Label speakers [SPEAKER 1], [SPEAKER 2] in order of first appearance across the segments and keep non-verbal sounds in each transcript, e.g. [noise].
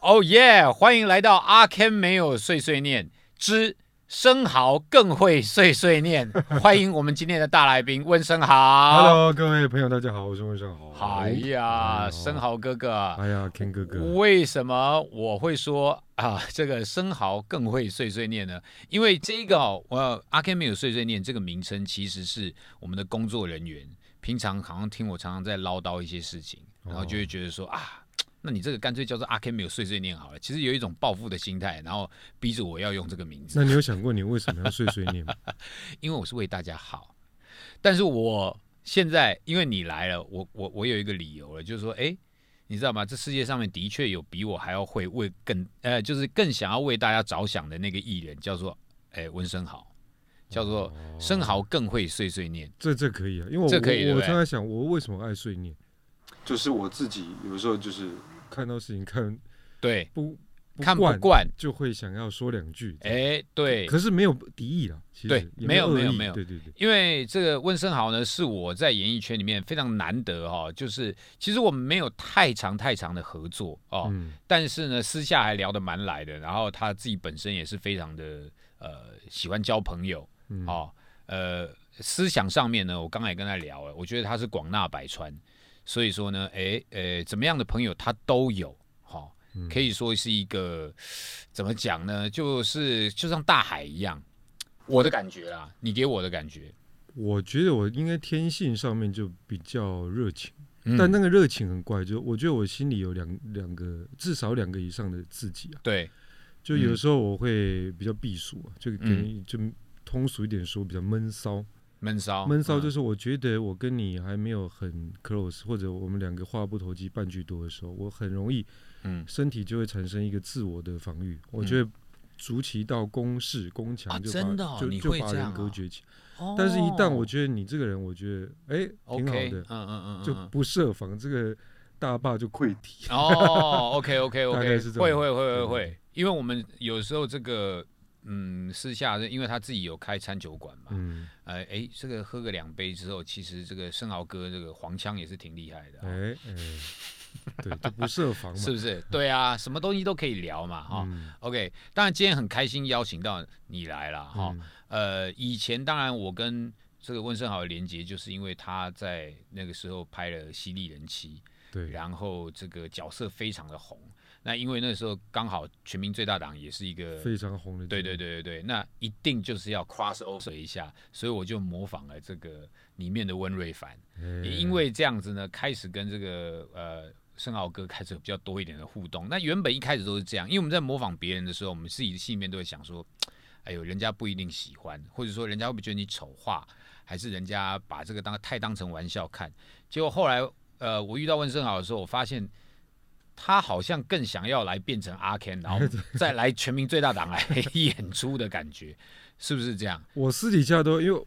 [SPEAKER 1] 哦耶！欢迎来到阿 Ken 没有碎碎念之生蚝更会碎碎念。欢迎我们今天的大来宾温生豪。
[SPEAKER 2] Hello，各位朋友，大家好，我是温尚豪。
[SPEAKER 1] 哎呀，生
[SPEAKER 2] 豪，
[SPEAKER 1] 蚝哥哥，
[SPEAKER 2] 哎呀，Ken 哥哥，
[SPEAKER 1] 为什么我会说啊，这个生蚝更会碎碎念呢？因为这个哦，我阿 Ken 没有碎碎念这个名称，其实是我们的工作人员平常好像听我常常在唠叨一些事情，然后就会觉得说啊，那你这个干脆叫做阿 Ken 没有碎碎念好了。其实有一种报复的心态，然后逼着我要用这个名字，
[SPEAKER 2] 那你有想过你为什么要碎碎念吗？ [laughs]
[SPEAKER 1] 因为我是为大家好。但是我现在因为你来了，我我我有一个理由了，就是说，哎，你知道吗？这世界上面的确有比我还要会为更呃，就是更想要为大家着想的那个艺人，叫做哎温生豪，叫做
[SPEAKER 2] 哦
[SPEAKER 1] 生豪更会碎碎念。
[SPEAKER 2] 这这可以啊，因为我
[SPEAKER 1] 这可以对
[SPEAKER 2] 我
[SPEAKER 1] 不
[SPEAKER 2] 我
[SPEAKER 1] 对
[SPEAKER 2] 常常想，我为什么爱碎念？
[SPEAKER 3] 就是我自己有时候就是
[SPEAKER 2] 看到事情看
[SPEAKER 1] 对，
[SPEAKER 2] 不
[SPEAKER 1] 看不
[SPEAKER 2] 惯，
[SPEAKER 1] 惯，
[SPEAKER 2] 就会想要说两句。
[SPEAKER 1] 哎，对，
[SPEAKER 2] 可是没有敌意啊，其实
[SPEAKER 1] 对
[SPEAKER 2] 也
[SPEAKER 1] 没有
[SPEAKER 2] 恶意
[SPEAKER 1] 没有没有
[SPEAKER 2] 对对对，
[SPEAKER 1] 因为这个温升豪呢，是我在演艺圈里面非常难得哦，就是其实我们没有太长太长的合作哦，
[SPEAKER 2] 嗯，
[SPEAKER 1] 但是呢，私下还聊得蛮来的。然后他自己本身也是非常的呃喜欢交朋友
[SPEAKER 2] 嗯
[SPEAKER 1] 哦，呃，思想上面呢，我刚才也跟他聊了，我觉得他是广纳百川，所以说呢，哎呃，怎么样的朋友他都有，哈、哦，
[SPEAKER 2] 嗯
[SPEAKER 1] 可以说是一个怎么讲呢，就是就像大海一样，我的感觉啦，你给我的感觉，
[SPEAKER 2] 我觉得我应该天性上面就比较热情，
[SPEAKER 1] 嗯
[SPEAKER 2] 但那个热情很怪，就我觉得我心里有两两个至少两个以上的自己啊。
[SPEAKER 1] 对，
[SPEAKER 2] 就
[SPEAKER 1] 嗯
[SPEAKER 2] 有时候我会比较避暑啊，就可能就通俗一点说，比较闷骚。
[SPEAKER 1] 闷骚，嗯
[SPEAKER 2] 闷骚就是是我觉得我跟你还没有很 close，或者我们两个话不投机半句多的时候，我很容易
[SPEAKER 1] 嗯
[SPEAKER 2] 身体就会产生一个自我的防御，我就会筑起一道攻势、攻
[SPEAKER 1] 啊
[SPEAKER 2] 墙，就把、
[SPEAKER 1] 真的哦
[SPEAKER 2] 就
[SPEAKER 1] 你
[SPEAKER 2] 就
[SPEAKER 1] 会
[SPEAKER 2] 把
[SPEAKER 1] 这样
[SPEAKER 2] 人
[SPEAKER 1] 啊
[SPEAKER 2] 隔绝起来。
[SPEAKER 1] 哦
[SPEAKER 2] 但是，一旦我觉得你这个人，我觉得哎挺好
[SPEAKER 1] OK，
[SPEAKER 2] 的
[SPEAKER 1] 嗯，嗯嗯嗯，
[SPEAKER 2] 就
[SPEAKER 1] 嗯
[SPEAKER 2] 不设防，这个大坝就溃堤。
[SPEAKER 1] 哦，OK OK
[SPEAKER 2] [laughs] 大
[SPEAKER 1] OK，
[SPEAKER 2] 概是这种
[SPEAKER 1] 会会会会
[SPEAKER 2] 对
[SPEAKER 1] 会，因为我们有时候这个嗯私下，因为他自己有开餐酒馆嘛，
[SPEAKER 2] 嗯，
[SPEAKER 1] 呃哎，这个喝个两杯之后，其实这个生蚝哥这个黄腔也是挺厉害的啊、
[SPEAKER 2] 哎哎，对，就不设防嘛。
[SPEAKER 1] 是不是？对啊，什么东西都可以聊嘛哈。
[SPEAKER 2] 嗯
[SPEAKER 1] OK，当然今天很开心邀请到你来了哈。
[SPEAKER 2] 嗯
[SPEAKER 1] 呃，以前当然我跟这个温胜豪的连接，就是因为他在那个时候拍了《犀利人妻》，
[SPEAKER 2] 对，
[SPEAKER 1] 然后这个角色非常的红。那因为那时候刚好《全民最大党》也是一个，
[SPEAKER 2] 非常红的。
[SPEAKER 1] 对对对，对对，那一定就是要 cross over 一下，所以我就模仿了这个里面的温瑞凡，也
[SPEAKER 2] 哎嗯
[SPEAKER 1] 因为这样子呢，开始跟这个呃盛豪哥开始有比较多一点的互动。那原本一开始都是这样，因为我们在模仿别人的时候，我们自己心里面都会想说，哎呦，人家不一定喜欢，或者说人家会不会觉得你丑化，还是人家把这个当太当成玩笑看。结果后来，呃，我遇到温胜豪的时候，我发现他好像更想要来变成阿 Ken，然后
[SPEAKER 2] [laughs]
[SPEAKER 1] 再来全民最大党来演出的感觉，是不是这样？
[SPEAKER 2] 我私底下都因为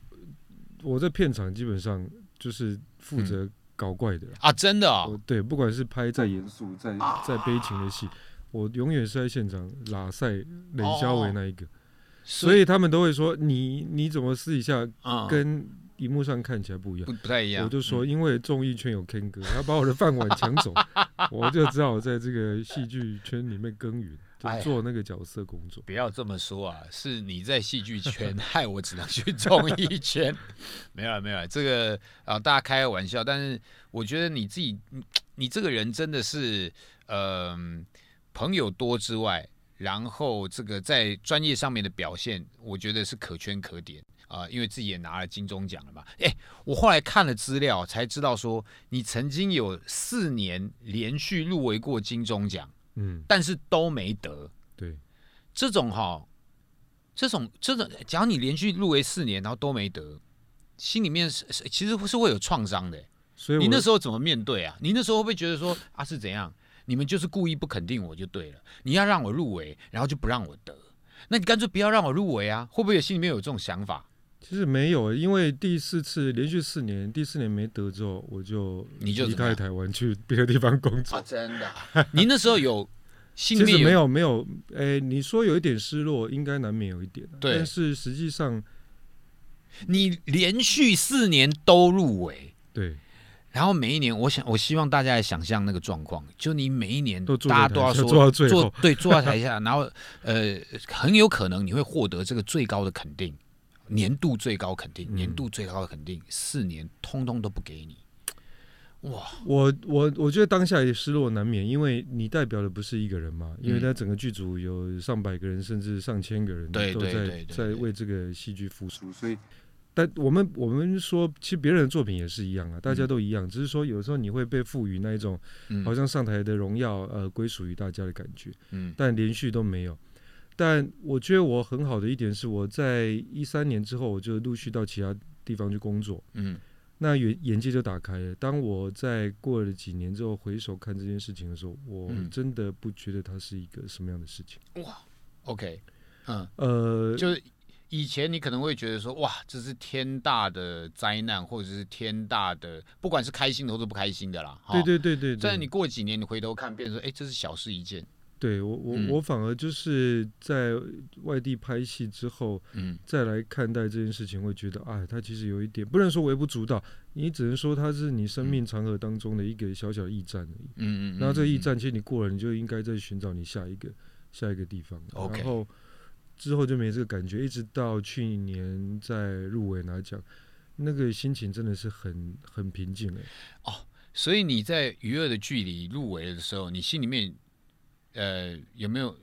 [SPEAKER 2] 我在片场基本上就是负责搞怪的啦，
[SPEAKER 1] 嗯啊，真的哦，
[SPEAKER 2] 我对，不管是拍
[SPEAKER 3] 在
[SPEAKER 2] 再
[SPEAKER 3] 严肃，在
[SPEAKER 2] 再悲情的戏，我永远是在现场拉塞冷肖维那一个，
[SPEAKER 1] 哦
[SPEAKER 2] 所以他们都会说你你怎么私底下
[SPEAKER 1] 嗯，
[SPEAKER 2] 跟荧幕上看起来不一样。
[SPEAKER 1] 不不太一样，嗯
[SPEAKER 2] 我就说，因为综艺圈有 Ken 哥，他把我的饭碗抢
[SPEAKER 1] [laughs]
[SPEAKER 2] 走，我就只好在这个戏剧圈里面耕耘，就
[SPEAKER 1] 哎呀
[SPEAKER 2] 做那个角色工作。
[SPEAKER 1] 不要这么说啊！是你在戏剧圈 [laughs] 害我只能去综艺圈。 [laughs] 没有了，没有了，这个啊、大家开个玩笑。但是我觉得你自己，你你这个人真的是，嗯、朋友多之外，然后这个在专业上面的表现，我觉得是可圈可点啊、因为自己也拿了金钟奖了嘛。哎，我后来看了资料才知道说，你曾经有四年连续入围过金钟奖，
[SPEAKER 2] 嗯，
[SPEAKER 1] 但是都没得。
[SPEAKER 2] 对，
[SPEAKER 1] 这种哈、这种这种，假如你连续入围四年，然后都没得，心里面是是其实是会有创伤的。
[SPEAKER 2] 所以
[SPEAKER 1] 你
[SPEAKER 2] 我
[SPEAKER 1] 那时候怎么面对啊？你那时候会不会觉得说啊是怎样？你们就是故意不肯定我就对了，你要让我入围，然后就不让我得，那你干脆不要让我入围啊？会不会有心里面有这种想法？
[SPEAKER 2] 其实没有，因为第四次连续四年，第四年没得之后，我就
[SPEAKER 1] 你就
[SPEAKER 2] 离
[SPEAKER 1] 怎么样
[SPEAKER 2] 开台湾去别的地方
[SPEAKER 1] [laughs]
[SPEAKER 2] 工作。
[SPEAKER 1] 啊，真的、你那时候有心
[SPEAKER 2] 其
[SPEAKER 1] 里
[SPEAKER 2] 实
[SPEAKER 1] 面
[SPEAKER 2] 没
[SPEAKER 1] 有
[SPEAKER 2] 有没有，诶，你说有一点失落，应该难免有一点啊。
[SPEAKER 1] 对
[SPEAKER 2] 但是实际上，
[SPEAKER 1] 你连续四年都入围，
[SPEAKER 2] 对
[SPEAKER 1] 然后每一年，我想我希望大家来想象那个状况，就你每一年
[SPEAKER 2] 都坐
[SPEAKER 1] 大家
[SPEAKER 2] 在
[SPEAKER 1] 都
[SPEAKER 2] 台
[SPEAKER 1] 要
[SPEAKER 2] 下
[SPEAKER 1] 说
[SPEAKER 2] 坐到最后
[SPEAKER 1] 对坐到台下，然后 [laughs] 呃，很有可能你会获得这个最高的肯定，年度最高肯
[SPEAKER 2] 嗯
[SPEAKER 1] 定，年度最高的肯定，四年通通都不给你。哦
[SPEAKER 2] 我我我觉得当下也失落难免，因为你代表的不是一个人嘛，因为
[SPEAKER 1] 嗯
[SPEAKER 2] 他整个剧组有上百个人甚至上千个人
[SPEAKER 1] 对
[SPEAKER 2] 都
[SPEAKER 1] 对
[SPEAKER 2] 在
[SPEAKER 1] 对对
[SPEAKER 2] 在
[SPEAKER 1] 对
[SPEAKER 2] 为这个戏剧付出。
[SPEAKER 3] 所以
[SPEAKER 2] 但我们我们说，其实别人的作品也是一样啊，大家都一样，只是说有时候你会被赋予那一种
[SPEAKER 1] 嗯
[SPEAKER 2] 好像上台的荣耀，呃，归属于大家的感觉，
[SPEAKER 1] 嗯
[SPEAKER 2] 但连续都没有。但我觉得我很好的一点是，我在一三年之后，我就陆续到其他地方去工作，
[SPEAKER 1] 嗯
[SPEAKER 2] 那眼眼界就打开了。当我在过了几年之后回首看这件事情的时候，我
[SPEAKER 1] 嗯
[SPEAKER 2] 真的不觉得它是一个什么样的事情。
[SPEAKER 1] ，OK，嗯，
[SPEAKER 2] 呃，
[SPEAKER 1] 就是以前你可能会觉得说，哇，这是天大的灾难，或者是天大的，不管是开心的或者不开心的啦。哈
[SPEAKER 2] 对。对对对对，
[SPEAKER 1] 但你过几年，你回头看，变成说，哎、这是小事一件。
[SPEAKER 2] 对我我、
[SPEAKER 1] 嗯
[SPEAKER 2] 我反而就是在外地拍戏之后
[SPEAKER 1] 嗯
[SPEAKER 2] 再来看待这件事情，会觉得哎，它其实有一点不能说微不足道，你只能说它是你生命长河当中的一个小小的驿站而已。
[SPEAKER 1] 嗯嗯。
[SPEAKER 2] 那这个驿
[SPEAKER 1] 一
[SPEAKER 2] 站，其实你过了，你就应该再寻找你下一个下一个地方。
[SPEAKER 1] OK
[SPEAKER 2] 然后之后就没这个感觉，一直到去年在入围拿奖，那个心情真的是很很平静的。
[SPEAKER 1] 所以你在《娱乐的距离》入围的时候，你心里面呃有没有？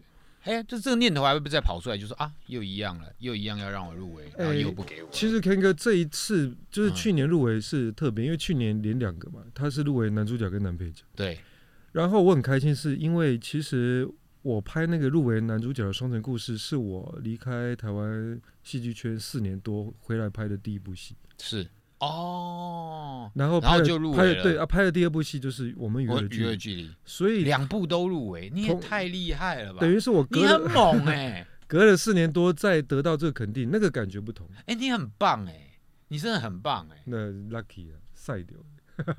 [SPEAKER 1] 哎，这这个念头还会不会再跑出来？就说啊，又一样了，又一样要让我入围，然后
[SPEAKER 2] 哎
[SPEAKER 1] 又不给我。
[SPEAKER 2] 其实 Ken 哥这一次就是
[SPEAKER 1] 嗯
[SPEAKER 2] 去年入围是特别，因为去年连两个嘛，他是入围男主角跟男配角。
[SPEAKER 1] 对，
[SPEAKER 2] 然后我很开心，是因为其实我拍那个入围男主角的《双城故事》，是我离开台湾戏剧圈四年多回来拍的第一部戏。
[SPEAKER 1] 是哦，
[SPEAKER 2] 然后
[SPEAKER 1] 然
[SPEAKER 2] 拍
[SPEAKER 1] 后
[SPEAKER 2] 了
[SPEAKER 1] 就入围
[SPEAKER 2] 拍
[SPEAKER 1] 了
[SPEAKER 2] 了对啊，拍的第二部戏就是我们娱
[SPEAKER 1] 我
[SPEAKER 2] 乐
[SPEAKER 1] 娱乐
[SPEAKER 2] 剧，
[SPEAKER 1] 距离
[SPEAKER 2] 所以
[SPEAKER 1] 两部都入围，你也
[SPEAKER 2] 同
[SPEAKER 1] 太厉害了吧？
[SPEAKER 2] 等于是我
[SPEAKER 1] 你
[SPEAKER 2] 隔
[SPEAKER 1] 很
[SPEAKER 2] 了 [laughs]
[SPEAKER 1] 猛哎、
[SPEAKER 2] 隔了四年多再得到这个肯定，那个感觉不同。
[SPEAKER 1] 哎、你很棒哎、你真的很棒哎、
[SPEAKER 2] 那 lucky 啊，赛丢。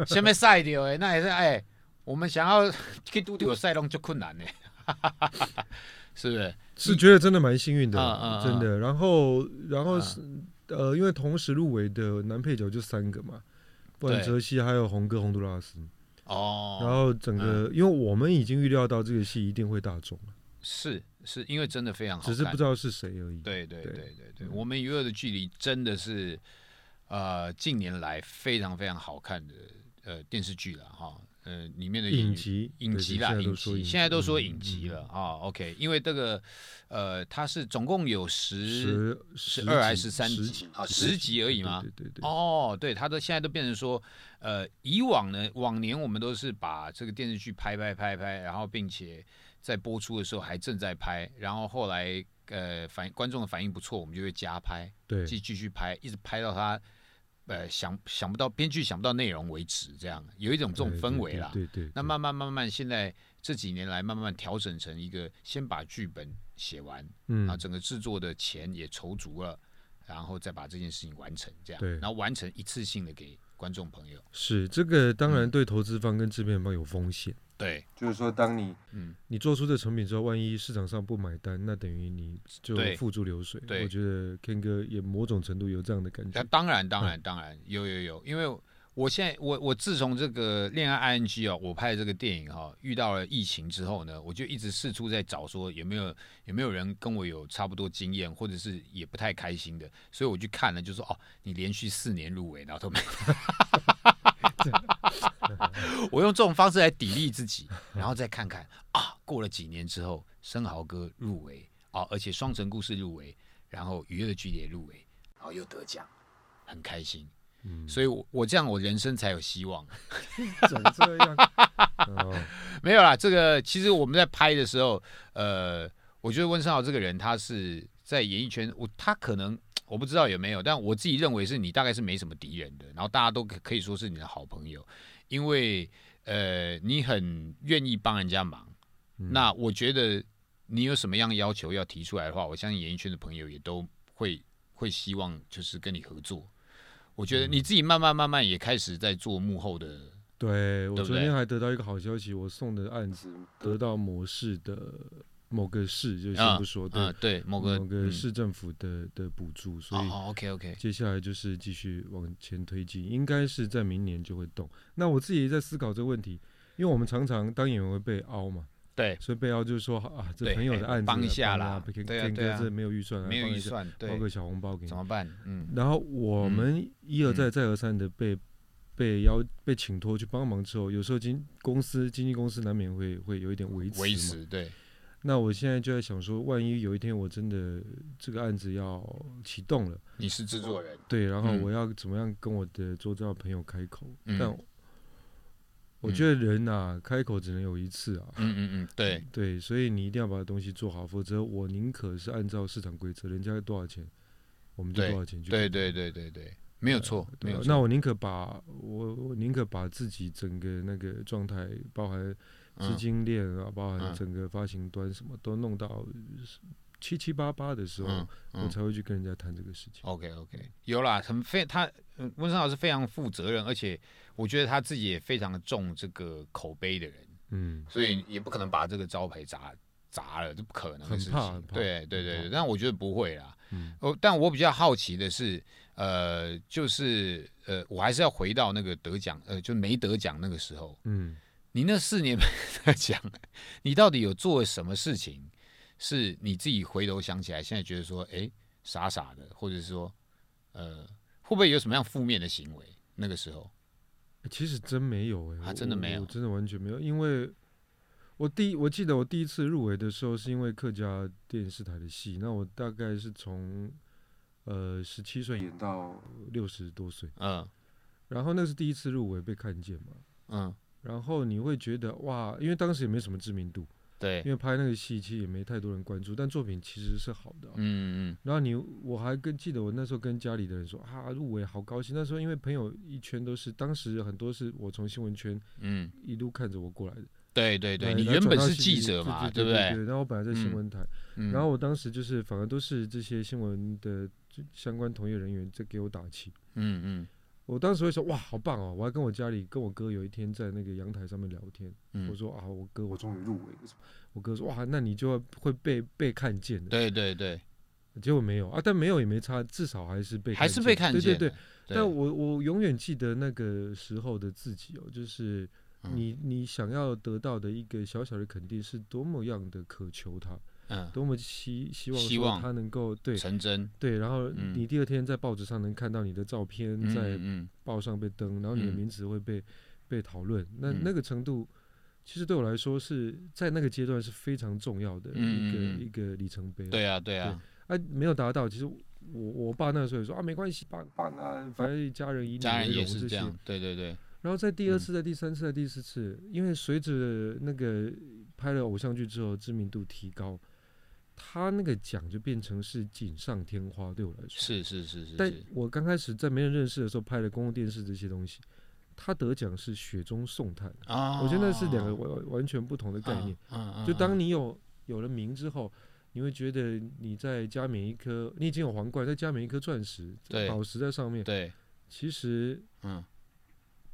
[SPEAKER 1] 下面赛掉哎，那也是哎、我们想要 [laughs] 去都丢赛弄就困难哎、 [laughs] 是不是？
[SPEAKER 2] 是觉得真的蛮幸运的，
[SPEAKER 1] 嗯嗯嗯
[SPEAKER 2] 真的。然后，然后
[SPEAKER 1] 嗯
[SPEAKER 2] 是、呃，因为同时入围的男配角就三个嘛，
[SPEAKER 1] 对
[SPEAKER 2] 万泽西还有红哥洪都拉斯。
[SPEAKER 1] 哦，
[SPEAKER 2] 然后整个、因为我们已经预料到这个戏一定会大众，
[SPEAKER 1] 是是因为真的非常好
[SPEAKER 2] 只
[SPEAKER 1] 看，
[SPEAKER 2] 是不知道是谁而已。
[SPEAKER 1] 对对对
[SPEAKER 2] 对嗯
[SPEAKER 1] 对对，我们娱乐的距离真的是呃近年来非常非常好看的呃电视剧了哈，呃里面的演
[SPEAKER 2] 影
[SPEAKER 1] 员
[SPEAKER 2] 集，
[SPEAKER 1] 影
[SPEAKER 2] 对
[SPEAKER 1] 集啦，
[SPEAKER 2] 对
[SPEAKER 1] 影
[SPEAKER 2] 现在都说
[SPEAKER 1] 集，现在都说影
[SPEAKER 2] 嗯
[SPEAKER 1] 集
[SPEAKER 2] 嗯
[SPEAKER 1] 了啊。OK，因为这个，呃，它是总共有十
[SPEAKER 2] 十
[SPEAKER 1] 十二还
[SPEAKER 2] 集
[SPEAKER 1] 是三
[SPEAKER 2] 十
[SPEAKER 1] 集啊？十集而已吗？
[SPEAKER 2] 对对对对。
[SPEAKER 1] 哦，对，它都现在都变成说，呃，以往呢，往年我们都是把这个电视剧拍拍拍拍，然后并且在播出的时候还正在拍，然后后来呃反观众的反应不错，我们就会加拍，
[SPEAKER 2] 对
[SPEAKER 1] 继继续拍，一直拍到他呃想想不到编剧想不到内容为止，这样有一种这种
[SPEAKER 2] 对
[SPEAKER 1] 氛
[SPEAKER 2] 对
[SPEAKER 1] 围
[SPEAKER 2] 对
[SPEAKER 1] 啦。
[SPEAKER 2] 对对，
[SPEAKER 1] 那
[SPEAKER 2] 对
[SPEAKER 1] 慢慢慢慢，现在这几年来慢慢调整成一个，先把剧本写完，然后
[SPEAKER 2] 嗯，
[SPEAKER 1] 整个制作的钱也筹足了，然后再把这件事情完成，这样，
[SPEAKER 2] 对
[SPEAKER 1] 然后完成一次性的给观众朋友。
[SPEAKER 2] 是这个当
[SPEAKER 1] 嗯
[SPEAKER 2] 然对投资方跟制片方有风险。
[SPEAKER 1] 对，
[SPEAKER 3] 就是说，当你
[SPEAKER 1] 嗯，
[SPEAKER 2] 你做出这成品之后，万一市场上不买单，那等于你就
[SPEAKER 1] 对
[SPEAKER 2] 付诸流水。
[SPEAKER 1] 对
[SPEAKER 2] 我觉得 Ken 哥也某种程度有这样的感
[SPEAKER 1] 那
[SPEAKER 2] 觉。
[SPEAKER 1] 当然，当然，当然有有有，因为我现在我我自从这个恋爱 ING 哦，我拍的这个电影哈、哦，遇到了疫情之后呢，我就一直四处在找说有没有有没有人跟我有差不多经验，或者是也不太开心的，所以我去看了，就说哦，你连续四年入围，然后都没我用这种方式来砥砺自己，然后再看看啊，过了几年之后，生蚝哥入围啊，而且双城故事入围，然后娱乐剧也入围，然后又得奖，很开心。
[SPEAKER 2] [laughs] 嗯，
[SPEAKER 1] 所以我，我这样我人生才有希望。
[SPEAKER 2] 整
[SPEAKER 1] [laughs]
[SPEAKER 2] 这样，哦，
[SPEAKER 1] 没有啦，这个其实我们在拍的时候，呃，我觉得温生豪这个人，他是在演艺圈，我他可能我不知道有没有，但我自己认为是你大概是没什么敌人的，然后大家都可可以说是你的好朋友，因为呃，你很愿意帮人家忙。
[SPEAKER 2] 嗯
[SPEAKER 1] 那我觉得你有什么样的要求要提出来的话，我相信演艺圈的朋友也都会会希望就是跟你合作。我
[SPEAKER 2] 嗯
[SPEAKER 1] 觉得你自己慢慢慢慢也开始在做幕后的，
[SPEAKER 2] 对
[SPEAKER 1] 对
[SPEAKER 2] 我
[SPEAKER 1] 不
[SPEAKER 2] 昨
[SPEAKER 1] 对
[SPEAKER 2] 天还得到一个好消息，我送的案子
[SPEAKER 3] 是
[SPEAKER 2] 得到模式的某个市，就先
[SPEAKER 1] 嗯
[SPEAKER 2] 不说，对，
[SPEAKER 1] 嗯，对，某个
[SPEAKER 2] 某个
[SPEAKER 1] 嗯
[SPEAKER 2] 市政府的的补助，所以
[SPEAKER 1] 哦，OK OK，
[SPEAKER 2] 接下来就是继续往前推进，应该是在明年就会动。那我自己也在思考这个问题，因为我们常常当演员会被凹嘛，
[SPEAKER 1] 对，
[SPEAKER 2] 所以被凹就是说啊，这
[SPEAKER 1] 对
[SPEAKER 2] 朋友的案子
[SPEAKER 1] 帮一下
[SPEAKER 2] 帮
[SPEAKER 1] 啦
[SPEAKER 2] 啊给
[SPEAKER 1] 对啊
[SPEAKER 2] 给
[SPEAKER 1] 对啊
[SPEAKER 2] 哥这没有预算啊，
[SPEAKER 1] 没有
[SPEAKER 2] 帮
[SPEAKER 1] 预
[SPEAKER 2] 一下，
[SPEAKER 1] 算，
[SPEAKER 2] 包
[SPEAKER 1] 对，
[SPEAKER 2] 个小红包给你
[SPEAKER 1] 怎。么办？嗯，
[SPEAKER 2] 然后我们一而再再而三的被被邀被请托去帮忙之后，有时候经公司经纪公司难免会会有一点维持
[SPEAKER 1] 维
[SPEAKER 2] 嘛。
[SPEAKER 1] 持，对，
[SPEAKER 2] 那我现在就在想说，万一有一天我真的这个案子要启动了。
[SPEAKER 1] 你是制作人，
[SPEAKER 2] 对，然后
[SPEAKER 1] 嗯
[SPEAKER 2] 我要怎么样跟我的周遭的朋友开口？
[SPEAKER 1] 嗯
[SPEAKER 2] 但我觉得人呐、啊开口只能有一次啊。
[SPEAKER 1] 嗯嗯嗯，对，
[SPEAKER 2] 对，所以你一定要把东西做好，否则我宁可是按照市场规则，人家多少钱，我们就
[SPEAKER 1] 对
[SPEAKER 2] 多少钱去
[SPEAKER 1] 对
[SPEAKER 2] 给。
[SPEAKER 1] 对对对对，没有错，没
[SPEAKER 2] 对啊
[SPEAKER 1] 有错。
[SPEAKER 2] 那我宁可把我我宁可把自己整个那个状态，包含资
[SPEAKER 1] 嗯
[SPEAKER 2] 金链啊，包
[SPEAKER 1] 嗯
[SPEAKER 2] 含整个发行端什么都弄到七七八八的时候，
[SPEAKER 1] 嗯
[SPEAKER 2] 我
[SPEAKER 1] 嗯哦
[SPEAKER 2] 才会去跟人家谈这个事情。
[SPEAKER 1] OK OK，有啦，很非他嗯温生老师非常负责任，而且我觉得他自己也非常重这个口碑的人，
[SPEAKER 2] 嗯，
[SPEAKER 1] 所以也不可能把这个招牌砸砸了，这不可能的
[SPEAKER 2] 很
[SPEAKER 1] 事情。
[SPEAKER 2] 怕很怕
[SPEAKER 1] 对对对
[SPEAKER 2] 很
[SPEAKER 1] 对，
[SPEAKER 2] 怕
[SPEAKER 1] 但我觉得不会啦。
[SPEAKER 2] 嗯
[SPEAKER 1] 哦，但我比较好奇的是，呃，就是呃，我还是要回到那个得奖，呃，就没得奖那个时候，
[SPEAKER 2] 嗯，
[SPEAKER 1] 你那四年没 [laughs] 得奖，你到底有做了什么事情，是你自己回头想起来，现在觉得说，哎，傻傻的，或者是说，呃，会不会有什么样负面的行为？那个时候，
[SPEAKER 2] 欸其实真没有哎、
[SPEAKER 1] 啊
[SPEAKER 2] 我
[SPEAKER 1] 真的没
[SPEAKER 2] 我
[SPEAKER 1] 有
[SPEAKER 2] 真的完全没有，因为我第一我记得我第一次入围的时候是因为客家电视台的戏，那我大概是从呃十七岁
[SPEAKER 3] 演到
[SPEAKER 2] 六十多岁，
[SPEAKER 1] 嗯
[SPEAKER 2] 然后那是第一次入围被看见嘛，
[SPEAKER 1] 嗯，
[SPEAKER 2] 然后你会觉得哇，因为当时也没什么知名度，
[SPEAKER 1] 对，
[SPEAKER 2] 因为拍那个戏其实也没太多人关注，但作品其实是好的啊、
[SPEAKER 1] 嗯嗯
[SPEAKER 2] 然后你，我还跟记得我那时候跟家里的人说啊，入围好高兴。那时候因为朋友一圈都是，当时很多是我从新闻圈
[SPEAKER 1] 嗯，
[SPEAKER 2] 一路看着我过来的，
[SPEAKER 1] 对对对，
[SPEAKER 2] 来
[SPEAKER 1] 你
[SPEAKER 2] 来
[SPEAKER 1] 原
[SPEAKER 2] 转
[SPEAKER 1] 本
[SPEAKER 2] 到
[SPEAKER 1] 是
[SPEAKER 2] 戏
[SPEAKER 1] 记
[SPEAKER 2] 剧
[SPEAKER 1] 者嘛，
[SPEAKER 2] 对
[SPEAKER 1] 不
[SPEAKER 2] 对
[SPEAKER 1] 对？
[SPEAKER 2] 然后我本来在新
[SPEAKER 1] 嗯
[SPEAKER 2] 闻台，
[SPEAKER 1] 嗯
[SPEAKER 2] 然后我当时就是反而都是这些新闻的这相关从业人员在给我打气。
[SPEAKER 1] 嗯嗯
[SPEAKER 2] 我当时会说哇，好棒哦！我还跟我家里跟我哥有一天在那个阳台上面聊天，
[SPEAKER 1] 嗯，
[SPEAKER 2] 我说啊，我哥
[SPEAKER 3] 我
[SPEAKER 2] 我
[SPEAKER 3] 终于入围了，
[SPEAKER 2] 我哥说哇，那你就要会被被看见的。
[SPEAKER 1] 对对对，
[SPEAKER 2] 结果没有啊，但没有也没差，至少还是被
[SPEAKER 1] 还是被看见
[SPEAKER 2] 对
[SPEAKER 1] 了，
[SPEAKER 2] 对对。
[SPEAKER 1] 对，
[SPEAKER 2] 但我我永远记得那个时候的自己哦，就是
[SPEAKER 1] 嗯
[SPEAKER 2] 你、你想要得到的一个小小的肯定，是多么样的渴求它，
[SPEAKER 1] 嗯，
[SPEAKER 2] 多么希希望
[SPEAKER 1] 希
[SPEAKER 2] 说
[SPEAKER 1] 望
[SPEAKER 2] 它能够对
[SPEAKER 1] 成真，
[SPEAKER 2] 对，然后
[SPEAKER 1] 嗯
[SPEAKER 2] 你第二天在报纸上能看到你的照片
[SPEAKER 1] 嗯
[SPEAKER 2] 在
[SPEAKER 1] 嗯
[SPEAKER 2] 报上被登，然后你的
[SPEAKER 1] 嗯
[SPEAKER 2] 名字会被、被讨论，那
[SPEAKER 1] 嗯
[SPEAKER 2] 那个程度。其实对我来说是在那个阶段是非常重要的一个、
[SPEAKER 1] 嗯嗯嗯
[SPEAKER 2] 一个里程碑。
[SPEAKER 1] 嗯，，对啊对啊，
[SPEAKER 2] 啊，没有达到，其实我我爸那时候也说啊，没关系，爸
[SPEAKER 3] 办啊，
[SPEAKER 2] 反正家人以你
[SPEAKER 1] 家人
[SPEAKER 2] 为
[SPEAKER 1] 也
[SPEAKER 2] 荣
[SPEAKER 1] 是
[SPEAKER 2] 这
[SPEAKER 1] 这
[SPEAKER 2] 些。
[SPEAKER 1] 样，对对对，
[SPEAKER 2] 然后在第
[SPEAKER 1] 嗯
[SPEAKER 2] 二次、在第三次、在第四次，因为随着那个拍了偶像剧之后知名度提高，他那个奖就变成是锦上添花，对我来说。
[SPEAKER 1] 是是是是
[SPEAKER 2] 但
[SPEAKER 1] 是，
[SPEAKER 2] 我刚开始在没人认识的时候拍了公共电视这些东西，他得奖是雪中送炭，
[SPEAKER 1] 啊，
[SPEAKER 2] 我觉得那是两个完完全不同的概念。
[SPEAKER 1] 嗯，嗯嗯
[SPEAKER 2] 就当
[SPEAKER 1] 嗯
[SPEAKER 2] 你有有了名之后，你会觉得你在加冕一颗，你已经有皇冠，再加冕一颗钻石、
[SPEAKER 1] 对
[SPEAKER 2] 宝石在上面，
[SPEAKER 1] 对，
[SPEAKER 2] 其实
[SPEAKER 1] 嗯，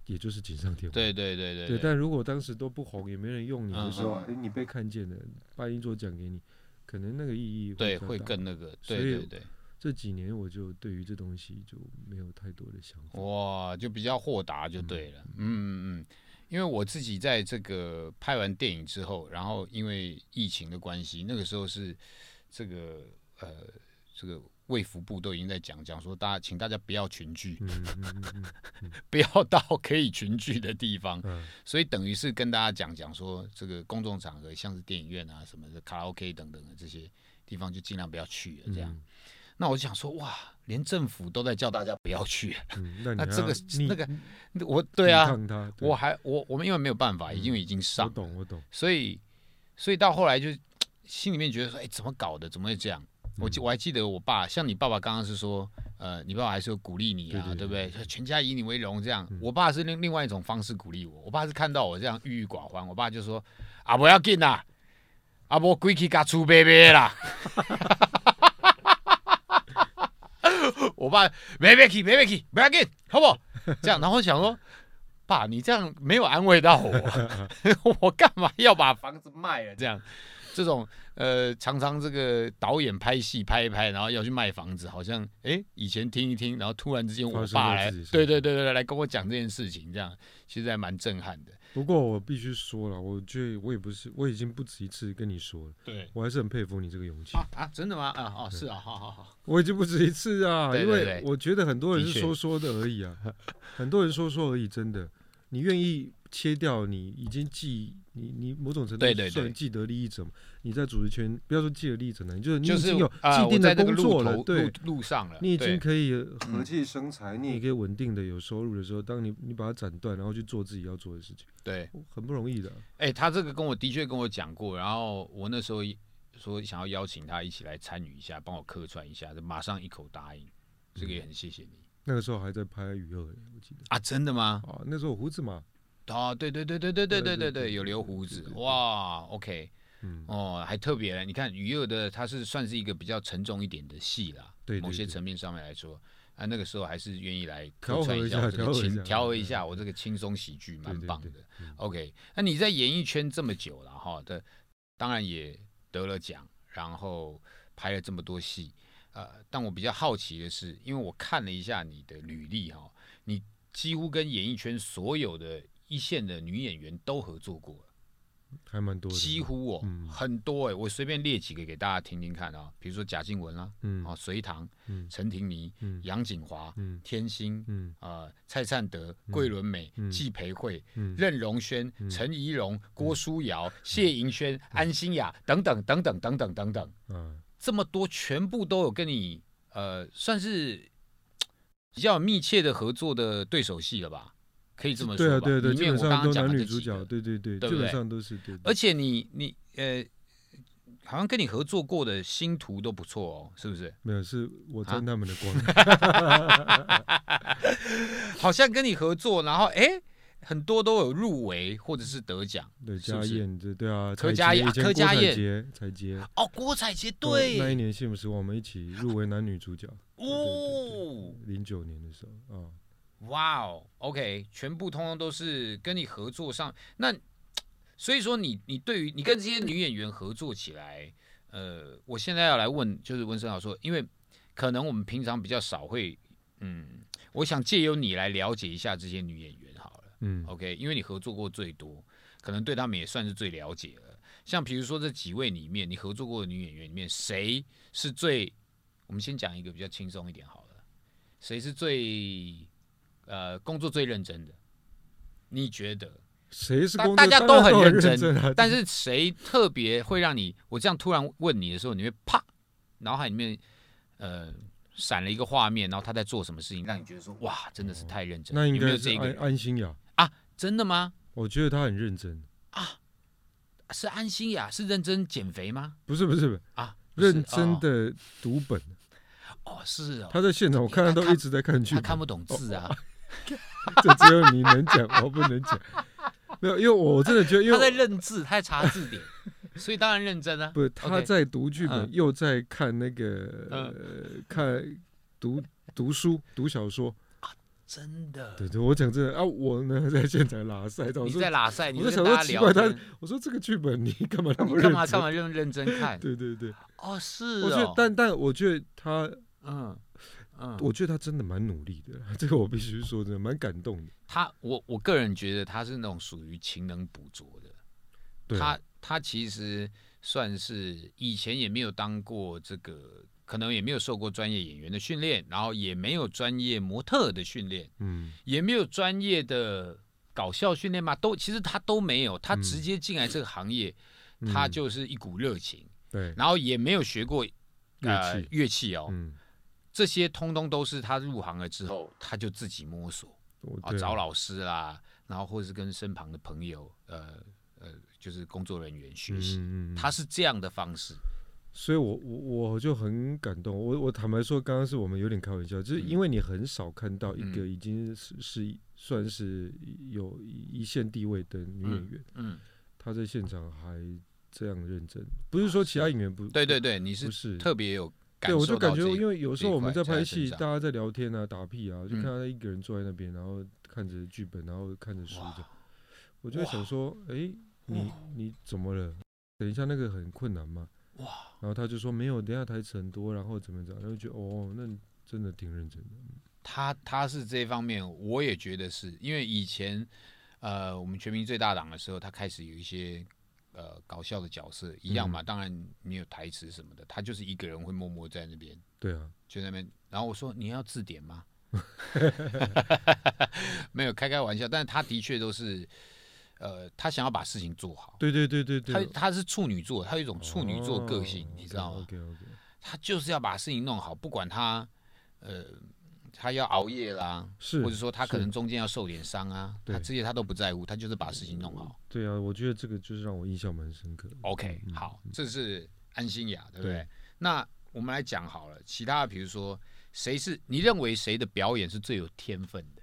[SPEAKER 2] 也就是锦上添花。
[SPEAKER 1] 对对对对
[SPEAKER 2] 对，但如果当时都不红，也没人用你
[SPEAKER 1] 嗯
[SPEAKER 2] 的时
[SPEAKER 3] 是
[SPEAKER 2] 候，
[SPEAKER 3] 吧？哎，你
[SPEAKER 2] 被
[SPEAKER 3] 被
[SPEAKER 2] 看见的，办一座奖给你，可能那个意义
[SPEAKER 1] 对
[SPEAKER 2] 比较
[SPEAKER 1] 会
[SPEAKER 2] 大。
[SPEAKER 1] 更那个，对
[SPEAKER 2] 所以
[SPEAKER 1] 对对，
[SPEAKER 2] 这几年我就对于这东西就没有太多的想法。
[SPEAKER 1] 哦哇，就比较豁达就对了，嗯嗯嗯，因为我自己在这个拍完电影之后，然后因为疫情的关系，那个时候是这个呃这个卫福部都已经在讲讲说，大家请大家不要群聚， [laughs]
[SPEAKER 2] 嗯嗯嗯嗯
[SPEAKER 1] 不要到可以群聚的地方，
[SPEAKER 2] 嗯
[SPEAKER 1] 所以等于是跟大家讲讲说，这个公众场合，像是电影院啊、什么的卡拉 OK 等等的这些地方，就尽量不要去了。
[SPEAKER 2] 嗯，
[SPEAKER 1] 这样，那我就想说，哇，连政府都在叫大家不要去，
[SPEAKER 2] 嗯，那你
[SPEAKER 1] 那这个
[SPEAKER 2] 还要逆
[SPEAKER 1] 那个，我对啊，
[SPEAKER 2] 抵抗它，对嗯
[SPEAKER 1] 我还我我们因为没有办法，因为已经
[SPEAKER 2] 我
[SPEAKER 1] 上，
[SPEAKER 2] 懂我懂，
[SPEAKER 1] 所以所以到后来就心里面觉得说，哎，怎么搞的？怎么会这样？
[SPEAKER 2] 嗯
[SPEAKER 1] 我记我还记得我爸，像你爸爸刚刚是说，呃，你爸爸还是有鼓励你啊，
[SPEAKER 2] 对对对
[SPEAKER 1] 不对？说全家以你为荣这样。
[SPEAKER 2] 嗯
[SPEAKER 1] 我爸是另另外一种方式鼓励我，我爸是看到我这样郁郁寡欢，我爸就说啊不要紧啦，啊无鬼去甲厝买买
[SPEAKER 2] [laughs]
[SPEAKER 1] 啦。 [laughs] [laughs] 我爸买买去买买去，不要紧，好不好？这样，然后我想说，爸，你这样没有安慰到我， [laughs] 我干嘛要把房子卖了？这样，这种呃，常常这个导演拍戏拍一拍，然后要去卖房子，好像哎、诶以前听一听，然后突然之间我
[SPEAKER 2] 发生
[SPEAKER 1] 爸
[SPEAKER 2] 在
[SPEAKER 1] 来，
[SPEAKER 2] 自己身
[SPEAKER 1] 对
[SPEAKER 2] 上
[SPEAKER 1] 对对对，来跟我讲这件事情，这样其实还蛮震撼的。
[SPEAKER 2] 不过我必须说了，我觉得我也不是，我已经不止一次跟你说了，
[SPEAKER 1] 对
[SPEAKER 2] 我还是很佩服你这个勇气。
[SPEAKER 1] 啊啊，真的吗？啊哦，是啊，好好好，
[SPEAKER 2] 我已经不止一次啊，
[SPEAKER 1] 对
[SPEAKER 2] 因
[SPEAKER 1] 对
[SPEAKER 2] 为
[SPEAKER 1] 对
[SPEAKER 2] 我觉得很多人
[SPEAKER 1] 的
[SPEAKER 2] 是
[SPEAKER 1] 确
[SPEAKER 2] 说说的而已啊，很多人说说而已，真的。你愿意切掉你已经既你你某种程
[SPEAKER 1] 对
[SPEAKER 2] 度
[SPEAKER 1] 对
[SPEAKER 2] 算
[SPEAKER 1] 对
[SPEAKER 2] 既得利益者嘛？你在主持圈不要说既得利益者呢，你就是你
[SPEAKER 1] 就
[SPEAKER 2] 已
[SPEAKER 1] 是
[SPEAKER 2] 经有
[SPEAKER 1] 啊，
[SPEAKER 2] 既
[SPEAKER 1] 我
[SPEAKER 2] 定
[SPEAKER 1] 在
[SPEAKER 2] 的
[SPEAKER 1] 这个
[SPEAKER 2] 工
[SPEAKER 1] 路
[SPEAKER 2] 作
[SPEAKER 1] 头
[SPEAKER 2] 了，
[SPEAKER 1] 路
[SPEAKER 2] 对，
[SPEAKER 1] 路上了，
[SPEAKER 2] 你已经
[SPEAKER 1] 对
[SPEAKER 2] 可以
[SPEAKER 3] 和气生财，
[SPEAKER 2] 你
[SPEAKER 3] 你
[SPEAKER 2] 可以稳定的有收入的时候，当你你把它斩断，然后去做自己要做的事情，
[SPEAKER 1] 对。
[SPEAKER 2] 很不容易的。
[SPEAKER 1] 哎、他这个跟我的确跟我讲过，然后我那时候一说想要邀请他一起来参与一下，帮我客串一下，就马上一口答应，这
[SPEAKER 2] 嗯
[SPEAKER 1] 个也很谢谢你、
[SPEAKER 2] 那个时候还在拍《雨二》，我记得
[SPEAKER 1] 啊！真的吗？
[SPEAKER 2] 啊，那时候有胡子嘛，
[SPEAKER 1] 啊，对对对对对对对
[SPEAKER 2] 对
[SPEAKER 1] 对
[SPEAKER 2] 对
[SPEAKER 1] 对，
[SPEAKER 2] 对
[SPEAKER 1] 有
[SPEAKER 2] 对
[SPEAKER 1] 留
[SPEAKER 2] 对
[SPEAKER 1] 胡
[SPEAKER 2] 对
[SPEAKER 1] 子
[SPEAKER 2] 对对
[SPEAKER 1] 哇，OK，
[SPEAKER 2] 嗯，
[SPEAKER 1] 哦，还特别，你看余二的他是算是一个比较沉重一点的戏啦，
[SPEAKER 2] 对对
[SPEAKER 1] 某些
[SPEAKER 2] 对
[SPEAKER 1] 层面上面来说，啊，那个时候还是愿意来
[SPEAKER 2] 调
[SPEAKER 1] 客串
[SPEAKER 2] 和一
[SPEAKER 1] 下
[SPEAKER 2] 下
[SPEAKER 1] 我这个
[SPEAKER 2] 调和一
[SPEAKER 1] 轻
[SPEAKER 2] 下
[SPEAKER 1] 调和一
[SPEAKER 2] 嗯
[SPEAKER 1] 下我这个轻松喜剧，蛮
[SPEAKER 2] 对
[SPEAKER 1] 棒的
[SPEAKER 2] 对。嗯
[SPEAKER 1] OK，那你在演艺圈这么久了哈，的当然也得了奖，然后拍了这么多戏，呃，但我比较好奇的是，因为我看了一下你的履历哈，你几乎跟演艺圈所有的一线的女演员都合作过了。
[SPEAKER 2] 还蛮多的，
[SPEAKER 1] 几乎哦，
[SPEAKER 2] 嗯
[SPEAKER 1] 很多哎、我随便列几个给大家听听看啊、比如说贾静雯啦、
[SPEAKER 2] 嗯
[SPEAKER 1] 啊，隋唐、
[SPEAKER 2] 嗯
[SPEAKER 1] 陈婷妮、
[SPEAKER 2] 嗯
[SPEAKER 1] 杨锦华、
[SPEAKER 2] 嗯
[SPEAKER 1] 天心、
[SPEAKER 2] 嗯
[SPEAKER 1] 呃蔡灿德、桂纶镁、
[SPEAKER 2] 嗯
[SPEAKER 1] 季培慧、
[SPEAKER 2] 嗯嗯
[SPEAKER 1] 任容萱、陈怡蓉、郭书瑶、谢盈萱、安心亚等等等等等等等等，
[SPEAKER 2] 啊，
[SPEAKER 1] 这么多全部都有跟你呃算是嘖比较密切的合作的对手戏了吧？可以这么说
[SPEAKER 2] 对啊
[SPEAKER 1] 吧？
[SPEAKER 2] 对啊对，
[SPEAKER 1] 里
[SPEAKER 2] 基
[SPEAKER 1] 面
[SPEAKER 2] 本
[SPEAKER 1] 我刚
[SPEAKER 2] 上
[SPEAKER 1] 刚
[SPEAKER 2] 都
[SPEAKER 1] 讲
[SPEAKER 2] 男
[SPEAKER 1] 的
[SPEAKER 2] 女
[SPEAKER 1] 这
[SPEAKER 2] 主
[SPEAKER 1] 几个
[SPEAKER 2] 角，对对对，
[SPEAKER 1] 对
[SPEAKER 2] 基
[SPEAKER 1] 不
[SPEAKER 2] 本
[SPEAKER 1] 对
[SPEAKER 2] 上都是对，
[SPEAKER 1] 而且你你呃，好像跟你合作过的星图都不错哦，是不是？
[SPEAKER 2] 没有是我
[SPEAKER 1] 啊
[SPEAKER 2] 沾他们的
[SPEAKER 1] [laughs]
[SPEAKER 2] 光，
[SPEAKER 1] 好像跟你合作，然后哎，很多都有入围或者是得奖
[SPEAKER 2] 对
[SPEAKER 1] 是不
[SPEAKER 2] 家
[SPEAKER 1] 是
[SPEAKER 2] 燕这对啊，
[SPEAKER 1] 柯
[SPEAKER 2] 彩
[SPEAKER 1] 佳
[SPEAKER 2] 洁
[SPEAKER 1] 燕
[SPEAKER 2] 以
[SPEAKER 1] 柯
[SPEAKER 2] 前郭
[SPEAKER 1] 佳
[SPEAKER 2] 采
[SPEAKER 1] 燕
[SPEAKER 2] 洁彩洁，
[SPEAKER 1] 哦。郭采洁
[SPEAKER 2] 那一
[SPEAKER 1] 对，
[SPEAKER 2] 年幸福时光我们一起入围男女主角，
[SPEAKER 1] 哦，
[SPEAKER 2] 零九年的时候啊，
[SPEAKER 1] 哇哦，OK，全部通通都是跟你合作上。那所以说你你对于你跟这些女演员合作起来，呃，我现在要来问，就是温生豪说，因为可能我们平常比较少会，嗯，我想借由你来了解一下这些女演员好了。
[SPEAKER 2] 嗯
[SPEAKER 1] OK，因为你合作过最多，可能对他们也算是最了解了。像比如说这几位里面，你合作过的女演员里面，谁是最？我们先讲一个比较轻松一点好了，谁是最呃工作最认真的？你觉得？
[SPEAKER 2] 谁是
[SPEAKER 1] 大
[SPEAKER 2] 工作
[SPEAKER 1] 大家
[SPEAKER 2] 当然
[SPEAKER 1] 很
[SPEAKER 2] 都很
[SPEAKER 1] 认
[SPEAKER 2] 真啊，
[SPEAKER 1] 但是谁特别会让你？我这样突然问你的时候，你会啪，脑海里面呃闪了一个画面，然后他在做什么事情，让你觉得说哇，真的是太认真了。
[SPEAKER 2] 哦那应
[SPEAKER 1] 有没有
[SPEAKER 2] 该
[SPEAKER 1] 这
[SPEAKER 2] 是
[SPEAKER 1] 一个
[SPEAKER 2] 安
[SPEAKER 1] 人？
[SPEAKER 2] 安心雅，
[SPEAKER 1] 真的吗？
[SPEAKER 2] 我觉得她很认真，
[SPEAKER 1] 是安心雅是认真减肥吗？
[SPEAKER 2] 不是不是不是
[SPEAKER 1] 啊，不是
[SPEAKER 2] 认真的读本，
[SPEAKER 1] 哦哦是哦，
[SPEAKER 2] 她在现场我看她
[SPEAKER 1] 他
[SPEAKER 2] 都
[SPEAKER 1] 看
[SPEAKER 2] 一直在看剧
[SPEAKER 1] 他
[SPEAKER 2] 本，
[SPEAKER 1] 看不懂字
[SPEAKER 2] 哦
[SPEAKER 1] 啊，
[SPEAKER 2] 这只有你能讲，我不能讲。没有，因为我真的觉得，因
[SPEAKER 1] 他在
[SPEAKER 2] 为
[SPEAKER 1] 认字，他在查字典，所以当然认真啊。
[SPEAKER 2] 不，他
[SPEAKER 1] OK
[SPEAKER 2] 在读剧本，
[SPEAKER 1] 嗯
[SPEAKER 2] 又在看那个、呃、看读读书、读小说。
[SPEAKER 1] 真的，
[SPEAKER 2] 对对，我讲真的啊，我呢在现场拉塞，我
[SPEAKER 1] 你
[SPEAKER 2] 说
[SPEAKER 1] 在拉塞，你
[SPEAKER 2] 我在
[SPEAKER 1] 跟
[SPEAKER 2] 想
[SPEAKER 1] 大
[SPEAKER 2] 说
[SPEAKER 1] 家
[SPEAKER 2] 奇
[SPEAKER 1] 聊
[SPEAKER 2] 怪
[SPEAKER 1] 天，
[SPEAKER 2] 我说这个剧本你干嘛那么
[SPEAKER 1] 你干
[SPEAKER 2] 认真？
[SPEAKER 1] 嘛干嘛认认真看？
[SPEAKER 2] 对对对，
[SPEAKER 1] 哦，是
[SPEAKER 2] 我觉得
[SPEAKER 1] 哦，，
[SPEAKER 2] 但但我觉得他，
[SPEAKER 1] 嗯嗯，
[SPEAKER 2] 我觉得他真的蛮努力的，这个我必须说，真的蛮感动的。
[SPEAKER 1] 他我我个人觉得他是那种属于勤能补拙的，
[SPEAKER 2] 对啊，
[SPEAKER 1] 他他其实算是以前也没有当过这个，可能也没有受过专业演员的训练，然后也没有专业模特的训练，
[SPEAKER 2] 嗯，
[SPEAKER 1] 也没有专业的搞笑训练嘛，都其实他都没有，他直接进来这个行业，
[SPEAKER 2] 嗯
[SPEAKER 1] 他就是一股热情，
[SPEAKER 2] 对，
[SPEAKER 1] 然后也没有学过呃
[SPEAKER 2] 乐器
[SPEAKER 1] 乐器哦，
[SPEAKER 2] 嗯，
[SPEAKER 1] 这些通通都是他入行了之后，他就自己摸索。
[SPEAKER 2] 我
[SPEAKER 1] 啊，
[SPEAKER 2] 对嗯
[SPEAKER 1] 找老师啦，然后或者是跟身旁的朋友，呃呃，就是工作人员学习，
[SPEAKER 2] 嗯嗯嗯
[SPEAKER 1] 他是这样的方式。
[SPEAKER 2] 所以我我我就很感动。我我坦白说，刚刚是我们有点开玩笑，就是
[SPEAKER 1] 嗯
[SPEAKER 2] 因为你很少看到一个
[SPEAKER 1] 嗯
[SPEAKER 2] 已经是是算是有一线地位的女演员，
[SPEAKER 1] 嗯，
[SPEAKER 2] 她在现场还这样认真，不是说其他演员不
[SPEAKER 1] 啊对对对，你
[SPEAKER 2] 不
[SPEAKER 1] 是
[SPEAKER 2] 是
[SPEAKER 1] 特别有感
[SPEAKER 2] 对，
[SPEAKER 1] 受
[SPEAKER 2] 我
[SPEAKER 1] 到
[SPEAKER 2] 就感觉
[SPEAKER 1] 这一
[SPEAKER 2] 因为有时
[SPEAKER 1] 这
[SPEAKER 2] 候
[SPEAKER 1] 一
[SPEAKER 2] 我们
[SPEAKER 1] 块
[SPEAKER 2] 在
[SPEAKER 1] 在他身
[SPEAKER 2] 拍戏，
[SPEAKER 1] 上
[SPEAKER 2] 大家在聊天啊、打屁啊，就
[SPEAKER 1] 嗯
[SPEAKER 2] 看他一个人坐在那边，然后看着剧本，然后看着书
[SPEAKER 1] 哇
[SPEAKER 2] 的，我就会想说，诶，你
[SPEAKER 1] 哇
[SPEAKER 2] 你怎么了？等一下那个很困难吗？
[SPEAKER 1] 哇，
[SPEAKER 2] 然后他就说没有，等一下台词很多，然后怎么怎么样，然后就觉得哦，那真的挺认真的。
[SPEAKER 1] 他他是这方面，我也觉得是因为以前，呃，我们全民最大党的时候，他开始有一些呃搞笑的角色，一样
[SPEAKER 2] 嗯
[SPEAKER 1] 嘛。当然你有台词什么的，他就是一个人会默默在那边，
[SPEAKER 2] 对啊，
[SPEAKER 1] 就在那边。然后我说你要字典
[SPEAKER 2] [laughs]
[SPEAKER 1] 吗？ [laughs] 没有开开玩笑，但是他的确都是，呃，他想要把事情做好。
[SPEAKER 2] 对对对对
[SPEAKER 1] 他
[SPEAKER 2] 对，
[SPEAKER 1] 他是处女座，他有一种处女座个性，
[SPEAKER 2] 哦
[SPEAKER 1] 你知道吗？
[SPEAKER 2] ？OK OK，
[SPEAKER 1] 他就是要把事情弄好，不管他，呃，他要熬夜啦，
[SPEAKER 2] 是，
[SPEAKER 1] 或者说他可
[SPEAKER 2] 是
[SPEAKER 1] 能中间要受点伤啊，
[SPEAKER 2] 对
[SPEAKER 1] 他这些他都不在乎，他就是把事情弄好。
[SPEAKER 2] 对啊，我觉得这个就是让我印象蛮深刻的。
[SPEAKER 1] OK，
[SPEAKER 2] 嗯
[SPEAKER 1] 好，这是安心雅，对不对？
[SPEAKER 2] 对
[SPEAKER 1] 那我们来讲好了，其他的比如说谁是你认为谁的表演是最有天分的？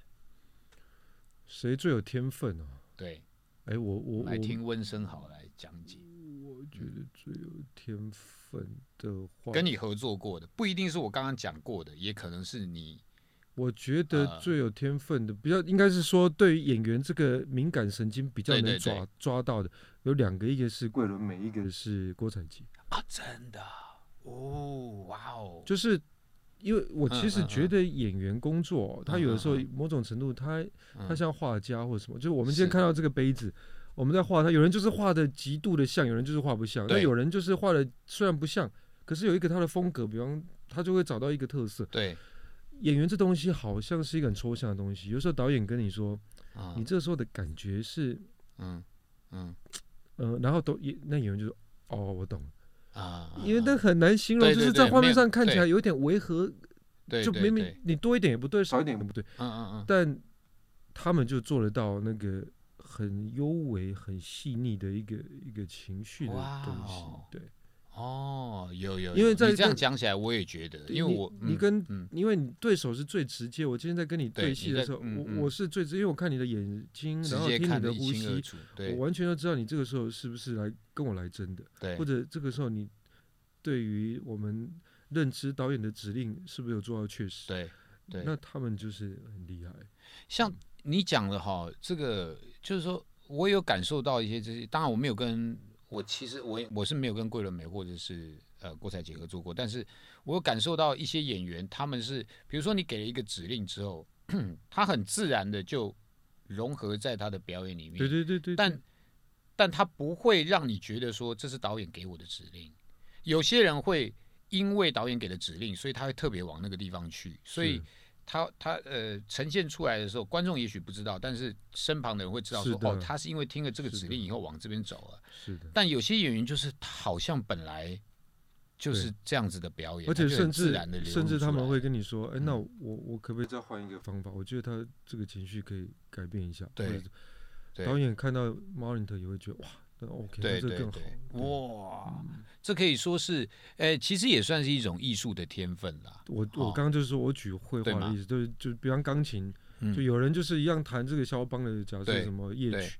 [SPEAKER 2] 谁最有天分啊？
[SPEAKER 1] 对，
[SPEAKER 2] 哎，我我
[SPEAKER 1] 来
[SPEAKER 2] 我
[SPEAKER 1] 听温升好来讲解，
[SPEAKER 2] 我觉得最有天分的话，
[SPEAKER 1] 跟你合作过的不一定是我刚刚讲过的，也可能是你
[SPEAKER 2] 我觉得
[SPEAKER 1] 呃
[SPEAKER 2] 最有天分的，比较应该是说对于演员这个敏感神经比较
[SPEAKER 1] 对
[SPEAKER 2] 能
[SPEAKER 1] 对
[SPEAKER 2] 抓
[SPEAKER 1] 对
[SPEAKER 2] 抓到的有两个，一个是
[SPEAKER 3] 桂纶镁一个
[SPEAKER 2] 一个是郭采洁，
[SPEAKER 1] 啊，真的啊哦，哇哦，
[SPEAKER 2] 就是因为我
[SPEAKER 1] 嗯
[SPEAKER 2] 其实
[SPEAKER 1] 嗯
[SPEAKER 2] 觉
[SPEAKER 1] 嗯
[SPEAKER 2] 得演员工作，他有的时候
[SPEAKER 1] 嗯嗯
[SPEAKER 2] 某种程度他他
[SPEAKER 1] 嗯
[SPEAKER 2] 像画家或者什么，就是我们今天
[SPEAKER 1] 是
[SPEAKER 2] 看到这个杯子，我们在画它，有人就是画的极度的像，有人就是画不像，那
[SPEAKER 1] 对
[SPEAKER 2] 有人就是画的虽然不像，可是有一个他的风格，比方他就会找到一个特色。
[SPEAKER 1] 对，
[SPEAKER 2] 演员这东西好像是一个很抽象的东西，有时候导演跟你说，
[SPEAKER 1] 嗯
[SPEAKER 2] 你这时候的感觉是，
[SPEAKER 1] 嗯嗯
[SPEAKER 2] 呃，然后都演那演员就说，哦，我懂了，
[SPEAKER 1] 啊，
[SPEAKER 2] 因为那很难形容，
[SPEAKER 1] 对
[SPEAKER 2] 就
[SPEAKER 1] 对
[SPEAKER 2] 是在
[SPEAKER 1] 对
[SPEAKER 2] 画
[SPEAKER 1] 没
[SPEAKER 2] 面
[SPEAKER 1] 有
[SPEAKER 2] 上看起
[SPEAKER 1] 对
[SPEAKER 2] 来有点违和，
[SPEAKER 1] 对
[SPEAKER 2] 就
[SPEAKER 1] 对
[SPEAKER 2] 明
[SPEAKER 1] 对
[SPEAKER 2] 明你多一点也不对，少一点也不对，
[SPEAKER 1] 嗯嗯嗯，
[SPEAKER 2] 但他们就做得到那个很优美、很细腻的一个一个情绪的
[SPEAKER 1] 哇
[SPEAKER 2] 东西
[SPEAKER 1] 哦。
[SPEAKER 2] 对，
[SPEAKER 1] 哦，有有，
[SPEAKER 2] 因为
[SPEAKER 1] 有
[SPEAKER 2] 在
[SPEAKER 1] 你这样
[SPEAKER 2] 跟
[SPEAKER 1] 讲起来，我也觉得，
[SPEAKER 2] 对
[SPEAKER 1] 因为
[SPEAKER 2] 你
[SPEAKER 1] 我
[SPEAKER 2] 你
[SPEAKER 1] 嗯
[SPEAKER 2] 跟
[SPEAKER 1] 嗯
[SPEAKER 2] 因为你对手是最直接。我今天在跟你
[SPEAKER 1] 对
[SPEAKER 2] 戏
[SPEAKER 1] 你
[SPEAKER 2] 的
[SPEAKER 1] 在
[SPEAKER 2] 时候，
[SPEAKER 1] 嗯嗯
[SPEAKER 2] 我我是最直接，因为我看你的眼睛，
[SPEAKER 1] 直
[SPEAKER 2] 然后
[SPEAKER 1] 接
[SPEAKER 2] 听
[SPEAKER 1] 看
[SPEAKER 2] 你
[SPEAKER 1] 得
[SPEAKER 2] 的
[SPEAKER 1] 一
[SPEAKER 2] 呼
[SPEAKER 1] 清二
[SPEAKER 2] 吸，
[SPEAKER 1] 楚，
[SPEAKER 2] 我
[SPEAKER 1] 对
[SPEAKER 2] 完全都知道你这个时候是不是来跟我来真的，
[SPEAKER 1] 对
[SPEAKER 2] 或，者这个时候你对于我们认知导演的指令是不是有做到确实？
[SPEAKER 1] 对对
[SPEAKER 2] 那他们就是很厉害。
[SPEAKER 1] 像你讲的哈，这个就是说我有感受到一些这些，当然我没有跟我其实我也我是没有跟桂纶镁或者是呃郭采洁合作过，但是我有感受到一些演员他们是，比如说你给了一个指令之后， [clears throat] 他很自然的就融合在他的表演里面，
[SPEAKER 2] 对对对对，
[SPEAKER 1] 但但他不会让你觉得说这是导演给我的指令。有些人会因为导演给的指令，所以他会特别往那个地方去，所以
[SPEAKER 2] 是
[SPEAKER 1] 他他呃呈现出来的时候，观众也许不知道，但是身旁的人会知道
[SPEAKER 2] 是
[SPEAKER 1] 说
[SPEAKER 2] 的
[SPEAKER 1] 哦，他是因为听了这个
[SPEAKER 2] 是
[SPEAKER 1] 指
[SPEAKER 2] 的
[SPEAKER 1] 令以后往这边走了。
[SPEAKER 2] 是的。
[SPEAKER 1] 但有些演员就是他好像本来就是这样子的表演，
[SPEAKER 2] 而且
[SPEAKER 1] 他就很
[SPEAKER 2] 甚
[SPEAKER 1] 自
[SPEAKER 2] 至
[SPEAKER 1] 然的
[SPEAKER 2] 甚至他们会跟你说：“哎、那
[SPEAKER 1] 嗯
[SPEAKER 2] 我我可不可以
[SPEAKER 3] 再换一个，
[SPEAKER 2] 方法？我觉得他这个情绪可以改变一下。”
[SPEAKER 1] 对
[SPEAKER 2] 或者是
[SPEAKER 1] 对
[SPEAKER 2] 导演看到 monitor 也会觉得哇，那 OK，那
[SPEAKER 1] 对
[SPEAKER 2] 这个
[SPEAKER 1] 对
[SPEAKER 2] 更好。嗯
[SPEAKER 1] 对，
[SPEAKER 2] 对
[SPEAKER 1] 哇，这可以说是呃，其实也算是一种艺术的天分啦。
[SPEAKER 2] 我我
[SPEAKER 1] 哦
[SPEAKER 2] 刚刚就是说我举绘
[SPEAKER 1] 对
[SPEAKER 2] 画
[SPEAKER 1] 嘛
[SPEAKER 2] 的例子，就是就比方钢琴，
[SPEAKER 1] 嗯
[SPEAKER 2] 就有人就是一样弹这个肖邦的，假设
[SPEAKER 1] 对
[SPEAKER 2] 什么夜
[SPEAKER 1] 对
[SPEAKER 2] 曲，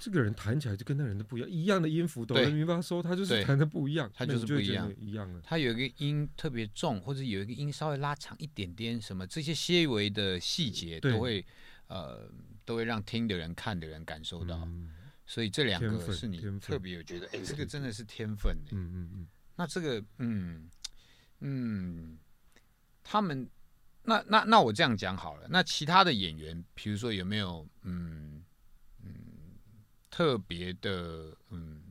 [SPEAKER 2] 这个人弹起来就跟那人的不一样，一样的音符，哆
[SPEAKER 1] 对
[SPEAKER 2] 来咪发嗦，他就
[SPEAKER 1] 对
[SPEAKER 2] 是弹的不一样，
[SPEAKER 1] 他
[SPEAKER 2] 那
[SPEAKER 1] 就
[SPEAKER 2] 你
[SPEAKER 1] 是
[SPEAKER 2] 就会
[SPEAKER 1] 不一
[SPEAKER 2] 觉得
[SPEAKER 1] 样
[SPEAKER 2] 一样了。
[SPEAKER 1] 它有一个音特别重，或者有一个音稍微拉长一点点，什么这些些微的细节
[SPEAKER 2] 对
[SPEAKER 1] 都会呃都会让听的人、看的人感受到。
[SPEAKER 2] 嗯
[SPEAKER 1] 所以这两
[SPEAKER 2] 天
[SPEAKER 1] 个
[SPEAKER 2] 分
[SPEAKER 1] 是你
[SPEAKER 2] 天分
[SPEAKER 1] 特别有觉得，哎、这个
[SPEAKER 2] 对
[SPEAKER 1] 真的是天分哎、
[SPEAKER 2] 嗯嗯嗯，
[SPEAKER 1] 那这个嗯嗯，他们那那那我这样讲好了，那其他的演员，比如说有没有嗯嗯特别的嗯？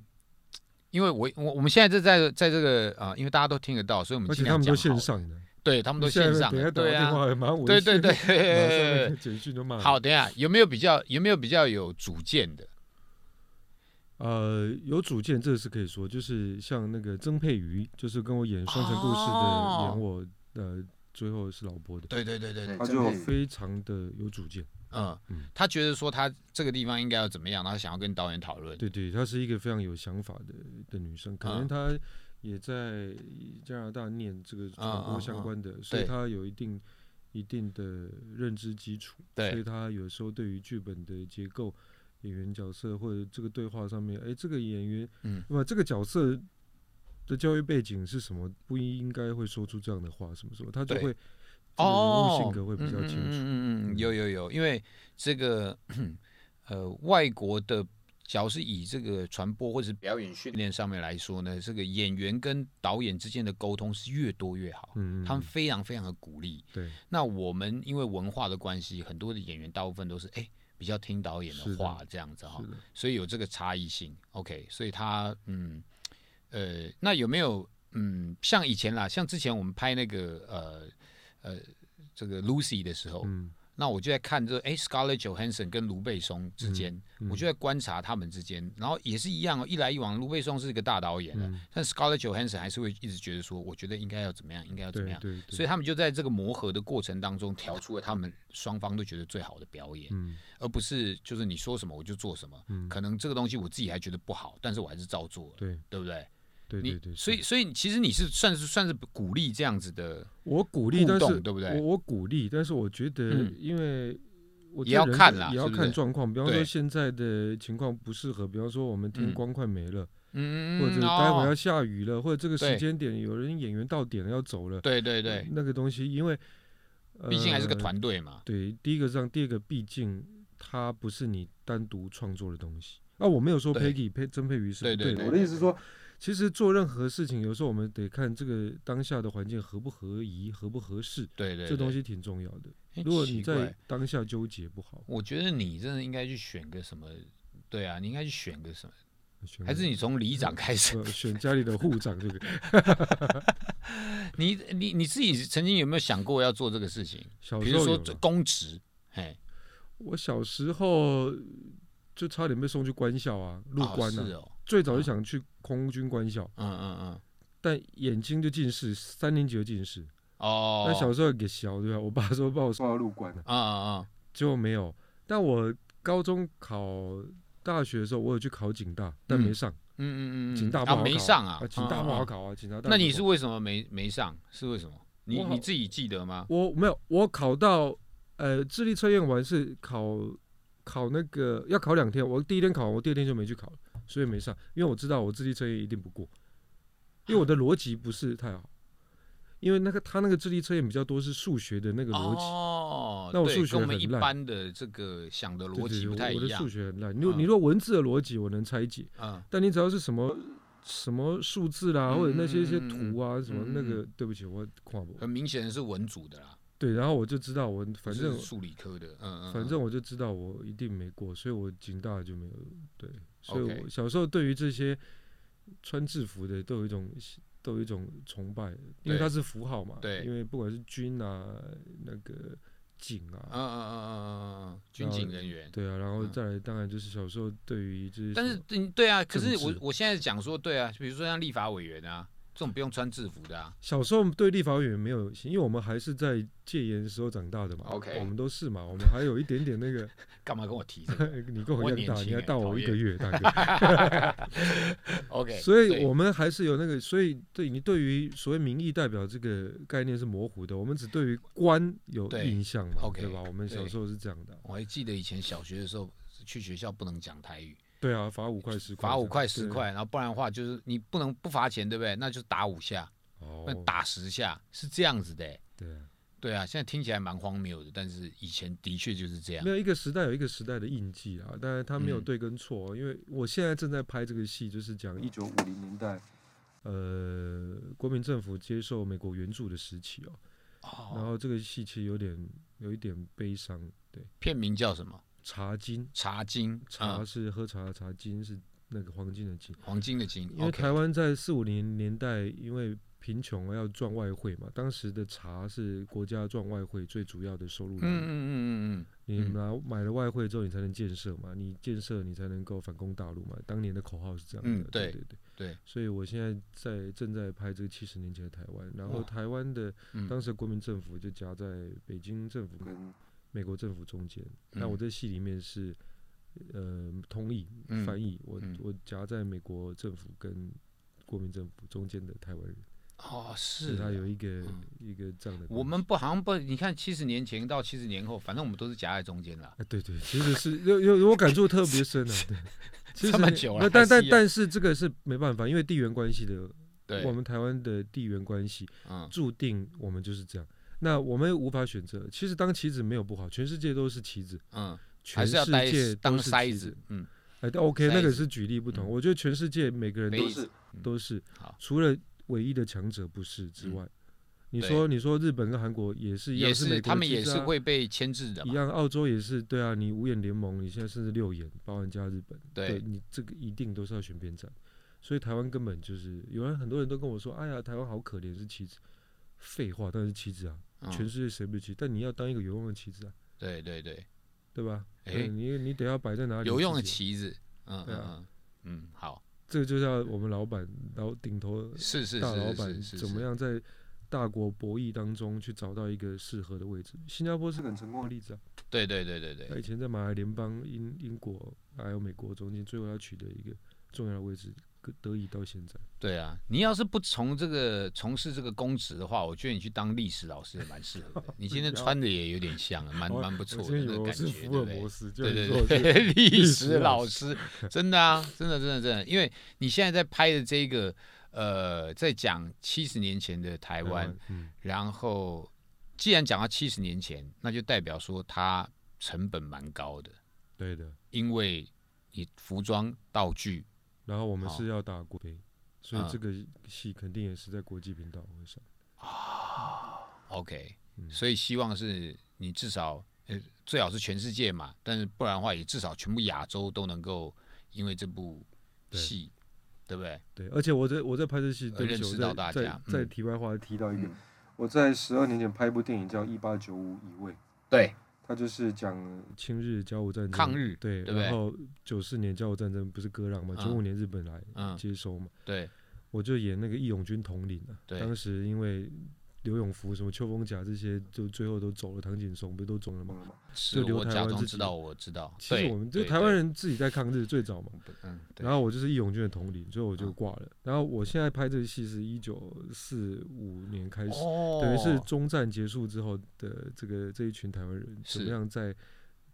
[SPEAKER 1] 因为我我我们现在就在在这个啊、呃因为大家都听得到，所以我们
[SPEAKER 2] 而且
[SPEAKER 1] 尽
[SPEAKER 2] 他
[SPEAKER 1] 量
[SPEAKER 2] 们都
[SPEAKER 1] 讲好
[SPEAKER 2] 线
[SPEAKER 1] 了
[SPEAKER 2] 上的，
[SPEAKER 1] 对他
[SPEAKER 2] 他
[SPEAKER 1] 们都线上
[SPEAKER 2] 等
[SPEAKER 1] 的，
[SPEAKER 2] 一下打个
[SPEAKER 1] 对
[SPEAKER 2] 电
[SPEAKER 1] 啊，
[SPEAKER 2] 话，马上微
[SPEAKER 1] 对
[SPEAKER 2] 信
[SPEAKER 1] 对对
[SPEAKER 2] 马上那
[SPEAKER 1] 对
[SPEAKER 2] 个。简讯就骂。
[SPEAKER 1] 好，，等一下有没有比较有没有比较有主见的？
[SPEAKER 2] 呃，有主见，这是可以说，就是像那个曾佩瑜，就是跟我演《双城故事》的，
[SPEAKER 1] 哦
[SPEAKER 2] 演我呃最后是老婆的，
[SPEAKER 1] 对对对对对，
[SPEAKER 3] 他
[SPEAKER 1] 真的
[SPEAKER 3] 就
[SPEAKER 2] 非常的有主见。
[SPEAKER 1] 嗯
[SPEAKER 2] 嗯，
[SPEAKER 1] 他觉得说他这个地方应该要怎么样，然后想要跟导演讨论。
[SPEAKER 2] 对对，她是一个非常有想法的的女生，可能
[SPEAKER 1] 嗯
[SPEAKER 2] 她也在加拿大念这个传播
[SPEAKER 1] 啊
[SPEAKER 2] 相关的，所以
[SPEAKER 1] 对
[SPEAKER 2] 她有一定一定的认知基础，
[SPEAKER 1] 对
[SPEAKER 2] 所以她有时候对于剧本的结构、演员角色或者这个对话上面，哎，这个演员，
[SPEAKER 1] 嗯，
[SPEAKER 2] 那么这个角色的教育背景是什么，不应该会说出这样的话，什么什么，他就
[SPEAKER 1] 对
[SPEAKER 2] 会这个人
[SPEAKER 1] 哦
[SPEAKER 2] 物，性格会比较清楚。
[SPEAKER 1] 嗯嗯嗯嗯嗯，
[SPEAKER 2] 嗯
[SPEAKER 1] 有有有，因为这个 [clears throat] 呃，外国的，只要是以这个传播或者是表演训练上面来说呢，这个演员跟导演之间的沟通是越多越好，
[SPEAKER 2] 嗯，嗯
[SPEAKER 1] 他们
[SPEAKER 2] 嗯
[SPEAKER 1] 非常非常的鼓励。
[SPEAKER 2] 对嗯
[SPEAKER 1] 那我们因为文化的关系，很多的演员大部分都是哎。比较听导演的
[SPEAKER 2] 是的
[SPEAKER 1] 话这样子哈
[SPEAKER 2] 是，的，
[SPEAKER 1] 所以有这个差异性。OK，所以他嗯呃，那有没有嗯像以前啦，像之前我们拍那个呃呃这个 Lucy 的时候，
[SPEAKER 2] 嗯，
[SPEAKER 1] 那我就在看这哎、诶 Scarlett Johansson 跟卢贝松之间，
[SPEAKER 2] 嗯
[SPEAKER 1] 我就在观察他们之间，然后也是一样哦，一来一往。卢贝松是一个大导演了，啊
[SPEAKER 2] 嗯
[SPEAKER 1] 但 Scarlett Johansson 还是会一直觉得说，我觉得应该要怎么样，应该要怎么
[SPEAKER 2] 对
[SPEAKER 1] 样。
[SPEAKER 2] 对，对
[SPEAKER 1] 所以他们就在这个磨合的过程当中，调出了他们双方都觉得最好的表演，
[SPEAKER 2] 嗯
[SPEAKER 1] 而不是就是你说什么我就做什么。
[SPEAKER 2] 嗯，
[SPEAKER 1] 可能这个东西我自己还觉得不好，但是我还是照做了，
[SPEAKER 2] 对
[SPEAKER 1] 对不对？
[SPEAKER 2] 对
[SPEAKER 1] 你
[SPEAKER 2] 对对，
[SPEAKER 1] 所
[SPEAKER 2] 是
[SPEAKER 1] 以所以其实你是算是算是鼓励这样子的，
[SPEAKER 2] 我鼓励，
[SPEAKER 1] 互
[SPEAKER 2] 但
[SPEAKER 1] 动
[SPEAKER 2] 是
[SPEAKER 1] 对不对
[SPEAKER 2] 我我鼓励，但是我觉得
[SPEAKER 1] 嗯，
[SPEAKER 2] 因为我觉
[SPEAKER 1] 也要
[SPEAKER 2] 得人
[SPEAKER 1] 看
[SPEAKER 2] 的
[SPEAKER 1] 啦
[SPEAKER 2] 也要
[SPEAKER 1] 是不
[SPEAKER 2] 看
[SPEAKER 1] 是
[SPEAKER 2] 状况。比方
[SPEAKER 1] 对
[SPEAKER 2] 说现在的情况不适合，比方说我们
[SPEAKER 1] 嗯
[SPEAKER 2] 天光快没了，
[SPEAKER 1] 嗯，
[SPEAKER 2] 或者
[SPEAKER 1] 哦
[SPEAKER 2] 待会要下雨了，或者这个
[SPEAKER 1] 对
[SPEAKER 2] 时间点有人演员到点了要走了，
[SPEAKER 1] 对对对，
[SPEAKER 2] 那个东西，因为
[SPEAKER 1] 毕竟还是个
[SPEAKER 2] 呃
[SPEAKER 1] 团队嘛。
[SPEAKER 2] 对，第一个是这样，第二个毕竟它不是你单独创作的东西。啊，我没有说
[SPEAKER 1] 对
[SPEAKER 2] Peggy 佩曾佩瑜是
[SPEAKER 1] 对
[SPEAKER 2] 不
[SPEAKER 1] 对
[SPEAKER 2] 的
[SPEAKER 1] 对
[SPEAKER 3] 我的意思是说，
[SPEAKER 2] 其实做任何事情，有时候我们得看这个当下的环境合不合宜、合不合适，
[SPEAKER 1] 对对，
[SPEAKER 2] 这东
[SPEAKER 1] 对，
[SPEAKER 2] 西挺重要的。
[SPEAKER 1] 哎
[SPEAKER 2] 如果
[SPEAKER 1] 奇
[SPEAKER 2] 你
[SPEAKER 1] 怪
[SPEAKER 2] 在当下纠结不好，
[SPEAKER 1] 我觉得你真的应该去选个什么。对啊，你应该去选个什么？
[SPEAKER 2] 选
[SPEAKER 1] 还是你从里长开始？
[SPEAKER 2] 呃选家里的护长这个？
[SPEAKER 1] [laughs]
[SPEAKER 2] 嗯
[SPEAKER 1] 你你你自己曾经有没有想过要做这个事情？
[SPEAKER 2] 小
[SPEAKER 1] 比
[SPEAKER 2] 时
[SPEAKER 1] 如
[SPEAKER 2] 候
[SPEAKER 1] 说
[SPEAKER 2] 有啦
[SPEAKER 1] 公职，哎，
[SPEAKER 2] 我小时候就差点被送去官校啊，入
[SPEAKER 1] 啊
[SPEAKER 2] 关
[SPEAKER 1] 是
[SPEAKER 2] 啊。
[SPEAKER 1] 哦，
[SPEAKER 2] 最早就想去空军官校，
[SPEAKER 1] 嗯嗯嗯，
[SPEAKER 2] 但眼睛就近视，三年级就近视。
[SPEAKER 1] 哦，
[SPEAKER 2] 那小时候也小对吧？ [laughs] 我爸说把我送，
[SPEAKER 3] 送到入关
[SPEAKER 1] 啊啊啊，
[SPEAKER 2] 结果没有。但我高中考大学的时候，我有去考警大，但没上。
[SPEAKER 1] 嗯嗯嗯嗯，
[SPEAKER 2] 警大不
[SPEAKER 1] 啊
[SPEAKER 2] 好考
[SPEAKER 1] 没上啊，
[SPEAKER 2] 警大不
[SPEAKER 1] 嗯
[SPEAKER 2] 好。
[SPEAKER 1] 嗯嗯
[SPEAKER 2] 考啊，警大大学不好。
[SPEAKER 1] 那你是为什么没没上？是为什么？你
[SPEAKER 2] 我好
[SPEAKER 1] 你自己记得吗？
[SPEAKER 2] 我没有，我考到呃智力测验完是考考那个要考两天，我第一天考完，我第二天就没去考了，所以没上，因为我知道我智力测验一定不过，因为我的逻辑不是太好，因为那个他那个智力测验比较多是数学的那个逻辑。
[SPEAKER 1] 哦，
[SPEAKER 2] 那我
[SPEAKER 1] 对
[SPEAKER 2] 数学
[SPEAKER 1] 跟我们
[SPEAKER 2] 很
[SPEAKER 1] 一
[SPEAKER 2] 烂
[SPEAKER 1] 般的这个想的
[SPEAKER 2] 对
[SPEAKER 1] 逻
[SPEAKER 2] 对
[SPEAKER 1] 辑
[SPEAKER 2] 对
[SPEAKER 1] 不太
[SPEAKER 2] 我
[SPEAKER 1] 一
[SPEAKER 2] 的数
[SPEAKER 1] 样。
[SPEAKER 2] 学很烂。你如
[SPEAKER 1] 嗯
[SPEAKER 2] 你如果文字的逻辑我能拆解，
[SPEAKER 1] 嗯，
[SPEAKER 2] 但你只要是什么什么数字啦，
[SPEAKER 1] 嗯
[SPEAKER 2] 或者那些一些
[SPEAKER 1] 嗯嗯嗯
[SPEAKER 2] 图啊什么
[SPEAKER 1] 嗯嗯呃
[SPEAKER 2] 那个，对不起，我看不。
[SPEAKER 1] 很明显是文组的啦，
[SPEAKER 2] 对，然后我就知道我
[SPEAKER 1] 不
[SPEAKER 2] 反
[SPEAKER 1] 是
[SPEAKER 2] 正
[SPEAKER 1] 数理科的，嗯嗯，嗯
[SPEAKER 2] 反正我就知道我一定没过，所以我警大就没有对，所以
[SPEAKER 1] OK
[SPEAKER 2] 我小时候对于这些穿制服的都有一种都有一种崇拜，因
[SPEAKER 1] 对
[SPEAKER 2] 为它是符号嘛，
[SPEAKER 1] 对
[SPEAKER 2] 因为不管是军啊那个警
[SPEAKER 1] 嗯
[SPEAKER 2] 啊，
[SPEAKER 1] 嗯嗯嗯嗯嗯，军警人员。
[SPEAKER 2] 对啊，然后
[SPEAKER 1] 嗯
[SPEAKER 2] 再来当然就是小时候对于这些什么，
[SPEAKER 1] 但是嗯，对啊，可
[SPEAKER 2] 政
[SPEAKER 1] 是我
[SPEAKER 2] 治
[SPEAKER 1] 我现在讲说，对啊，比如说像立法委员啊，这种不用穿制服的啊，
[SPEAKER 2] 小时候对立法委员没有，因为我们还是在戒严时候长大的嘛
[SPEAKER 1] OK
[SPEAKER 2] 我们都是嘛，我们还有一点点那个， [laughs]
[SPEAKER 1] 干嘛跟我提这个
[SPEAKER 2] 你跟我
[SPEAKER 1] 我
[SPEAKER 2] 一样
[SPEAKER 1] 年
[SPEAKER 2] 大，
[SPEAKER 1] 轻
[SPEAKER 2] 你还
[SPEAKER 1] 欸
[SPEAKER 2] 大
[SPEAKER 1] 讨
[SPEAKER 2] 我一
[SPEAKER 1] 厌 [laughs]
[SPEAKER 2] 个月，大哥。
[SPEAKER 1] ？OK，
[SPEAKER 2] 所
[SPEAKER 1] 对
[SPEAKER 2] 以我们还是有那个，所以对你对于所谓民意代表这个概念是模糊的，我们只对于官有
[SPEAKER 1] 对
[SPEAKER 2] 印象嘛，
[SPEAKER 1] OK，
[SPEAKER 2] 对吧？我们小
[SPEAKER 1] 对
[SPEAKER 2] 时候是这样的，啊
[SPEAKER 1] 我还记得以前小学的时候，去学校不能讲台语，
[SPEAKER 2] 对啊，罚五块十块，
[SPEAKER 1] 罚五块十，块，然后不然的话就是你不能不罚钱，对不对？那就打五下，
[SPEAKER 2] 哦
[SPEAKER 1] 不，然打十下，是这样子的欸、
[SPEAKER 2] 对啊，
[SPEAKER 1] 对啊，现在听起来蛮荒谬的，但是以前的确就是这样
[SPEAKER 2] 没。有一个时代有一个时代的印记啊，但是它没有
[SPEAKER 1] 嗯
[SPEAKER 2] 对跟错哦，因为我现在正在拍这个戏，就是讲
[SPEAKER 3] 一
[SPEAKER 2] 一
[SPEAKER 3] 九五零年代，
[SPEAKER 2] 呃国民政府接受美国援助的时期哦，然
[SPEAKER 1] 哦，
[SPEAKER 2] 后这个戏其实有点有一点悲伤，对，
[SPEAKER 1] 片名叫什么？
[SPEAKER 2] 茶金，
[SPEAKER 1] 茶金，
[SPEAKER 2] 茶
[SPEAKER 1] 嗯
[SPEAKER 2] 是喝茶的茶，金是那个黄金的金。
[SPEAKER 1] 黄金的金。
[SPEAKER 2] 因为
[SPEAKER 1] OK，
[SPEAKER 2] 台湾在四五零年代，因为贫穷啊要赚外汇嘛，当时的茶是国家赚外汇最主要的收入
[SPEAKER 1] 嗯嗯
[SPEAKER 2] 来源。
[SPEAKER 1] 嗯嗯
[SPEAKER 2] 你
[SPEAKER 1] 嗯
[SPEAKER 2] 拿买了外汇之后，你才能建设嘛，你建设你才能够反攻大陆嘛。当年的口号是这样的，
[SPEAKER 1] 嗯对
[SPEAKER 2] 对对
[SPEAKER 1] 对
[SPEAKER 2] 所以我现在在正在拍这个七十年前的台湾，然后
[SPEAKER 1] 哇
[SPEAKER 2] 台湾的
[SPEAKER 1] 嗯嗯
[SPEAKER 2] 当时的国民政府就夹在北京政府跟
[SPEAKER 3] 跟
[SPEAKER 2] 美国政府中间。
[SPEAKER 1] 嗯
[SPEAKER 2] 那我在戏里面是呃通译
[SPEAKER 1] 嗯
[SPEAKER 2] 翻译，我
[SPEAKER 1] 嗯
[SPEAKER 2] 我夹在美国政府跟国民政府中间的台湾人，
[SPEAKER 1] 哦
[SPEAKER 2] 所
[SPEAKER 1] 是
[SPEAKER 2] 以他
[SPEAKER 1] 啊。
[SPEAKER 2] 有一个、
[SPEAKER 1] 嗯
[SPEAKER 2] 一个这样的关系。
[SPEAKER 1] 我们不好像不，你看七十年前到七十年后，反正我们都是夹在中间了。
[SPEAKER 2] 啊，对对，其实是有有我感触特
[SPEAKER 1] [laughs]
[SPEAKER 2] 别深啊，对，其实
[SPEAKER 1] 这么久了
[SPEAKER 2] 那
[SPEAKER 1] 还
[SPEAKER 2] 但
[SPEAKER 1] 是
[SPEAKER 2] 但
[SPEAKER 1] 一样
[SPEAKER 2] 但是这个是没办法，因为地缘关系的
[SPEAKER 1] 对，
[SPEAKER 2] 我们台湾的地缘关系
[SPEAKER 1] 嗯
[SPEAKER 2] 注定我们就是这样。那我们无法选择。其实当棋子没有不好，全世界都是棋子，
[SPEAKER 1] 嗯，还
[SPEAKER 2] 全
[SPEAKER 1] 是要
[SPEAKER 2] 世
[SPEAKER 1] 带
[SPEAKER 2] 界
[SPEAKER 1] 当
[SPEAKER 2] 都是
[SPEAKER 1] 筛
[SPEAKER 2] 棋
[SPEAKER 1] 子。，嗯，
[SPEAKER 2] 哎但，OK，
[SPEAKER 1] 筛
[SPEAKER 2] 那个
[SPEAKER 1] 子
[SPEAKER 2] 是举例不同。
[SPEAKER 1] 嗯
[SPEAKER 2] 我觉得全世界每个人
[SPEAKER 1] 没
[SPEAKER 2] 都
[SPEAKER 3] 都
[SPEAKER 1] 意思
[SPEAKER 3] 是
[SPEAKER 2] 都是
[SPEAKER 1] 嗯好，嗯
[SPEAKER 2] 除了唯一的强者不是之外，你
[SPEAKER 1] 对
[SPEAKER 2] 说你说日本跟韩国也是一样，
[SPEAKER 1] 也
[SPEAKER 2] 美
[SPEAKER 1] 是
[SPEAKER 2] 国
[SPEAKER 1] 他们
[SPEAKER 2] 机
[SPEAKER 1] 也
[SPEAKER 2] 制
[SPEAKER 1] 是
[SPEAKER 2] 啊
[SPEAKER 1] 会被牵制的
[SPEAKER 2] 一
[SPEAKER 1] 嘛，
[SPEAKER 2] 样，澳洲也是对啊，你五眼联盟，你现在甚至六眼，包含加日本，
[SPEAKER 1] 对
[SPEAKER 2] 你这个一定都是要选边站，所以台湾根本就是有人很多人都跟我说，哎呀，台湾好可怜，是棋子，废话，当然是棋子啊，
[SPEAKER 1] 嗯
[SPEAKER 2] 全世界谁不是棋子？但你要当一个有用的棋子啊，
[SPEAKER 1] 对对对，
[SPEAKER 2] 对吧？
[SPEAKER 1] 哎
[SPEAKER 2] 对你你得要摆在哪里？
[SPEAKER 1] 有用的
[SPEAKER 2] 棋，
[SPEAKER 1] 旗子，嗯嗯
[SPEAKER 2] 对啊
[SPEAKER 1] 嗯嗯，好，
[SPEAKER 2] 这个就像我们老板，然后顶头
[SPEAKER 1] 是是
[SPEAKER 2] 大老
[SPEAKER 1] 是
[SPEAKER 2] 板
[SPEAKER 1] 是是，
[SPEAKER 2] 怎么
[SPEAKER 1] 是？
[SPEAKER 2] 样在大国博弈当中去找到一个适合的位置？新加坡是
[SPEAKER 3] 这
[SPEAKER 2] 个
[SPEAKER 3] 个很成功
[SPEAKER 2] 好
[SPEAKER 3] 的
[SPEAKER 2] 例子啊。
[SPEAKER 1] 对对对对
[SPEAKER 2] 他
[SPEAKER 1] 对
[SPEAKER 2] 以前在马来联邦、英英国还有美国中间，最后他取得一个重要的位置，可得以到现在。
[SPEAKER 1] 对啊！你要是不从这个从事这个公职的话，我觉得你去当历史老师也蛮适合的。你今
[SPEAKER 2] [laughs]
[SPEAKER 1] 天穿的也有点像，蛮
[SPEAKER 2] 我
[SPEAKER 1] 蛮不
[SPEAKER 2] 哦
[SPEAKER 1] 错
[SPEAKER 2] 我真
[SPEAKER 1] 的
[SPEAKER 2] 以
[SPEAKER 1] 那
[SPEAKER 2] 为
[SPEAKER 1] 个
[SPEAKER 2] 我
[SPEAKER 1] 感觉，
[SPEAKER 2] 是
[SPEAKER 1] 对
[SPEAKER 2] 福尔
[SPEAKER 1] 不对
[SPEAKER 2] 摩？斯，就
[SPEAKER 1] 对
[SPEAKER 2] 你
[SPEAKER 1] 对
[SPEAKER 2] 说我是
[SPEAKER 1] 对， [laughs] 历史
[SPEAKER 2] 史
[SPEAKER 1] 老
[SPEAKER 2] 老
[SPEAKER 1] 师，
[SPEAKER 2] [laughs]
[SPEAKER 1] 真的啊，真的真的真的，因为你现在在拍的这个，呃，在讲七十年前的台
[SPEAKER 2] 台
[SPEAKER 1] 湾，，
[SPEAKER 2] 嗯，
[SPEAKER 1] 然后既然讲到七十年前，那就代表说它成本蛮高的，
[SPEAKER 2] 对的。
[SPEAKER 1] 因为你服装、道具，
[SPEAKER 2] 然后我们
[SPEAKER 1] 好
[SPEAKER 2] 是要打国杯，所以
[SPEAKER 1] 嗯
[SPEAKER 2] 这个戏肯定也是在国际频道会上。
[SPEAKER 1] OK，、
[SPEAKER 2] 嗯
[SPEAKER 1] 所以希望是你至少呃最好是全世界嘛，但是不然的话也至少全部亚洲都能够因为这部
[SPEAKER 2] 对
[SPEAKER 1] 戏，对不对？
[SPEAKER 2] 对，而且我在我在拍这戏，
[SPEAKER 1] 呃
[SPEAKER 2] 对不
[SPEAKER 1] 认
[SPEAKER 2] 起，
[SPEAKER 1] 识
[SPEAKER 2] 我
[SPEAKER 1] 到大
[SPEAKER 2] 在
[SPEAKER 1] 家
[SPEAKER 2] 在
[SPEAKER 1] 嗯
[SPEAKER 2] 在题外话提
[SPEAKER 3] 提
[SPEAKER 2] 到
[SPEAKER 3] 到
[SPEAKER 2] 一
[SPEAKER 3] 一
[SPEAKER 2] 个
[SPEAKER 3] 个，嗯我在十二年前拍一部电影叫《一八九五乙未》，
[SPEAKER 1] 对，
[SPEAKER 3] 它就是讲
[SPEAKER 2] 清日甲午战争
[SPEAKER 1] 抗日
[SPEAKER 2] 对，
[SPEAKER 1] 对不对
[SPEAKER 2] 然后九四年甲午战争不是割让嘛，
[SPEAKER 1] 嗯
[SPEAKER 2] 九五年日本来
[SPEAKER 1] 嗯，
[SPEAKER 2] 接收嘛，
[SPEAKER 1] 对
[SPEAKER 2] 我就演那个义勇军统领啊。
[SPEAKER 1] 对
[SPEAKER 2] 当时因为刘永福、什么邱风甲这些，就最后都走了，唐景松不是都走了
[SPEAKER 3] 什
[SPEAKER 2] 吗？
[SPEAKER 3] 么？
[SPEAKER 1] 是
[SPEAKER 2] 留
[SPEAKER 1] 我
[SPEAKER 2] 台
[SPEAKER 1] 假
[SPEAKER 2] 湾
[SPEAKER 1] 装
[SPEAKER 2] 自
[SPEAKER 1] 知
[SPEAKER 2] 己
[SPEAKER 1] 道，我知道。
[SPEAKER 2] 其
[SPEAKER 1] 嗯
[SPEAKER 2] 实
[SPEAKER 1] 对
[SPEAKER 2] 我们就
[SPEAKER 1] 对
[SPEAKER 2] 台湾
[SPEAKER 1] 对
[SPEAKER 2] 人自己在抗日最早嘛。
[SPEAKER 1] 嗯，对嗯
[SPEAKER 2] 然后我就是义勇军的统领，所以我就挂了。然后我现在拍这个戏是一九四五年开始，
[SPEAKER 1] 哦
[SPEAKER 2] 等于是中战结束之后的这个这一群台湾人，怎
[SPEAKER 1] 是
[SPEAKER 2] 么样在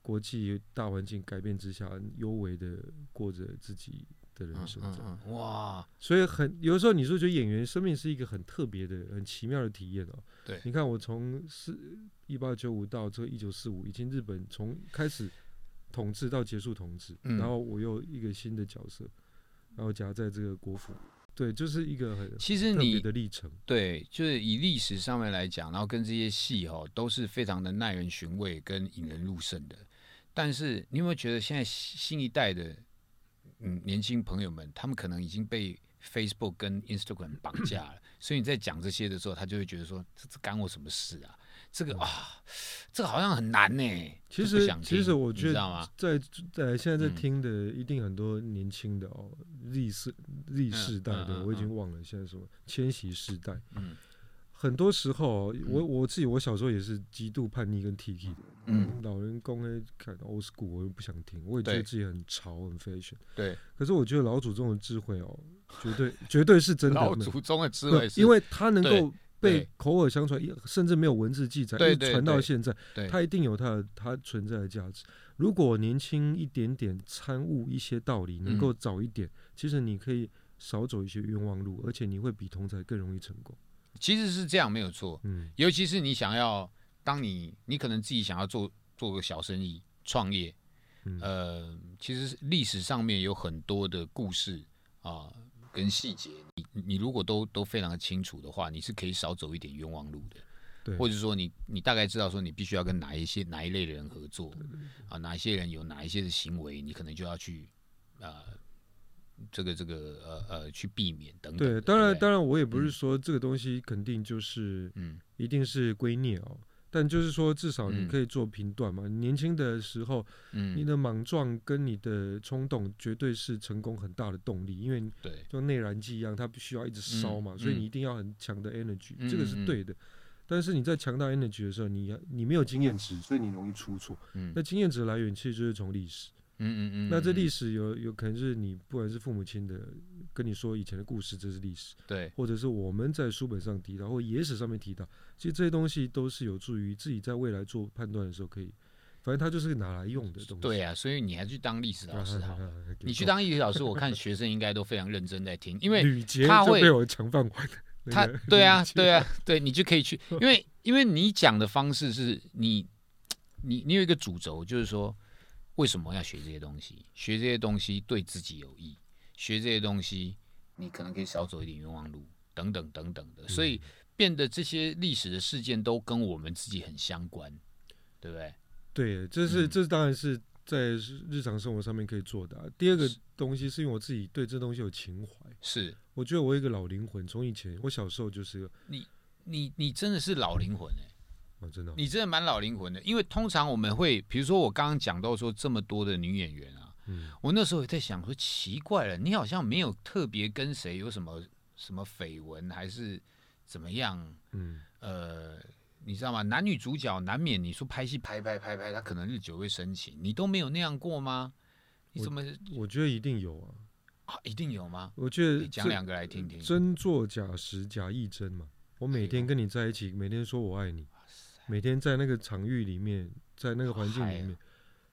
[SPEAKER 2] 国际大环境改变之下，优为的过着自己的人
[SPEAKER 1] 嗯
[SPEAKER 2] 生。这样。
[SPEAKER 1] 嗯嗯，哇，
[SPEAKER 2] 所以很有的时候，你是不是觉得演员生命是一个很特别的、很奇妙的体验哦。
[SPEAKER 1] 对
[SPEAKER 2] 你看我从四一八九五到这一九四五，已经日本从开始统治到结束统治，
[SPEAKER 1] 嗯
[SPEAKER 2] 然后我又一个新的角色，然后夹在这个国服，对，就是一个很
[SPEAKER 1] 其实
[SPEAKER 2] 特别
[SPEAKER 1] 你
[SPEAKER 2] 的历程。
[SPEAKER 1] 对，就是以历史上面来讲，然后跟这些戏哦，都是非常的耐人寻味跟引人入胜的。但是你有没有觉得现在新一代的嗯年轻朋友们，他们可能已经被 Facebook 跟 Instagram 绑架了，所以你在讲这些的时候，他就会觉得说这这干我什么事啊？这个啊，这个好像很难呢、
[SPEAKER 2] 嗯其
[SPEAKER 1] 就不
[SPEAKER 2] 实
[SPEAKER 1] 想，
[SPEAKER 2] 其
[SPEAKER 1] 听
[SPEAKER 2] 实我
[SPEAKER 1] 你
[SPEAKER 2] 觉
[SPEAKER 1] 知道
[SPEAKER 2] 得
[SPEAKER 1] 吗？
[SPEAKER 2] 在在现在在
[SPEAKER 1] 嗯
[SPEAKER 2] 听的一定很多年轻的哦，Z 世 Z 世代
[SPEAKER 1] 嗯
[SPEAKER 2] 的，
[SPEAKER 1] 嗯
[SPEAKER 2] 我已经忘了现在什么千禧世代。
[SPEAKER 1] 嗯
[SPEAKER 2] 很多时候哦，我
[SPEAKER 1] 嗯
[SPEAKER 2] 我自己我小时候也是极度叛逆跟 T K 的，
[SPEAKER 1] 嗯，
[SPEAKER 2] 老人公哎看 old school 我又不想听，我也觉
[SPEAKER 1] 对
[SPEAKER 2] 得自己很潮很 fashion，
[SPEAKER 1] 对，
[SPEAKER 2] 可是我觉得老祖宗的智慧哦，绝对绝对是真的，
[SPEAKER 1] 老
[SPEAKER 2] 没有
[SPEAKER 1] 祖宗的智
[SPEAKER 2] 没有
[SPEAKER 1] 慧是，
[SPEAKER 2] 因为他能
[SPEAKER 1] 对
[SPEAKER 2] 够被
[SPEAKER 1] 对
[SPEAKER 2] 口耳相传，也甚至没有文字记载，
[SPEAKER 1] 对
[SPEAKER 2] 一直
[SPEAKER 1] 对
[SPEAKER 2] 传到
[SPEAKER 1] 对
[SPEAKER 2] 现在，
[SPEAKER 1] 对
[SPEAKER 2] 它一定有它的它存在的价值。如果年轻一点点参悟一些道理，
[SPEAKER 1] 嗯
[SPEAKER 2] 能够早一点，其实你可以少走一些冤枉路，而且你会比同才更容易成功。
[SPEAKER 1] 其实是这样没有错，
[SPEAKER 2] 嗯，
[SPEAKER 1] 尤其是你想要，当你你可能自己想要做做个小生意、创业，
[SPEAKER 2] 嗯
[SPEAKER 1] 呃，其实历史上面有很多的故事啊、跟细节，你你如果都都非常的清楚的话，你是可以少走一点冤枉路的。
[SPEAKER 2] 对
[SPEAKER 1] 或者说你你大概知道说你必须要跟哪一些哪一类的人合作啊，哪一些人有哪一些的行为，你可能就要去呃这个这个呃呃去避免等等
[SPEAKER 2] 对，
[SPEAKER 1] 的。
[SPEAKER 2] 当然，
[SPEAKER 1] 对不对
[SPEAKER 2] 当然，我也不
[SPEAKER 1] 嗯
[SPEAKER 2] 是说这个东西肯定就是
[SPEAKER 1] 嗯
[SPEAKER 2] 一定是归臬哦，但就是说至少你
[SPEAKER 1] 嗯
[SPEAKER 2] 可以做评断嘛。年轻的时候，你
[SPEAKER 1] 嗯，
[SPEAKER 2] 的莽撞跟你的冲动绝对是成功很大的动力，因为你
[SPEAKER 1] 对
[SPEAKER 2] 就内燃机一样，它必须要一直烧嘛，
[SPEAKER 1] 嗯
[SPEAKER 2] 所以
[SPEAKER 1] 嗯
[SPEAKER 2] 你一定要很强的 energy，、
[SPEAKER 1] 嗯
[SPEAKER 2] 这个
[SPEAKER 1] 嗯
[SPEAKER 2] 是
[SPEAKER 1] 嗯
[SPEAKER 2] 对的。但是你在强大 energy 的时候，你你没有经
[SPEAKER 3] 经验
[SPEAKER 2] 验，
[SPEAKER 3] 值，所以你容易出错。
[SPEAKER 1] 嗯
[SPEAKER 2] 那经验值的来源其实就是从历史。
[SPEAKER 1] 嗯嗯嗯，
[SPEAKER 2] 那这
[SPEAKER 1] 嗯
[SPEAKER 2] 历史有有可能是你不管是父母亲的跟你说以前的故事，这是历史。
[SPEAKER 1] 嗯对
[SPEAKER 2] 或者是我们在书本上提到，或野史上面提到，其实这些东西都是有助于自己在未来做判断的时候，可以反正它就是拿来用的东西。啊
[SPEAKER 1] 对啊，所以你还去当历史老师
[SPEAKER 2] [laughs]
[SPEAKER 1] 好了。
[SPEAKER 2] 给
[SPEAKER 1] 你去
[SPEAKER 2] 够
[SPEAKER 1] 当历史老师，我看学生应该都非常认真在听，因为
[SPEAKER 2] 吕杰
[SPEAKER 1] 他
[SPEAKER 2] 就
[SPEAKER 1] 会
[SPEAKER 2] 被我强饭碗。那
[SPEAKER 1] 他
[SPEAKER 2] 个
[SPEAKER 1] 对啊
[SPEAKER 2] [laughs] 理，解
[SPEAKER 1] 对啊，对，你就可以去，因为因为你讲的方式是你你你有一个主轴，就是说为什么要学这些东西？学这些东西对自己有益，学这些东西你可能可以少走一点冤枉路，等等等等的，所以变得这些历史的事件都跟我们自己很相关，对不对？
[SPEAKER 2] 对，这是
[SPEAKER 1] 嗯
[SPEAKER 2] 这当然是在日常生活上面可以做的啊、第二个东西是因为我自己对这东西有情怀，
[SPEAKER 1] 是
[SPEAKER 2] 我觉得我有一个老灵魂，从以前我小时候就是个
[SPEAKER 1] 你你真的是老灵魂哎、
[SPEAKER 2] 啊，真的哦、
[SPEAKER 1] 你真的蛮老灵魂的，因为通常我们会，比如说我刚刚讲到说这么多的女演员啊，
[SPEAKER 2] 嗯
[SPEAKER 1] 我那时候也在想说，奇怪了，你好像没有特别跟谁有什么什么绯闻，还是怎么样？
[SPEAKER 2] 嗯，
[SPEAKER 1] 呃，你知道吗？男女主角难免你说拍戏拍拍拍拍，他可能日久会生情，你都没有那样过吗？你怎么
[SPEAKER 2] 我觉得一定有啊，
[SPEAKER 1] 啊？一定有吗？
[SPEAKER 2] 我觉得
[SPEAKER 1] 你讲
[SPEAKER 2] 这
[SPEAKER 1] 两个来听听。
[SPEAKER 2] 真做假实，假亦真嘛。我每
[SPEAKER 1] 啊
[SPEAKER 2] 天跟你在一起，每天说我爱你，每天在那个场域里面，在那个环境里
[SPEAKER 1] 好嗨
[SPEAKER 2] 面，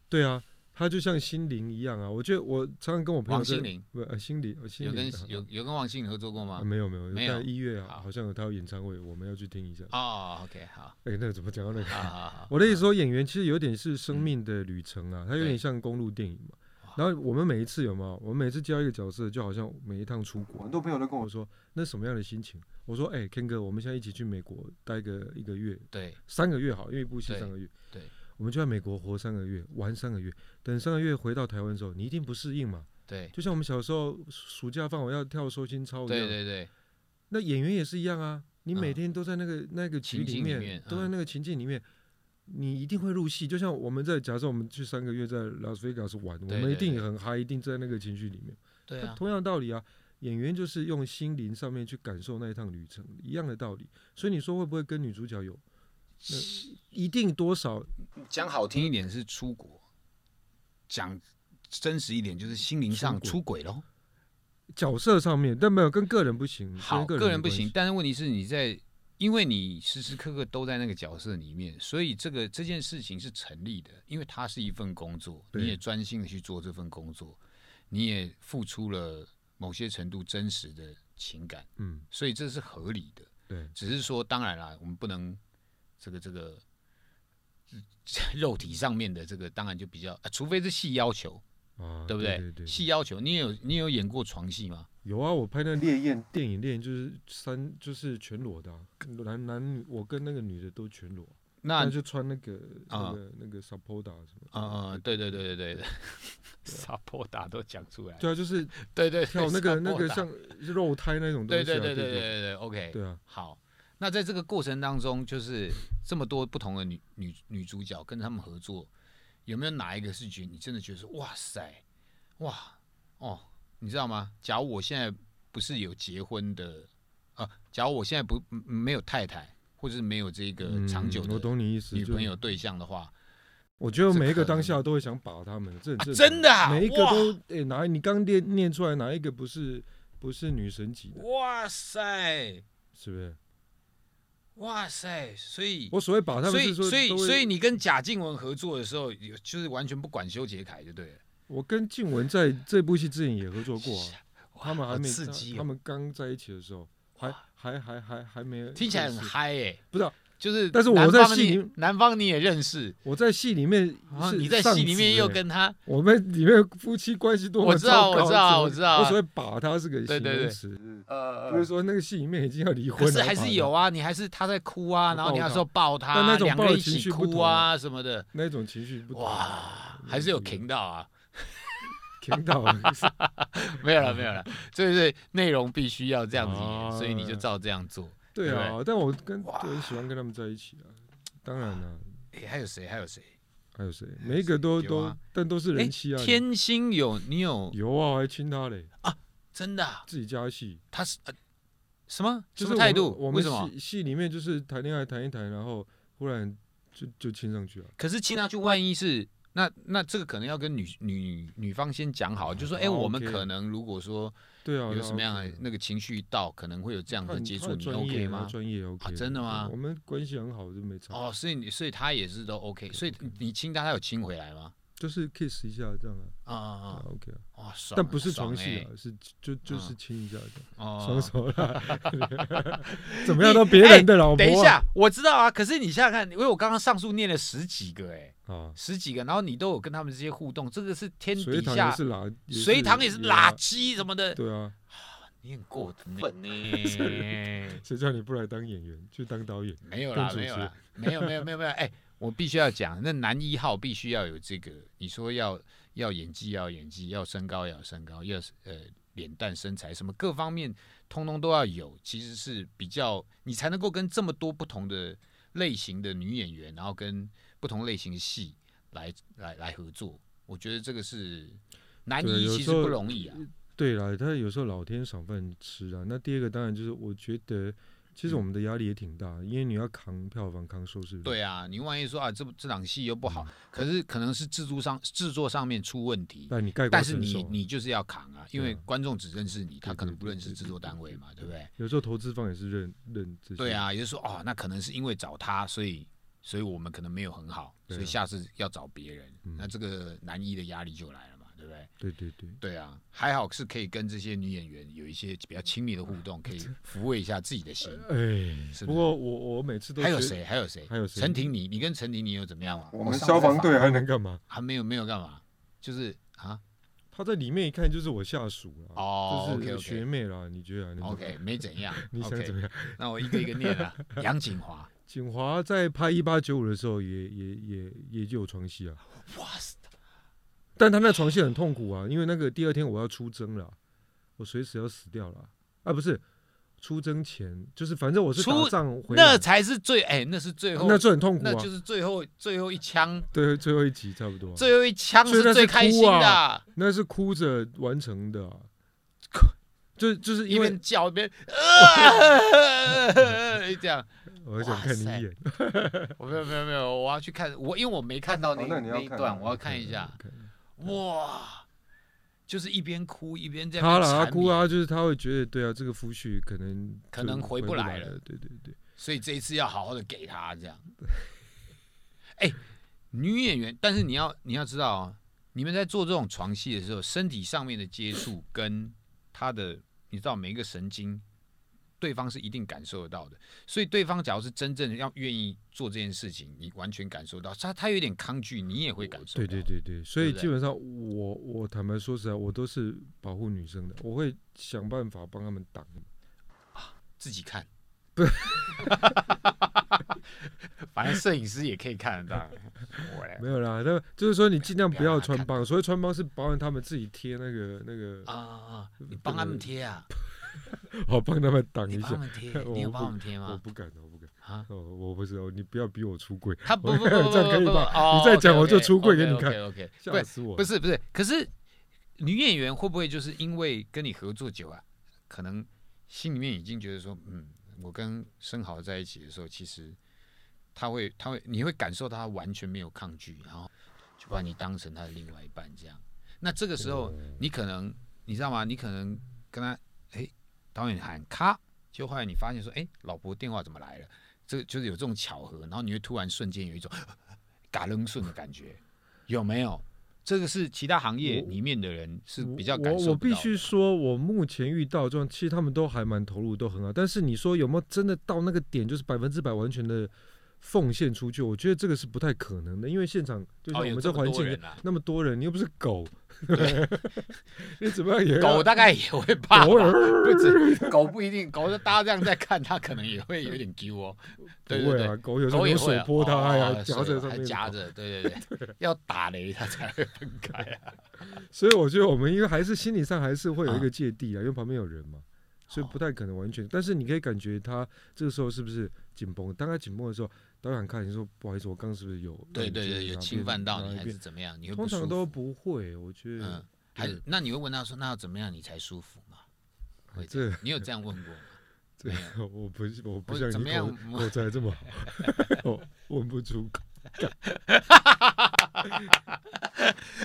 [SPEAKER 2] 对啊，他就像心灵一样啊。我觉得我常常跟我朋友
[SPEAKER 1] 王
[SPEAKER 2] 在
[SPEAKER 1] 心凌
[SPEAKER 2] 不呃心灵，呃心
[SPEAKER 1] 有
[SPEAKER 2] 灵
[SPEAKER 1] 跟
[SPEAKER 2] 啊
[SPEAKER 1] 有有跟王心凌合作过
[SPEAKER 2] 啊
[SPEAKER 1] 吗？
[SPEAKER 2] 没有没有，
[SPEAKER 1] 没有
[SPEAKER 2] 在一月啊，
[SPEAKER 1] 好
[SPEAKER 2] 好像有他有演唱会，我们要去听一下。
[SPEAKER 1] 哦，OK，好，
[SPEAKER 2] 哎，那个怎么讲到那个？
[SPEAKER 1] 好好好。
[SPEAKER 2] 我的意思说，演员其实有点是生命的旅程啊，它有点
[SPEAKER 1] 嗯对
[SPEAKER 2] 像公路电影嘛。然后我们每一次有没有？我们每次交一个角色，就好像每一趟出国
[SPEAKER 3] 我，很多朋友都跟我
[SPEAKER 2] 我
[SPEAKER 3] 说，
[SPEAKER 2] 说那什么样的心情？我说哎、k e n 哥，我们现在一起去美国待个一个月、
[SPEAKER 1] 对
[SPEAKER 2] 三个月好，因为一部戏
[SPEAKER 1] 对
[SPEAKER 2] 三个月。
[SPEAKER 1] 对，
[SPEAKER 2] 我们就在美国活三个月，玩三个月，等三个月回到台湾的时候，你一定不适应嘛。
[SPEAKER 1] 对
[SPEAKER 2] 就像我们小时候暑假放我要跳收心操一样，
[SPEAKER 1] 对对对，
[SPEAKER 2] 那演员也是一样啊，你
[SPEAKER 1] 嗯
[SPEAKER 2] 每天都在那个、那个
[SPEAKER 1] 情
[SPEAKER 2] 局里
[SPEAKER 1] 境里
[SPEAKER 2] 面，
[SPEAKER 1] 面
[SPEAKER 2] 都在
[SPEAKER 1] 嗯
[SPEAKER 2] 那个情境里面。你一定会入戏，就像我们在假设我们去三个月在拉斯维加斯玩，
[SPEAKER 1] 对
[SPEAKER 2] 我们一
[SPEAKER 1] 对
[SPEAKER 2] 定也
[SPEAKER 1] 对
[SPEAKER 2] 很嗨，一定在那个情绪里面。
[SPEAKER 1] 对
[SPEAKER 2] 那
[SPEAKER 1] 啊，
[SPEAKER 2] 同样道理啊，演员就是用心灵上面去感受那一趟旅程，一样的道理。所以你说会不会跟女主角有？那一定多少
[SPEAKER 1] 讲好听一点是出国，讲真实一点就是心灵上
[SPEAKER 2] 出
[SPEAKER 1] 出轨喽。
[SPEAKER 2] 角色上面，但没有跟个人不行，
[SPEAKER 1] 好，
[SPEAKER 2] 跟
[SPEAKER 1] 嗯个人
[SPEAKER 2] 没
[SPEAKER 1] 不
[SPEAKER 2] 关
[SPEAKER 1] 行，
[SPEAKER 2] 系。
[SPEAKER 1] 但是问题是你在，因为你时时刻刻都在那个角色里面，所以这个这件事情是成立的，因为它是一份工作，
[SPEAKER 2] 对
[SPEAKER 1] 你也专心的去做这份工作，你也付出了某些程度真实的情感，
[SPEAKER 2] 嗯，
[SPEAKER 1] 所以这是合理的。
[SPEAKER 2] 对，
[SPEAKER 1] 只是说，当然啦，我们不能这个这个 [laughs] 这肉体上面的这个，当然就比较，啊除非是戏要求，
[SPEAKER 2] 啊，
[SPEAKER 1] 对不
[SPEAKER 2] 对？对
[SPEAKER 1] 戏要求，你有你有演过床戏吗？
[SPEAKER 2] 有啊，我拍那
[SPEAKER 3] 烈焰
[SPEAKER 2] 电影恋就是三，就是全裸的啊、
[SPEAKER 3] 嗯
[SPEAKER 2] 男男女，我跟那个女的都全裸，
[SPEAKER 1] 那
[SPEAKER 2] 但就穿那个那
[SPEAKER 1] 啊
[SPEAKER 2] 个那个 Sapoda 什么。
[SPEAKER 1] 嗯嗯，对对对对对
[SPEAKER 2] [laughs]
[SPEAKER 1] 对，撒泼打都讲出来，
[SPEAKER 2] 对啊，就是
[SPEAKER 1] 对对，
[SPEAKER 2] 跳哦那个
[SPEAKER 1] 撒泼
[SPEAKER 2] 那个
[SPEAKER 1] 打
[SPEAKER 2] 像肉胎那种东西、
[SPEAKER 1] 对
[SPEAKER 2] 啊。
[SPEAKER 1] 啊对对对
[SPEAKER 2] 对
[SPEAKER 1] 对对对，OK，
[SPEAKER 2] 对啊，
[SPEAKER 1] 好。那在这个过程当中，就是这么多不同的女女女主角跟他们合作，有没有哪一个是觉得你真的觉得说哇塞，哇哦，你知道吗？假如我现在不是有结婚的啊，假如我现在不嗯没有太太，或者是没有这个
[SPEAKER 2] 嗯
[SPEAKER 1] 长久
[SPEAKER 2] 我
[SPEAKER 1] 的
[SPEAKER 2] 懂你意思。
[SPEAKER 1] 女
[SPEAKER 2] 就
[SPEAKER 1] 朋友对象的话，
[SPEAKER 2] 我觉得
[SPEAKER 1] 这
[SPEAKER 2] 每一个
[SPEAKER 1] 可
[SPEAKER 2] 当
[SPEAKER 1] 能
[SPEAKER 2] 下都会想把他们，这很
[SPEAKER 1] 啊
[SPEAKER 2] 正常
[SPEAKER 1] 真的啊
[SPEAKER 2] 每一个
[SPEAKER 1] 哇
[SPEAKER 2] 都诶、哪你刚念念出来哪一个不是不是女神级的，
[SPEAKER 1] 哇塞，
[SPEAKER 2] 是不是？
[SPEAKER 1] 哇塞，所以
[SPEAKER 2] 我所谓把他
[SPEAKER 1] 所
[SPEAKER 2] 们
[SPEAKER 1] 以
[SPEAKER 2] 是说，
[SPEAKER 1] 所以
[SPEAKER 2] 都会
[SPEAKER 1] 所以你跟贾静雯合作的时候，有就是完全不管修杰楷就对了。
[SPEAKER 2] 我跟静雯在这部戏之前也合作过、啊，
[SPEAKER 1] 哇
[SPEAKER 2] 他们还
[SPEAKER 1] 好
[SPEAKER 2] 没
[SPEAKER 1] 刺激、
[SPEAKER 2] 他
[SPEAKER 1] 哦，
[SPEAKER 2] 们刚在一起的时候，还还还还还没
[SPEAKER 1] 听起来很
[SPEAKER 2] 认识。
[SPEAKER 1] 嗨哎、
[SPEAKER 2] 不是啊
[SPEAKER 1] 就是
[SPEAKER 2] 但是我
[SPEAKER 1] 南
[SPEAKER 2] 在
[SPEAKER 1] 方
[SPEAKER 2] 戏
[SPEAKER 1] 你
[SPEAKER 2] 里
[SPEAKER 1] 南方你也认识，
[SPEAKER 2] 我在戏里面
[SPEAKER 1] 啊，
[SPEAKER 2] 是
[SPEAKER 1] 你在
[SPEAKER 2] 上
[SPEAKER 1] 戏里
[SPEAKER 2] 子
[SPEAKER 1] 面又
[SPEAKER 2] 欸
[SPEAKER 1] 跟他，
[SPEAKER 2] 我们里面夫妻关系多么
[SPEAKER 1] 我知道我
[SPEAKER 2] 糟糕
[SPEAKER 1] 知道
[SPEAKER 2] 怎么
[SPEAKER 1] 我知道啊
[SPEAKER 2] 我所谓把他是个
[SPEAKER 1] 对
[SPEAKER 2] 形
[SPEAKER 1] 对
[SPEAKER 2] 容
[SPEAKER 1] 对
[SPEAKER 2] 词，
[SPEAKER 3] 是
[SPEAKER 1] 呃
[SPEAKER 2] 不是说那个戏里面已经要离婚
[SPEAKER 1] 可
[SPEAKER 2] 了，
[SPEAKER 1] 是还是有
[SPEAKER 2] 把
[SPEAKER 1] 啊，你还是他在哭啊，然后你
[SPEAKER 2] 抱
[SPEAKER 1] 还
[SPEAKER 2] 他
[SPEAKER 1] 说抱他，
[SPEAKER 2] 但那种
[SPEAKER 1] 两
[SPEAKER 2] 抱
[SPEAKER 1] 个
[SPEAKER 2] 的
[SPEAKER 1] 人一
[SPEAKER 2] 情
[SPEAKER 1] 起
[SPEAKER 2] 绪不
[SPEAKER 1] 哭啊什么的，
[SPEAKER 2] 他那种情绪不同
[SPEAKER 1] 哇，还是有
[SPEAKER 2] 停
[SPEAKER 1] 停到啊， [laughs]
[SPEAKER 2] 听到了，
[SPEAKER 1] 没有了没有了，这是内容必须要这样子演，
[SPEAKER 2] 啊
[SPEAKER 1] 所以你就照这样做。
[SPEAKER 2] 对
[SPEAKER 1] 对
[SPEAKER 2] 啊
[SPEAKER 1] 不，
[SPEAKER 2] 但我跟
[SPEAKER 1] 哇
[SPEAKER 2] 我很喜欢跟他们在一起啊。当然了、
[SPEAKER 1] 诶，还有谁？还有谁？
[SPEAKER 2] 还有谁？每一个都
[SPEAKER 1] 有
[SPEAKER 2] 都
[SPEAKER 1] 啊，
[SPEAKER 2] 但都是
[SPEAKER 1] 诶
[SPEAKER 2] 人妻啊。
[SPEAKER 1] 天星有你有
[SPEAKER 2] 有啊，我还亲他嘞，
[SPEAKER 1] 真的啊、
[SPEAKER 2] 自己家戏。
[SPEAKER 1] 他是、呃、什么
[SPEAKER 2] 就
[SPEAKER 1] 什
[SPEAKER 2] 是
[SPEAKER 1] 么
[SPEAKER 2] 我
[SPEAKER 1] 态
[SPEAKER 2] 们
[SPEAKER 1] 度？
[SPEAKER 2] 我
[SPEAKER 1] 为
[SPEAKER 2] 们
[SPEAKER 1] 什么？
[SPEAKER 2] 戏戏里面就是谈恋爱谈一谈，然后忽然就就亲上去了。
[SPEAKER 1] 可是亲上去，万一是那那这个可能要跟女女女方先讲好，就说哎、
[SPEAKER 2] 哦
[SPEAKER 1] 我们
[SPEAKER 2] OK
[SPEAKER 1] 可能如果说
[SPEAKER 2] 对啊，
[SPEAKER 1] 有什么样的
[SPEAKER 2] 那
[SPEAKER 1] 那个情绪一到，可能会有这样
[SPEAKER 2] 他
[SPEAKER 1] 的
[SPEAKER 2] 很
[SPEAKER 1] 接
[SPEAKER 2] 他
[SPEAKER 1] 触，
[SPEAKER 2] 很
[SPEAKER 1] 你
[SPEAKER 2] 专
[SPEAKER 1] OK
[SPEAKER 2] 业啊他
[SPEAKER 1] 吗？
[SPEAKER 2] 专业 OK，
[SPEAKER 1] 真的吗
[SPEAKER 2] 对我们关系很好，就没差。
[SPEAKER 1] 哦，所以你所以他也是都 OK，所以你亲他，他有亲回来吗？
[SPEAKER 2] 就是 kiss 一下这样啊，
[SPEAKER 1] 啊啊
[SPEAKER 2] 啊
[SPEAKER 1] 啊！
[SPEAKER 2] OK 啊，
[SPEAKER 1] 哇，爽啊！
[SPEAKER 2] 但不是
[SPEAKER 1] 爽
[SPEAKER 2] 床戏
[SPEAKER 1] 欸
[SPEAKER 2] 啊，是就就是亲一下这样，
[SPEAKER 1] 哦
[SPEAKER 2] 爽。手
[SPEAKER 1] [laughs]
[SPEAKER 2] 啦， [laughs] 怎么样都别人的老婆啊。
[SPEAKER 1] 等一下，我知道啊，可是你想想看，因为我刚刚上述念了十几个、哎，
[SPEAKER 2] 啊，
[SPEAKER 1] 十几个，然后你都有跟他们这些互动，这个是天
[SPEAKER 2] 隋
[SPEAKER 1] 底
[SPEAKER 2] 唐
[SPEAKER 1] 下
[SPEAKER 2] 也是垃，
[SPEAKER 1] 隋唐也是垃
[SPEAKER 2] 拉，
[SPEAKER 1] 圾什么的，
[SPEAKER 2] 对啊，
[SPEAKER 1] 你很过分欸
[SPEAKER 2] [laughs]
[SPEAKER 1] 呢。
[SPEAKER 2] 谁叫你不来当演员，去当导演？
[SPEAKER 1] 没有啦，
[SPEAKER 2] 跟主持
[SPEAKER 1] 没有啦，没有没有没有没有，哎、我必须要讲，那男一号必须要有这个，你说要要演技要演技，要身高要身高，要呃脸蛋身材什么各方面，通通都要有，其实是比较你才能够跟这么多不同的类型的女演员，然后跟不同类型的戏来来来合作，我觉得这个是男
[SPEAKER 2] 对
[SPEAKER 1] 一
[SPEAKER 2] 有
[SPEAKER 1] 其实
[SPEAKER 2] 时候嗯
[SPEAKER 1] 不容易啊，
[SPEAKER 2] 对啦，他有时候老天赏饭吃啊。那第二个当然就是，我觉得其实我们的压力也挺大，因为你要扛票房、扛收视率。
[SPEAKER 1] 嗯对啊，你万一说啊这这档戏又不
[SPEAKER 2] 嗯
[SPEAKER 1] 好，可是可能是制作上制作上面出问题，
[SPEAKER 2] 但你盖
[SPEAKER 1] 但
[SPEAKER 2] 棺
[SPEAKER 1] 是
[SPEAKER 2] 神手
[SPEAKER 1] 你
[SPEAKER 2] 啊。
[SPEAKER 1] 你就是要扛啊，因为
[SPEAKER 2] 对啊
[SPEAKER 1] 观众只认识你，他
[SPEAKER 2] 对
[SPEAKER 1] 可能
[SPEAKER 2] 对
[SPEAKER 1] 不
[SPEAKER 2] 对
[SPEAKER 1] 认识
[SPEAKER 2] 对
[SPEAKER 1] 制作单位嘛，对不对？
[SPEAKER 2] 有时候投资方也是认认这些。
[SPEAKER 1] 对，啊，也就是说，哦，那可能是因为找他，所以所以我们可能没有很好，
[SPEAKER 2] 对啊
[SPEAKER 1] 所以下次要找别人，
[SPEAKER 2] 嗯
[SPEAKER 1] 那这个男一的压力就来了嘛，对不对？
[SPEAKER 2] 对对对。
[SPEAKER 1] 对啊，还好是可以跟这些女演员有一些比较亲密的互
[SPEAKER 2] [laughs]
[SPEAKER 1] 动，可以抚慰一下自己的心，
[SPEAKER 2] 哎，
[SPEAKER 1] 是
[SPEAKER 2] 不
[SPEAKER 1] 不
[SPEAKER 2] 过我我每次都
[SPEAKER 1] 是？还有
[SPEAKER 2] 觉得
[SPEAKER 1] 谁？还有谁？
[SPEAKER 2] 还有谁
[SPEAKER 1] 陈婷你，你跟陈婷你有怎么样吗？
[SPEAKER 3] 我们
[SPEAKER 2] 哦上
[SPEAKER 3] 消防
[SPEAKER 2] 班
[SPEAKER 3] 队
[SPEAKER 2] 还
[SPEAKER 3] 还
[SPEAKER 2] 能干嘛？
[SPEAKER 1] 还啊没有没有干嘛？就是啊
[SPEAKER 2] 他在里面一看就是我下属啦，
[SPEAKER 1] 哦
[SPEAKER 2] 就
[SPEAKER 1] ，OK
[SPEAKER 2] 是
[SPEAKER 1] OK
[SPEAKER 2] 学妹啦。你觉得啊你
[SPEAKER 1] OK，没怎样。
[SPEAKER 2] 你想
[SPEAKER 1] OK，
[SPEAKER 2] 怎么样？
[SPEAKER 1] 那我一个一个念
[SPEAKER 2] [laughs]
[SPEAKER 1] 啊，杨景华，
[SPEAKER 2] 景华在拍一八九五的时候也也也也就有床戏啊，
[SPEAKER 1] [laughs] 哇塞！
[SPEAKER 2] 但他那床戏很痛苦啊，因为那个第二天我要出征了，我随时要死掉了啊，不是出征前，就是反正我是
[SPEAKER 1] 出
[SPEAKER 2] 打仗回来
[SPEAKER 1] 那才是最哎、那是最后，
[SPEAKER 2] 那就很痛苦
[SPEAKER 1] 那
[SPEAKER 2] 啊，
[SPEAKER 1] 就是最后最后一枪，
[SPEAKER 2] 对，最后一集差不多啊、
[SPEAKER 1] 最后一枪
[SPEAKER 2] 所以那
[SPEAKER 1] 是
[SPEAKER 2] 是
[SPEAKER 1] 最开心的
[SPEAKER 2] 哭
[SPEAKER 1] 啊、
[SPEAKER 2] 那是哭着完成的啊、就就是
[SPEAKER 1] 一
[SPEAKER 2] 因为
[SPEAKER 1] 边叫一边呃 [laughs] 这样，
[SPEAKER 2] 我想看你一眼，
[SPEAKER 1] 我没有没有没有，我要去看我因为我没看到那、
[SPEAKER 3] 哦那你要啊
[SPEAKER 1] 一
[SPEAKER 3] 看
[SPEAKER 1] 段，
[SPEAKER 3] 那
[SPEAKER 1] 我要看一下，
[SPEAKER 2] 看
[SPEAKER 1] 哇，就是一边哭一边在那
[SPEAKER 2] 他
[SPEAKER 1] 边
[SPEAKER 2] 啦，他
[SPEAKER 1] 缠
[SPEAKER 2] 哭
[SPEAKER 1] 绵，
[SPEAKER 2] 啊，就是他会觉得对啊，这个夫婿可能
[SPEAKER 1] 可能
[SPEAKER 2] 就
[SPEAKER 1] 回
[SPEAKER 2] 回
[SPEAKER 1] 不来了
[SPEAKER 2] 了，对对对，
[SPEAKER 1] 所以这一次要好好的给他这样。 [laughs] 哎、女演员，但是你要你要知道、哦，你们在做这种床戏的时候，身体上面的接触跟她的，你知道每一个神经，对方是一定感受得到的。所以对方假如是真正要愿意做这件事情，你完全感受到，他他有点抗拒，你也会感受
[SPEAKER 2] 对
[SPEAKER 1] 到。
[SPEAKER 2] 对对对，所以
[SPEAKER 1] 对不对
[SPEAKER 2] 基本上我我坦白说实在，我都是保护女生的，我会想办法帮他们挡。
[SPEAKER 1] 自己
[SPEAKER 2] [laughs]
[SPEAKER 1] 看。不，反正摄影师也可以看得
[SPEAKER 2] [laughs]
[SPEAKER 1] 到。我嘞
[SPEAKER 2] 没有啦，那就是说你尽量不要穿
[SPEAKER 1] 哎不要
[SPEAKER 2] 帮，所谓穿帮是保证他们自己贴那个那个，
[SPEAKER 1] 啊啊，啊你帮他们贴啊。
[SPEAKER 2] 好帮他们挡
[SPEAKER 1] 你
[SPEAKER 2] 一
[SPEAKER 1] 帮他
[SPEAKER 2] 下。
[SPEAKER 1] 们贴，
[SPEAKER 2] 我
[SPEAKER 1] 你有
[SPEAKER 2] 不
[SPEAKER 1] 帮我们贴
[SPEAKER 2] 我
[SPEAKER 1] 吗？
[SPEAKER 2] 不敢，我不敢，
[SPEAKER 1] 啊，
[SPEAKER 2] 哦，我不知道，你不要逼我出轨，
[SPEAKER 1] 他不不不不不不，
[SPEAKER 2] 这样可以吧
[SPEAKER 1] 吧
[SPEAKER 2] 你再讲我就出柜给你看
[SPEAKER 1] OK，
[SPEAKER 2] 吓
[SPEAKER 1] 不
[SPEAKER 2] 死我了！
[SPEAKER 1] 不是不是，可是女演员会不会就是因为跟你合作久啊，可能心里面已经觉得说，嗯，我跟生蚝在一起的时候，其实他会他会你会感受到他完全没有抗拒，然后就把你当成他的另外一半这样。那这个时候你可能你知道吗？你可能跟他哎，导演喊咔，就后来你发现说，哎，老婆电话怎么来了？这就是有这种巧合，然后你会突然瞬间有一种 [gasps] 嘎楞顺的感觉，有没有？这个是其他行业
[SPEAKER 2] 我
[SPEAKER 1] 里面的人是
[SPEAKER 2] 我
[SPEAKER 1] 比较感受
[SPEAKER 2] 我
[SPEAKER 1] 不
[SPEAKER 2] 我
[SPEAKER 1] 到
[SPEAKER 2] 必
[SPEAKER 1] 的
[SPEAKER 2] 须说，我目前遇到的状况，其实他们都还蛮投入，都很好。但是你说有没有真的到那个点，就是百分之百完全的奉献出去？我觉得这个是不太可能的，因为现场就像
[SPEAKER 1] 哦，
[SPEAKER 2] 我
[SPEAKER 1] 有
[SPEAKER 2] 们
[SPEAKER 1] 这么
[SPEAKER 2] 环
[SPEAKER 1] 多
[SPEAKER 2] 境一样
[SPEAKER 1] 人啊，
[SPEAKER 2] 那么多人，你又不是狗， [laughs] 你怎么样也 [laughs]
[SPEAKER 1] 狗大概也会怕吧，
[SPEAKER 2] 偶尔
[SPEAKER 1] 不止狗不一定，狗是大家这样在看，它可能也会有点丢
[SPEAKER 2] [laughs]
[SPEAKER 1] 哦。对
[SPEAKER 2] 不
[SPEAKER 1] 对
[SPEAKER 2] 会
[SPEAKER 1] 对
[SPEAKER 2] 啊，，狗有时候
[SPEAKER 1] 狗也
[SPEAKER 2] 有
[SPEAKER 1] 会
[SPEAKER 2] 水
[SPEAKER 1] 啊
[SPEAKER 2] 泼它
[SPEAKER 1] 哦
[SPEAKER 2] 呀，
[SPEAKER 1] 哦
[SPEAKER 2] 夹
[SPEAKER 1] 水
[SPEAKER 2] 在上
[SPEAKER 1] 还
[SPEAKER 2] 面
[SPEAKER 1] 夹
[SPEAKER 2] 跑
[SPEAKER 1] 着，对对对，
[SPEAKER 2] [laughs]
[SPEAKER 1] 要打雷它才会分开啊。
[SPEAKER 2] 所以我觉得我们因为还是心理上还是会有一
[SPEAKER 1] 啊
[SPEAKER 2] 个芥蒂啊，因为旁边有人嘛，所以不太可能完全。但是你可以感觉他这个时候是不是紧绷？当他紧绷的时候，导演看你说不好意思，我刚刚是不是有
[SPEAKER 1] 对对
[SPEAKER 2] 让你
[SPEAKER 1] 对，
[SPEAKER 2] 觉得
[SPEAKER 1] 有
[SPEAKER 2] 哪
[SPEAKER 1] 侵
[SPEAKER 2] 边
[SPEAKER 1] 犯到
[SPEAKER 2] 哪
[SPEAKER 1] 你
[SPEAKER 2] 一
[SPEAKER 1] 还是
[SPEAKER 2] 边
[SPEAKER 1] 怎么样？你会
[SPEAKER 2] 通
[SPEAKER 1] 不舒
[SPEAKER 2] 常都
[SPEAKER 1] 服？
[SPEAKER 2] 不会，我觉
[SPEAKER 1] 嗯
[SPEAKER 2] 得，
[SPEAKER 1] 还
[SPEAKER 2] 对
[SPEAKER 1] 那你会问他说，那要怎么样你才舒服吗？会这
[SPEAKER 2] [laughs] 这
[SPEAKER 1] 样你有这样问过吗？
[SPEAKER 2] 这
[SPEAKER 1] 没有
[SPEAKER 2] 个我不是我不
[SPEAKER 1] 或
[SPEAKER 2] 像
[SPEAKER 1] 者怎
[SPEAKER 2] 你
[SPEAKER 1] 么样 [laughs]
[SPEAKER 2] 口？口才这么好，我问不出口。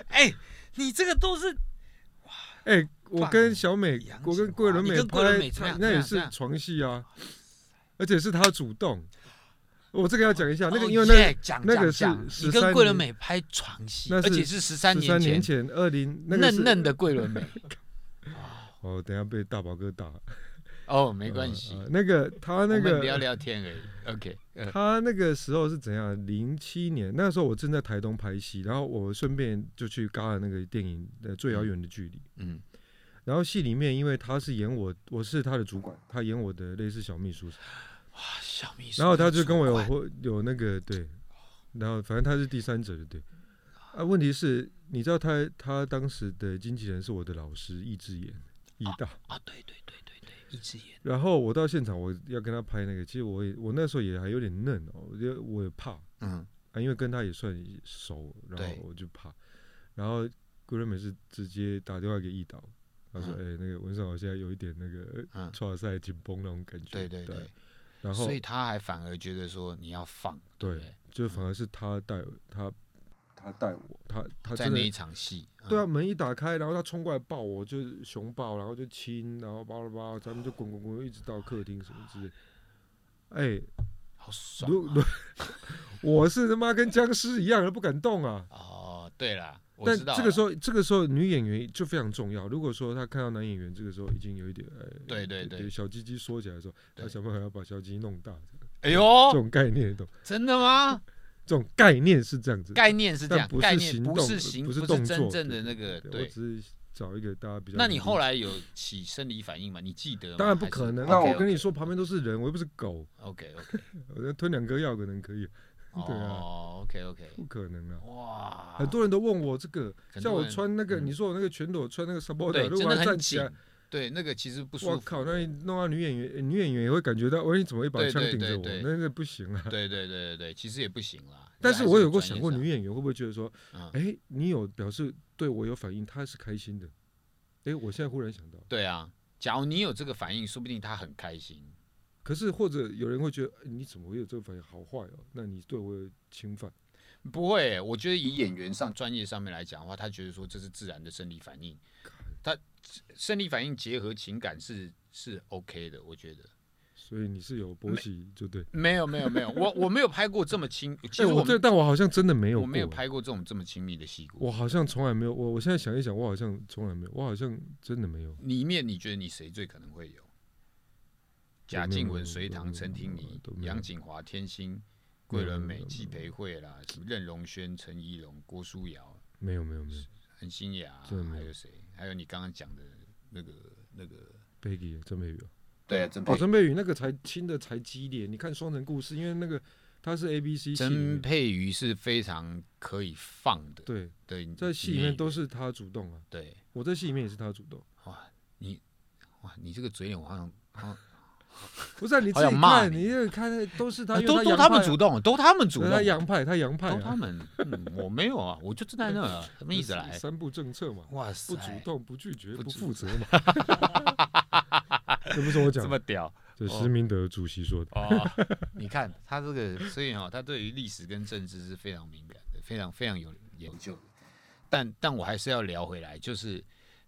[SPEAKER 1] 哎、你这个都是
[SPEAKER 2] 哎、我
[SPEAKER 1] 棒
[SPEAKER 2] 跟小美
[SPEAKER 1] 洋，
[SPEAKER 2] 我
[SPEAKER 1] 情
[SPEAKER 2] 跟桂
[SPEAKER 1] 哇
[SPEAKER 2] 纶
[SPEAKER 1] 你
[SPEAKER 2] 镁
[SPEAKER 1] 跟桂纶镁
[SPEAKER 2] 拍
[SPEAKER 1] 怎么样怎么
[SPEAKER 2] 那也
[SPEAKER 1] 样怎么
[SPEAKER 2] 是
[SPEAKER 1] 样
[SPEAKER 2] 床戏啊，而且是她主动。我这个要讲一下，啊那
[SPEAKER 1] 哦
[SPEAKER 2] 个因为那
[SPEAKER 1] 耶讲
[SPEAKER 2] 那个
[SPEAKER 1] 讲讲
[SPEAKER 2] 是
[SPEAKER 1] 你
[SPEAKER 2] 13
[SPEAKER 1] 跟桂纶
[SPEAKER 2] 年
[SPEAKER 1] 镁拍床戏，
[SPEAKER 2] 那
[SPEAKER 1] 而
[SPEAKER 2] 是
[SPEAKER 1] 且是十三
[SPEAKER 2] 十三
[SPEAKER 1] 前
[SPEAKER 2] 年前，二零那个是
[SPEAKER 1] 嫩嫩的桂纶镁。
[SPEAKER 2] 哦，等一下被大宝哥打，
[SPEAKER 1] 哦，没关系，
[SPEAKER 2] 呃呃那个他那
[SPEAKER 1] 我们聊
[SPEAKER 2] 个
[SPEAKER 1] 聊天而已。OK，呃
[SPEAKER 2] 他那个时候是怎样？零七年那时候我正在台东拍戏，然后我顺便就去戛了那个电影的《最遥远的距离》。
[SPEAKER 1] 嗯，
[SPEAKER 2] 然后戏里面，因为他是演我，我是他的主管，他演我的类似小秘书，
[SPEAKER 1] 哇，小秘书，哦
[SPEAKER 2] 然后他就跟我有或有那个对，然后反正他是第三者的对。啊，问题是，你知道他他当时的经纪人是我的老师易智言，易大。
[SPEAKER 1] 啊，对对对对对，一只眼，
[SPEAKER 2] 然后我到现场，我要跟他拍那个，其实我也我那时候也还有点嫩哦，我就我也怕
[SPEAKER 1] 嗯，
[SPEAKER 2] 啊，因为跟他也算熟，然
[SPEAKER 1] 对
[SPEAKER 2] 后我就怕。然后顾仁美是直接打电话给易导，他说：“哎、那个文尚，我现在有一点那个呃
[SPEAKER 1] 嗯
[SPEAKER 2] 创赛紧绷那种感觉。”
[SPEAKER 1] 对对对，
[SPEAKER 2] 然后
[SPEAKER 1] 所以他还反而觉得说你要放，
[SPEAKER 2] 对
[SPEAKER 1] 不对，
[SPEAKER 2] 就反而是他带我他
[SPEAKER 3] 他带我，
[SPEAKER 2] 他他
[SPEAKER 1] 在
[SPEAKER 2] 真的
[SPEAKER 1] 那一场戏，嗯
[SPEAKER 2] 对啊，，门一打开，然后他冲过来抱我，就是熊抱，然后就亲，然后巴拉巴拉，咱们就滚滚滚，一直到客厅什么之类。哎，
[SPEAKER 1] 好爽
[SPEAKER 2] 如
[SPEAKER 1] 啊。
[SPEAKER 2] 如，我是他妈跟僵尸一样的不敢动啊。
[SPEAKER 1] 哦，对啦，我
[SPEAKER 2] 但
[SPEAKER 1] 知道啦。
[SPEAKER 2] 这个时候，这个时候女演员就非常重要。如果说她看到男演员这个时候已经有一点，哎，
[SPEAKER 1] 对对对
[SPEAKER 2] 小鸡鸡缩起来的时候，她
[SPEAKER 1] 对
[SPEAKER 2] 想办法要把小鸡鸡弄大，
[SPEAKER 1] 哎
[SPEAKER 2] 这
[SPEAKER 1] 呦，
[SPEAKER 2] 种概念懂？
[SPEAKER 1] 真的吗？
[SPEAKER 2] 这种概念是这样子，
[SPEAKER 1] 概念是这样
[SPEAKER 2] 但，不
[SPEAKER 1] 概
[SPEAKER 2] 是
[SPEAKER 1] 念
[SPEAKER 2] 行动，
[SPEAKER 1] 不是行，
[SPEAKER 2] 不
[SPEAKER 1] 不
[SPEAKER 2] 是
[SPEAKER 1] 是
[SPEAKER 2] 动作
[SPEAKER 1] 真正的那个
[SPEAKER 2] 对，我
[SPEAKER 1] 对。
[SPEAKER 2] 只是找一个大家比较。
[SPEAKER 1] 那你后来有起生理反应吗？你记得吗？
[SPEAKER 2] 当然不可能。
[SPEAKER 3] 那
[SPEAKER 2] 那
[SPEAKER 3] 我
[SPEAKER 2] 我跟你说，旁边都是人，我又不是狗，
[SPEAKER 1] OK OK，
[SPEAKER 2] 我吞两颗药可能可以， [laughs] 对啊
[SPEAKER 1] 哦，OK OK，
[SPEAKER 2] 不可能啊！
[SPEAKER 1] 哇，
[SPEAKER 2] 很多人都问我这个，
[SPEAKER 1] 很
[SPEAKER 2] 像
[SPEAKER 1] 多
[SPEAKER 2] 我
[SPEAKER 1] 人
[SPEAKER 2] 穿那个，
[SPEAKER 1] 嗯
[SPEAKER 2] 你说我那个全裸穿那个 support，
[SPEAKER 1] 对，
[SPEAKER 2] 如
[SPEAKER 1] 真的
[SPEAKER 2] 果要
[SPEAKER 1] 很
[SPEAKER 2] 站起
[SPEAKER 1] 紧
[SPEAKER 2] 来，，
[SPEAKER 1] 对，那个其实不舒服。
[SPEAKER 2] 我靠，那你弄到女演员，呃女演员也会感觉到，喂，你怎么一把
[SPEAKER 1] 对
[SPEAKER 2] 枪
[SPEAKER 1] 对
[SPEAKER 2] 顶着
[SPEAKER 1] 对
[SPEAKER 2] 我？
[SPEAKER 1] 对
[SPEAKER 2] 那那不行啊！
[SPEAKER 1] 对对对对对，其实也不行啦。
[SPEAKER 2] 但是我有过想过，
[SPEAKER 1] 女，
[SPEAKER 2] 女演员会不会觉得说，
[SPEAKER 1] 嗯，
[SPEAKER 2] 哎，你有表示对我有反应，她是开心的。哎，我现在忽然想到，
[SPEAKER 1] 对啊，假如你有这个反应，说不定她很开心。
[SPEAKER 2] 可是或者有人会觉得，哎你怎么会有这个反应？好坏哦，那你对我有侵犯。
[SPEAKER 1] 不会，我觉得以演员上专业上面来讲的话，他觉得说这是自然的生理反应，他生理反应结合情感是是 OK 的，我觉得。
[SPEAKER 2] 所以你是有勃起就对。
[SPEAKER 1] 没有没有没有，我我没有拍过这么亲，其
[SPEAKER 2] 哎、
[SPEAKER 1] 实
[SPEAKER 2] 我
[SPEAKER 1] 我
[SPEAKER 2] 这但我好像真的没有
[SPEAKER 1] 我没有
[SPEAKER 2] 过，欸哎
[SPEAKER 1] 拍过这种这么亲密的戏骨。
[SPEAKER 2] 我好像从来没有。我我现在想一想，我好像从来没有，我好像真的没有。
[SPEAKER 1] 里面你觉得你谁最可能会有？贾静雯、隋唐、陈婷
[SPEAKER 2] 没有
[SPEAKER 1] 妮
[SPEAKER 2] 都、没有
[SPEAKER 1] 杨锦华、天心、桂纶
[SPEAKER 2] 没
[SPEAKER 1] 镁、
[SPEAKER 2] 有
[SPEAKER 1] 季培慧啦，什么任容萱、陈怡蓉、郭书瑶、
[SPEAKER 2] 没有没有没有
[SPEAKER 1] 韩欣雅
[SPEAKER 2] 真的，没
[SPEAKER 1] 啊还
[SPEAKER 2] 有
[SPEAKER 1] 有谁？还有你刚刚讲的那个那个，
[SPEAKER 2] ，Peggy 曾佩宇哦
[SPEAKER 1] 对啊，曾
[SPEAKER 2] 哦，曾佩宇那个才亲的才激烈。你看《双城故事》，因为那个他是 A B C 系里
[SPEAKER 1] 曾
[SPEAKER 2] 面，
[SPEAKER 1] 佩瑜是非常可以放的，
[SPEAKER 2] 对，
[SPEAKER 1] 对，
[SPEAKER 2] 在戏里
[SPEAKER 1] 你
[SPEAKER 2] 面都是他主动啊。
[SPEAKER 1] 对。
[SPEAKER 2] 我在戏里面也是他主动，
[SPEAKER 1] 哇，你哇，你这个嘴脸，我好像
[SPEAKER 2] 不是、啊、你自
[SPEAKER 1] 好
[SPEAKER 2] 己
[SPEAKER 1] 想骂
[SPEAKER 2] 看，
[SPEAKER 1] 你
[SPEAKER 2] 你这个看都是他，
[SPEAKER 1] 啊
[SPEAKER 2] 因为
[SPEAKER 1] 都都
[SPEAKER 2] 洋
[SPEAKER 1] 他
[SPEAKER 2] 派
[SPEAKER 1] 们
[SPEAKER 2] 啊
[SPEAKER 1] 主动，都他们主
[SPEAKER 2] 对
[SPEAKER 1] 动，
[SPEAKER 2] 他洋派，他洋派、
[SPEAKER 1] 都
[SPEAKER 2] 啊，
[SPEAKER 1] 他们，嗯，我没有啊，我就站在那儿，他们一直
[SPEAKER 2] [laughs]
[SPEAKER 1] 来，
[SPEAKER 2] 三步政策嘛，
[SPEAKER 1] 哇塞，
[SPEAKER 2] 不主动、不拒绝、
[SPEAKER 1] 不
[SPEAKER 2] 不
[SPEAKER 1] 主
[SPEAKER 2] 负责
[SPEAKER 1] [laughs]
[SPEAKER 2] 嘛。这不是我讲
[SPEAKER 1] 这么屌
[SPEAKER 2] 这
[SPEAKER 1] 哦
[SPEAKER 2] 施明德主席说的。 [laughs]
[SPEAKER 1] 哦！你看他这个，所以哈、哦，他对于历史跟政治是非常敏感的，非常非常有研究的。但但我还是要聊回来，就是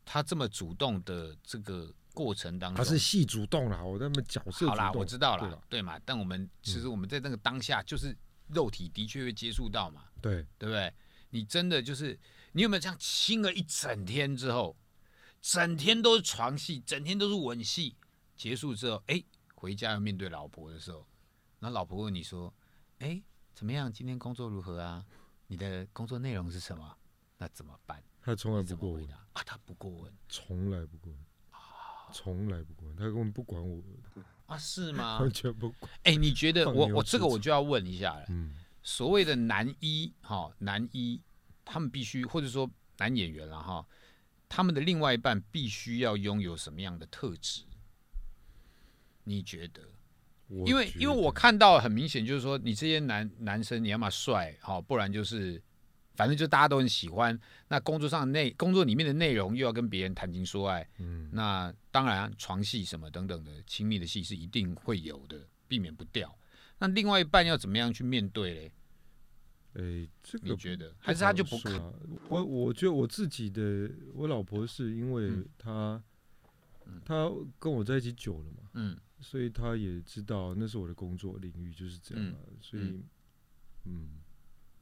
[SPEAKER 1] 他这么主动的这个过程当
[SPEAKER 2] 他
[SPEAKER 1] 中，
[SPEAKER 2] 是戏主动啦，我那么角
[SPEAKER 1] 嗯
[SPEAKER 2] 色
[SPEAKER 1] 哦好
[SPEAKER 2] 主
[SPEAKER 1] 啦，
[SPEAKER 2] 动。
[SPEAKER 1] 我知道
[SPEAKER 2] 对嗯
[SPEAKER 1] 啦
[SPEAKER 2] 啦，
[SPEAKER 1] 对嘛？但我们其实我们在那个当下，就是肉体的确会接触到嘛，
[SPEAKER 2] 对，
[SPEAKER 1] 对不对？你真的就是，你有没有这样亲了一整天之后，整天都是床戏，整天都是吻戏，结束之后，哎，回家要面对老婆的时候，那老婆问你说，哎，怎么样？今天工作如何啊？你的工作内容是什么？那怎么办？
[SPEAKER 2] 他从来
[SPEAKER 1] 你
[SPEAKER 2] 不
[SPEAKER 1] 怎
[SPEAKER 2] 过
[SPEAKER 1] 么回
[SPEAKER 2] 问，
[SPEAKER 1] 答啊？他不过问
[SPEAKER 2] 从来不过问，从来不过问，他根本不管我，
[SPEAKER 1] 啊？是
[SPEAKER 2] [laughs]
[SPEAKER 1] 吗
[SPEAKER 2] 完？全不管。
[SPEAKER 1] 哎，你觉得
[SPEAKER 2] 放
[SPEAKER 1] 我
[SPEAKER 2] 牛
[SPEAKER 1] 我
[SPEAKER 2] 吃
[SPEAKER 1] 这个我
[SPEAKER 2] 草
[SPEAKER 1] 就要问一下了。
[SPEAKER 2] 嗯，
[SPEAKER 1] 所谓的男一哈、男一，他们必须或者说男演员了哈、他们的另外一半必须要拥有什么样的特质？你觉得？
[SPEAKER 2] 我
[SPEAKER 1] 因为
[SPEAKER 2] 觉
[SPEAKER 1] 因为我
[SPEAKER 2] 得
[SPEAKER 1] 看到很明显就是说，你这些男男生你要么帅哈、不然就是反正就大家都很喜欢。那工作上的内工作里面的内容又要跟别人谈情说爱，
[SPEAKER 2] 嗯，
[SPEAKER 1] 那当然，床戏什么等等的亲密的戏是一定会有的，避免不掉。那另外一半要怎么样去面对嘞？
[SPEAKER 2] 诶，哎这个
[SPEAKER 1] 你觉得？还是他就不
[SPEAKER 2] 看
[SPEAKER 1] 看？？
[SPEAKER 2] 啊我我觉得我自己的，我老婆是因为
[SPEAKER 1] 嗯
[SPEAKER 2] 她，
[SPEAKER 1] 嗯
[SPEAKER 2] 她跟我在一起久了嘛，
[SPEAKER 1] 嗯
[SPEAKER 2] 所以她也知道那是我的工作领域就是这样、啊，所以，
[SPEAKER 1] 嗯
[SPEAKER 2] 嗯，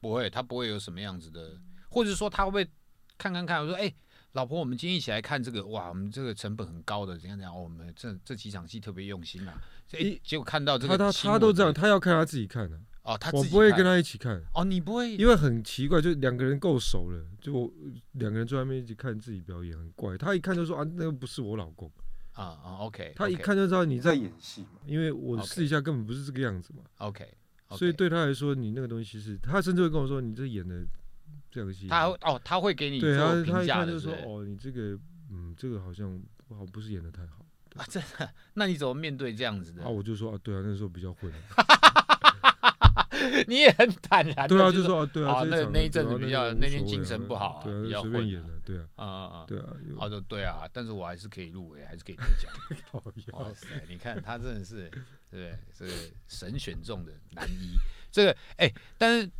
[SPEAKER 1] 不会，他不会有什么样子的，或者说他会不会看看看，我说哎、老婆，我们今天一起来看这个，哇，我们这个成本很高的，怎样怎样，哦我们这这几场戏特别用心啊，哎、
[SPEAKER 2] 一
[SPEAKER 1] 结果看到这
[SPEAKER 2] 她
[SPEAKER 1] 个
[SPEAKER 2] 她
[SPEAKER 1] 新闻
[SPEAKER 2] 她都这样，她要看她自己看的、啊
[SPEAKER 1] 哦，他
[SPEAKER 2] 我
[SPEAKER 1] 自己
[SPEAKER 2] 不会
[SPEAKER 1] 看
[SPEAKER 2] 跟她一起看，
[SPEAKER 1] 哦，你不会，
[SPEAKER 2] 因为很奇怪，就两个人够熟了，就我两个人坐在那边一起看自己表演，很怪。她一看就说啊，那个不是我老公，
[SPEAKER 1] 啊啊，OK，
[SPEAKER 2] 她一看就知道你
[SPEAKER 3] 你在
[SPEAKER 2] 在，
[SPEAKER 3] 演戏嘛？
[SPEAKER 2] 因为我
[SPEAKER 1] OK
[SPEAKER 2] 试一下根本不是这个样子嘛。
[SPEAKER 1] ，OK，, o k
[SPEAKER 2] 所以对他来说，你那个东西是，他甚至会跟我说，你这演的这样的戏，
[SPEAKER 1] 他会哦，他会给你
[SPEAKER 2] 对
[SPEAKER 1] 做
[SPEAKER 2] 他
[SPEAKER 1] 评
[SPEAKER 2] 他一
[SPEAKER 1] 价
[SPEAKER 2] 看
[SPEAKER 1] 的
[SPEAKER 2] 就是说
[SPEAKER 1] 不，是
[SPEAKER 2] 哦，你这个，嗯，这个好像不好，不是演的太好
[SPEAKER 1] 啊，真的？那你怎么面对这样子的？
[SPEAKER 2] 啊，我就说啊，对啊，那时候比较混，
[SPEAKER 1] [laughs] 你也很坦然的，
[SPEAKER 2] 对啊，
[SPEAKER 1] 就
[SPEAKER 2] 就说啊，对
[SPEAKER 1] 哦
[SPEAKER 2] 啊，
[SPEAKER 1] 那
[SPEAKER 2] 这一场
[SPEAKER 1] 那一阵子
[SPEAKER 2] 对啊
[SPEAKER 1] 比较
[SPEAKER 2] 个无
[SPEAKER 1] 那天
[SPEAKER 2] 所谓
[SPEAKER 1] 精
[SPEAKER 2] 啊
[SPEAKER 1] 神不好啊比
[SPEAKER 2] 对
[SPEAKER 1] 较
[SPEAKER 2] 啊，随
[SPEAKER 1] 混
[SPEAKER 2] 便
[SPEAKER 1] 啊
[SPEAKER 2] 演的，对啊，
[SPEAKER 1] 啊啊啊，
[SPEAKER 2] 对啊，有
[SPEAKER 1] 好的，对啊，但是我还是可以入围，还是可以得奖。
[SPEAKER 2] 讨厌，
[SPEAKER 1] [laughs] 哇塞，你看他真的是，对这个神选中的男一，这个哎、但是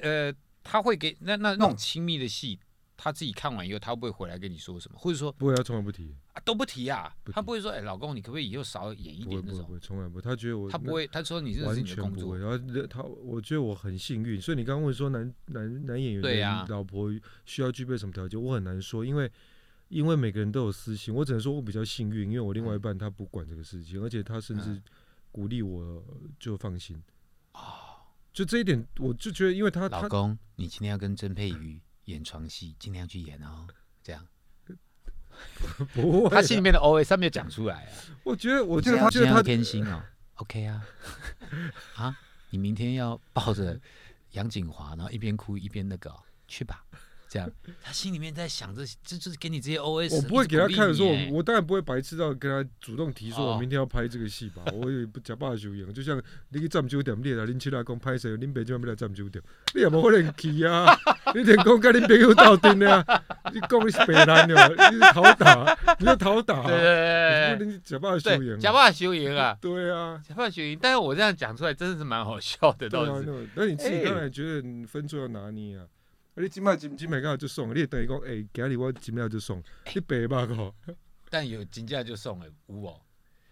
[SPEAKER 1] 呃呃，他会给那那那种亲密的戏，他自己看完以后，他会不会回来跟你说什么，或者说、
[SPEAKER 2] 不会，他从来不提，
[SPEAKER 1] 啊、都不提啊，
[SPEAKER 2] 不提
[SPEAKER 1] 他不会说哎、老公，你可不可以以后少演一
[SPEAKER 2] 不会
[SPEAKER 1] 点那
[SPEAKER 2] 不会
[SPEAKER 1] 种
[SPEAKER 2] 不？会，从来不会，他觉得我
[SPEAKER 1] 他不。会，他说你这
[SPEAKER 2] 完
[SPEAKER 1] 是你的
[SPEAKER 2] 全
[SPEAKER 1] 工
[SPEAKER 2] 不
[SPEAKER 1] 作
[SPEAKER 2] 会，，然后他，我觉得我很幸运，所以你刚刚问说男男男演员
[SPEAKER 1] 对啊
[SPEAKER 2] 的老婆需要具备什么条件，我很难说，因为因为每个人都有私心，我只能说我比较幸运，因为我另外一半他不管这个事情，而且他甚至
[SPEAKER 1] 嗯哦
[SPEAKER 2] 鼓励我就放心就这一点，我就觉得，因为他
[SPEAKER 1] 老
[SPEAKER 2] 他
[SPEAKER 1] 公，你今天要跟曾佩瑜演床戏，尽量去演哦，这样。
[SPEAKER 2] 不会
[SPEAKER 1] 他
[SPEAKER 2] 啊，
[SPEAKER 1] 心里面的 O S 他没有讲出来、啊，
[SPEAKER 2] 我觉得，我
[SPEAKER 1] 今
[SPEAKER 2] 觉得
[SPEAKER 1] 天
[SPEAKER 2] 他觉得他
[SPEAKER 1] 偏心哦。OK 啊，啊，你明天要抱着杨景华，然后一边哭一边那个哦、去吧。这样，他心里面在想着，这就是给你这些 O S。
[SPEAKER 2] 我不会给他看的时候，我
[SPEAKER 1] 我
[SPEAKER 2] 我当然不会白痴到跟他主动提说，
[SPEAKER 1] 哦
[SPEAKER 2] 我明天要拍这个戏吧。我也不假霸修养，就像你去站九点，你来恁七阿公拍谁，恁爸就要来站九点，你也无可能去啊。你连讲跟恁朋友斗阵的啊，你讲你是白人了，你是讨打，你是讨打，
[SPEAKER 1] 对对
[SPEAKER 2] 啊你假霸修
[SPEAKER 1] 对对，
[SPEAKER 2] 养
[SPEAKER 1] 假，扮修营啊，
[SPEAKER 2] 对啊。
[SPEAKER 1] 假扮修营。但是我这样讲出来，真的是蛮好笑的，
[SPEAKER 2] [laughs] 对
[SPEAKER 1] 倒
[SPEAKER 2] 啊
[SPEAKER 1] 是。，
[SPEAKER 2] 那你自己
[SPEAKER 1] 哎
[SPEAKER 2] 当然觉得你分数要拿捏啊。
[SPEAKER 3] 啊你今麦今
[SPEAKER 2] 你每个就送，你也等于讲，哎，今日我今日就送，你白啊吧个。
[SPEAKER 1] 但有金价就送了五哦，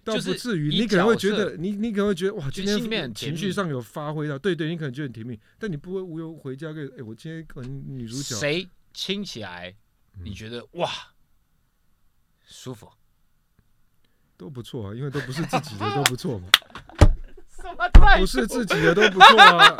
[SPEAKER 2] 倒
[SPEAKER 1] 就是
[SPEAKER 2] 不至于，
[SPEAKER 1] 以
[SPEAKER 2] 你可能会
[SPEAKER 1] 角
[SPEAKER 2] 觉
[SPEAKER 1] 色
[SPEAKER 2] 得，你你可能会觉得，哇，今
[SPEAKER 1] 心里面很
[SPEAKER 2] 天
[SPEAKER 1] 甜
[SPEAKER 2] 情绪
[SPEAKER 1] 蜜
[SPEAKER 2] 上有发挥到，对对，你可能觉得很甜蜜，但你不会无忧回家跟，哎，我今天可能女主角，
[SPEAKER 1] 谁亲起来，你
[SPEAKER 2] 嗯
[SPEAKER 1] 觉得哇舒服？
[SPEAKER 2] 都不错啊，因为都不是自
[SPEAKER 1] [laughs]
[SPEAKER 2] 己的都不错嘛，
[SPEAKER 1] 什么态
[SPEAKER 2] 不是自己的都不
[SPEAKER 1] [laughs]
[SPEAKER 2] 错啊。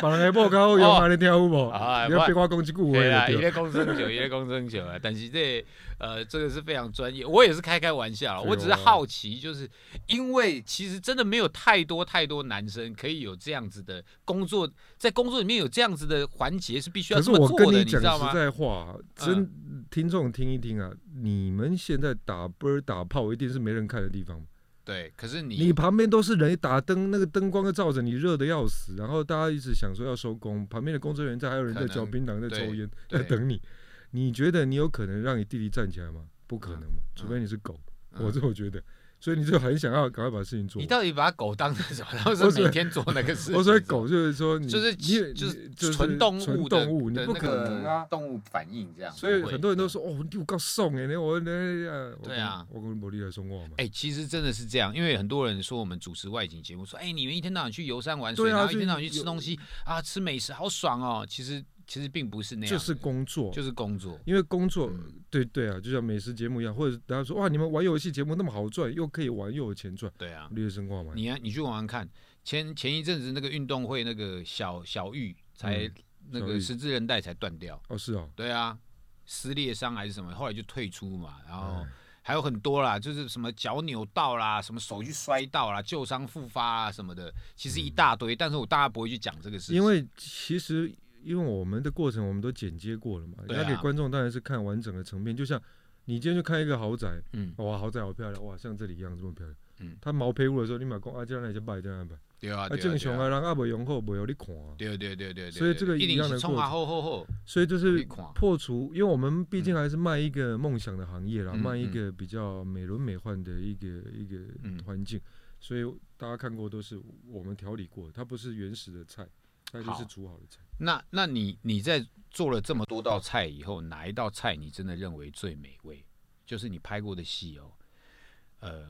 [SPEAKER 2] 把人的报告用马来听有无？
[SPEAKER 1] 啊
[SPEAKER 2] 你要别我讲一句话
[SPEAKER 1] 对啦，一
[SPEAKER 2] 就对
[SPEAKER 1] 个公升
[SPEAKER 2] [laughs]
[SPEAKER 1] 酒，一个公升酒啊。但是这呃，这个是非常专业，我也是开开玩笑啦，
[SPEAKER 2] 对
[SPEAKER 1] 我只是好奇，就是因为其实真的没有太多太多男生可以有这样子的工作，在工作里面有这样子的环节是必须要
[SPEAKER 2] 可是
[SPEAKER 1] 这么
[SPEAKER 2] 我
[SPEAKER 1] 做
[SPEAKER 2] 跟
[SPEAKER 1] 的，你
[SPEAKER 2] 讲
[SPEAKER 1] 知道
[SPEAKER 2] 实
[SPEAKER 1] 吗？嗯
[SPEAKER 2] 在话啊，真听众听一听啊，你们现在打啵儿打炮一定是没人看的地方。
[SPEAKER 1] 对，可是
[SPEAKER 2] 你
[SPEAKER 1] 你
[SPEAKER 2] 旁边都是人打灯，那个灯光又照着你，热的要死。然后大家一直想说要收工，旁边的工作人员在，还有人
[SPEAKER 1] 可
[SPEAKER 2] 在
[SPEAKER 1] 能
[SPEAKER 2] 嚼槟榔，在
[SPEAKER 1] 对
[SPEAKER 2] 抽烟，
[SPEAKER 1] 对
[SPEAKER 2] 在等你。你觉得你有可能让你弟弟站起来吗？不可
[SPEAKER 1] 嗯
[SPEAKER 2] 能嘛，除非你是狗。
[SPEAKER 1] 嗯
[SPEAKER 2] [laughs] 我这么觉得，所以你就很想要赶快把事情做
[SPEAKER 1] 你
[SPEAKER 2] 完。
[SPEAKER 1] 到底把狗当成什么？然后是每天做那个事情，
[SPEAKER 2] [laughs] 我所以狗就是说你，
[SPEAKER 1] 就是
[SPEAKER 2] 你也
[SPEAKER 1] 就是
[SPEAKER 2] 你就是
[SPEAKER 1] 纯动物
[SPEAKER 2] 纯
[SPEAKER 1] 的
[SPEAKER 2] 动物，你
[SPEAKER 1] 的
[SPEAKER 2] 不
[SPEAKER 1] 那
[SPEAKER 2] 可
[SPEAKER 1] 个
[SPEAKER 2] 能。啊
[SPEAKER 1] 动物反应这样，
[SPEAKER 2] 所以
[SPEAKER 1] 不会
[SPEAKER 2] 很多人都。说哦，你有够送哎，我那
[SPEAKER 1] 对啊
[SPEAKER 2] 我跟我力来送我嘛。
[SPEAKER 1] 哎、其实真的是这样，因为很多人说我们主持外景节目，说哎、你们一天到晚去游山玩水，
[SPEAKER 2] 对啊
[SPEAKER 1] 然后一天
[SPEAKER 2] 就
[SPEAKER 1] 到晚去吃
[SPEAKER 2] 有
[SPEAKER 1] 东西啊，吃美食，好爽哦。其实其实并不是那样的，
[SPEAKER 2] 就是工作，
[SPEAKER 1] 就是工作，
[SPEAKER 2] 因为工作
[SPEAKER 1] 嗯，
[SPEAKER 2] 对对啊，就像美食节目一样，或者大家说哇，你们玩游戏节目那么好赚，又可以玩又有钱赚，
[SPEAKER 1] 对啊。
[SPEAKER 2] 劣生化嘛。
[SPEAKER 1] 你啊，你去玩玩看，前前一阵子那个运动会那个小小玉才、
[SPEAKER 2] 嗯
[SPEAKER 1] 那
[SPEAKER 2] 小
[SPEAKER 1] 个
[SPEAKER 2] 玉
[SPEAKER 1] 十字韧带才断掉，
[SPEAKER 2] 哦，是哦，
[SPEAKER 1] 对啊，撕裂伤还是什么，后来就退出嘛，然后
[SPEAKER 2] 哎。
[SPEAKER 1] 还有很多啦，就是什么脚扭到啦，什么手去摔到啦，旧伤复发啊什么的，其实一
[SPEAKER 2] 嗯
[SPEAKER 1] 大堆。但是我大家不会去讲这个事情，
[SPEAKER 2] 因为其实因为我们的过程我们都剪接过了嘛，
[SPEAKER 1] 对啊
[SPEAKER 2] 要给观众当然是看完整的层面。就像你今天去看一个豪宅，
[SPEAKER 1] 嗯，
[SPEAKER 2] 哇，豪宅好漂亮，哇，像这里一样这么漂亮。
[SPEAKER 1] 嗯
[SPEAKER 2] 他毛坯屋的时候，你买公啊，这样那些摆，这样摆，
[SPEAKER 1] 对啊，对
[SPEAKER 2] 啊，
[SPEAKER 1] 啊
[SPEAKER 2] 正
[SPEAKER 1] 对
[SPEAKER 2] 常
[SPEAKER 1] 啊
[SPEAKER 2] 啊，人阿伯用后没有你看啊。
[SPEAKER 1] 对对对对对，
[SPEAKER 2] 所以这个
[SPEAKER 1] 对
[SPEAKER 2] 一样的
[SPEAKER 1] 定是冲啊，后
[SPEAKER 2] 过
[SPEAKER 1] 后后，
[SPEAKER 2] 所以就
[SPEAKER 1] 你
[SPEAKER 2] 是
[SPEAKER 1] 看
[SPEAKER 2] 破除，因为我们毕竟还是卖一个梦想的行业啦，
[SPEAKER 1] 嗯
[SPEAKER 2] 卖一个比较美轮美奂的一个一个
[SPEAKER 1] 嗯
[SPEAKER 2] 环境，所以大家看过都是我们调理过的，它不是原始的菜，它一定是
[SPEAKER 1] 好
[SPEAKER 2] 煮好的菜。
[SPEAKER 1] 那那你你在做了这么多道菜以后，哪一道菜你真的认为最美味？就是你拍过的戏哦，呃，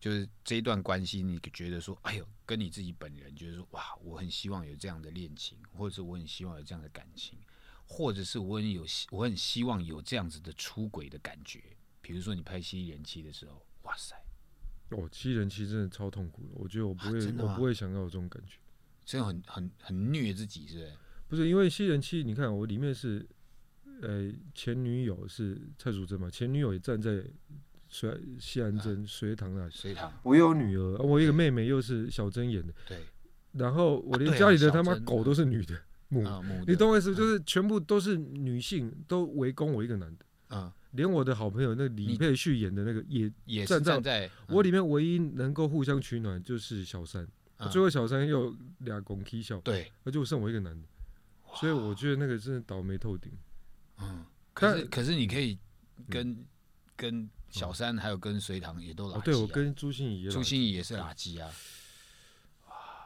[SPEAKER 1] 就是这一段关系，你觉得说，哎呦，跟你自己本人觉得说，哇，我很希望有这样的恋情，或者是我很希望有这样的感情，或者是我很有希我很希望有这样子的出轨的感觉。比如说你拍《蜥蜴人妻》的时候，哇塞，
[SPEAKER 2] 哦，七人七真的超痛苦的，我觉得我不
[SPEAKER 1] 啊
[SPEAKER 2] 会，
[SPEAKER 1] 真的
[SPEAKER 2] 我
[SPEAKER 1] 吗
[SPEAKER 2] 不会想要有这种感觉。
[SPEAKER 1] 真的很很很虐自己，是不是？
[SPEAKER 2] 不是因为吸人气，你看我里面是，呃，前女友是蔡淑珍嘛，前女友也站在水西安
[SPEAKER 1] 啊
[SPEAKER 2] 珍隋唐那里，
[SPEAKER 1] 隋唐
[SPEAKER 3] 我有女，
[SPEAKER 2] 女儿，啊我有一个妹妹又是小珍演的，
[SPEAKER 1] 对，
[SPEAKER 2] 然后我连
[SPEAKER 1] 对啊
[SPEAKER 2] 家里的他
[SPEAKER 1] 小
[SPEAKER 2] 妈
[SPEAKER 1] 珍
[SPEAKER 2] 狗都是女的母，
[SPEAKER 1] 啊、母
[SPEAKER 2] 你
[SPEAKER 1] 的，
[SPEAKER 2] 懂我意思？就是全部都是女性，都围攻我一个男的，
[SPEAKER 1] 嗯、
[SPEAKER 2] 连我的好朋友那李
[SPEAKER 1] 你嗯
[SPEAKER 2] 佩旭演的那个也，
[SPEAKER 1] 也是
[SPEAKER 2] 站在
[SPEAKER 1] 站在
[SPEAKER 2] 我
[SPEAKER 1] 嗯
[SPEAKER 2] 里面唯一能够互相取暖就是小三，
[SPEAKER 1] 嗯啊
[SPEAKER 2] 最后小三又俩拱踢笑，
[SPEAKER 1] 对，
[SPEAKER 2] 那就剩我一个男的，所以我觉得那个真的倒霉透顶。
[SPEAKER 1] 嗯，可是
[SPEAKER 2] 但
[SPEAKER 1] 可是你可以
[SPEAKER 2] 嗯
[SPEAKER 1] 跟、跟小三还有跟隋唐也都垃圾、啊
[SPEAKER 2] 哦，对，我跟朱心怡也
[SPEAKER 1] 朱
[SPEAKER 2] 拉
[SPEAKER 1] 心怡也是垃圾啊，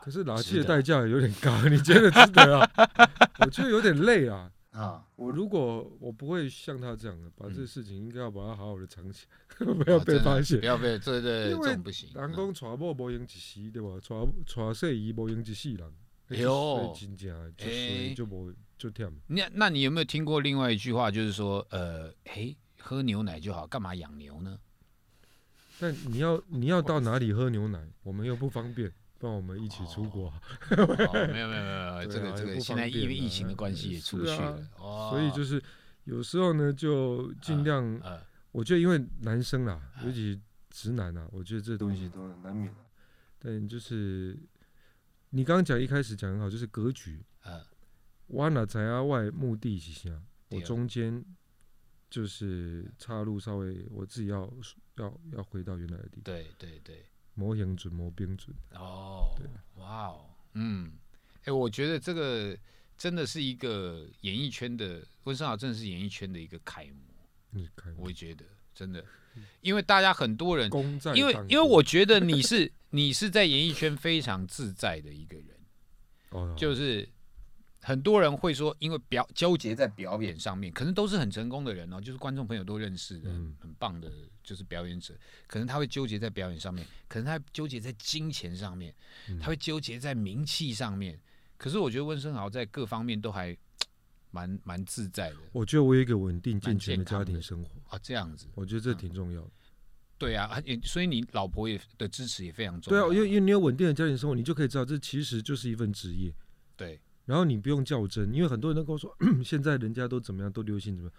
[SPEAKER 2] 可是拿
[SPEAKER 1] 值
[SPEAKER 2] 气的
[SPEAKER 1] 得
[SPEAKER 2] 代价有点高，你觉得值得啊？ [laughs] 我觉得有点累啊。
[SPEAKER 1] 啊，
[SPEAKER 2] 我
[SPEAKER 3] 我
[SPEAKER 2] 如果我不会像他这样的，把这个
[SPEAKER 1] 嗯哦
[SPEAKER 2] 事情应该要把它好好的藏起来， [laughs] [laughs] 不要被
[SPEAKER 1] 真的啊
[SPEAKER 2] 发
[SPEAKER 1] 不
[SPEAKER 2] 现。
[SPEAKER 1] 要被对对对
[SPEAKER 2] 因为
[SPEAKER 1] 这种不行，
[SPEAKER 2] 人
[SPEAKER 1] 嗯
[SPEAKER 2] 讲娶某无用一时，对吧？娶娶细姨无用一世人，
[SPEAKER 1] 哎呦
[SPEAKER 2] 所以真正就所以
[SPEAKER 1] 哎
[SPEAKER 2] 就无就忝。
[SPEAKER 1] 那那你有没有听过另外一句话，就是说呃，嘿，喝牛奶就好，干嘛养牛
[SPEAKER 2] [laughs]
[SPEAKER 1] 呢？
[SPEAKER 2] 但你要你要到哪里喝牛奶，我们又不方便，不然我们一起出国啊。
[SPEAKER 1] 哦，没有没有没有没有，
[SPEAKER 2] 对
[SPEAKER 1] 这个
[SPEAKER 2] 啊
[SPEAKER 1] 这
[SPEAKER 2] 也
[SPEAKER 1] 个
[SPEAKER 2] 不
[SPEAKER 1] 现
[SPEAKER 2] 方
[SPEAKER 1] 在因为
[SPEAKER 2] 便
[SPEAKER 1] 疫
[SPEAKER 2] 啊
[SPEAKER 1] 情的关系也出不
[SPEAKER 2] 是
[SPEAKER 1] 去
[SPEAKER 2] 啊
[SPEAKER 1] 了，哦，
[SPEAKER 2] 所以就是有时候呢，就尽量，
[SPEAKER 1] 呃，
[SPEAKER 2] 我觉得因为男生啦，
[SPEAKER 1] 哎
[SPEAKER 2] 尤其直男啊，我觉得这
[SPEAKER 3] 东
[SPEAKER 2] 东
[SPEAKER 3] 西
[SPEAKER 2] 西，
[SPEAKER 3] 都难免。
[SPEAKER 2] 但就是你刚刚讲一开始讲很好，就是格局。
[SPEAKER 1] 呃，
[SPEAKER 2] 我哪知啊，我的目的是啥？
[SPEAKER 1] 对啊
[SPEAKER 2] 我中间就是岔路稍微，我自己要要要回到原来的地方。
[SPEAKER 1] 对对对，
[SPEAKER 2] 模型准，模兵准，
[SPEAKER 1] 哦，哇哦，嗯，哎、我觉得这个真的是一个演艺圈的温升豪，真的是演艺圈的一个楷模，
[SPEAKER 2] 你看
[SPEAKER 1] 我觉得真的，因为大家很多人，
[SPEAKER 2] 功在
[SPEAKER 1] 因为
[SPEAKER 2] 当
[SPEAKER 1] 因为我觉得你是你是在演艺圈非常自在的一个人，
[SPEAKER 2] 哦
[SPEAKER 1] 就是。很多人会说，因为表纠结在表演上面，可能都是很成功的人哦，就是观众朋友都认识的，
[SPEAKER 2] 嗯
[SPEAKER 1] 很棒的，就是表演者。可能他会纠结在表演上面，可能他会纠结在金钱上面，
[SPEAKER 2] 嗯
[SPEAKER 1] 他会纠结在名气上面。可是我觉得温升豪在各方面都还蛮蛮自在的
[SPEAKER 2] 我觉得我有一个稳定健
[SPEAKER 1] 蛮
[SPEAKER 2] 全
[SPEAKER 1] 健
[SPEAKER 2] 的
[SPEAKER 1] 康
[SPEAKER 2] 家庭
[SPEAKER 1] 的
[SPEAKER 2] 生活，
[SPEAKER 1] 啊，这样子。
[SPEAKER 2] 我觉得这挺重要的。
[SPEAKER 1] 对啊，啊也所以你老婆也的支持也非常重
[SPEAKER 2] 对啊
[SPEAKER 1] 要。，
[SPEAKER 2] 因为因为你有稳定的家庭生活，你就可以知道这其实就是一份职业，
[SPEAKER 1] 对
[SPEAKER 2] 然后你不用较真，因为很多人都跟我说， [coughs] 现在人家都怎么样，都流行怎么样。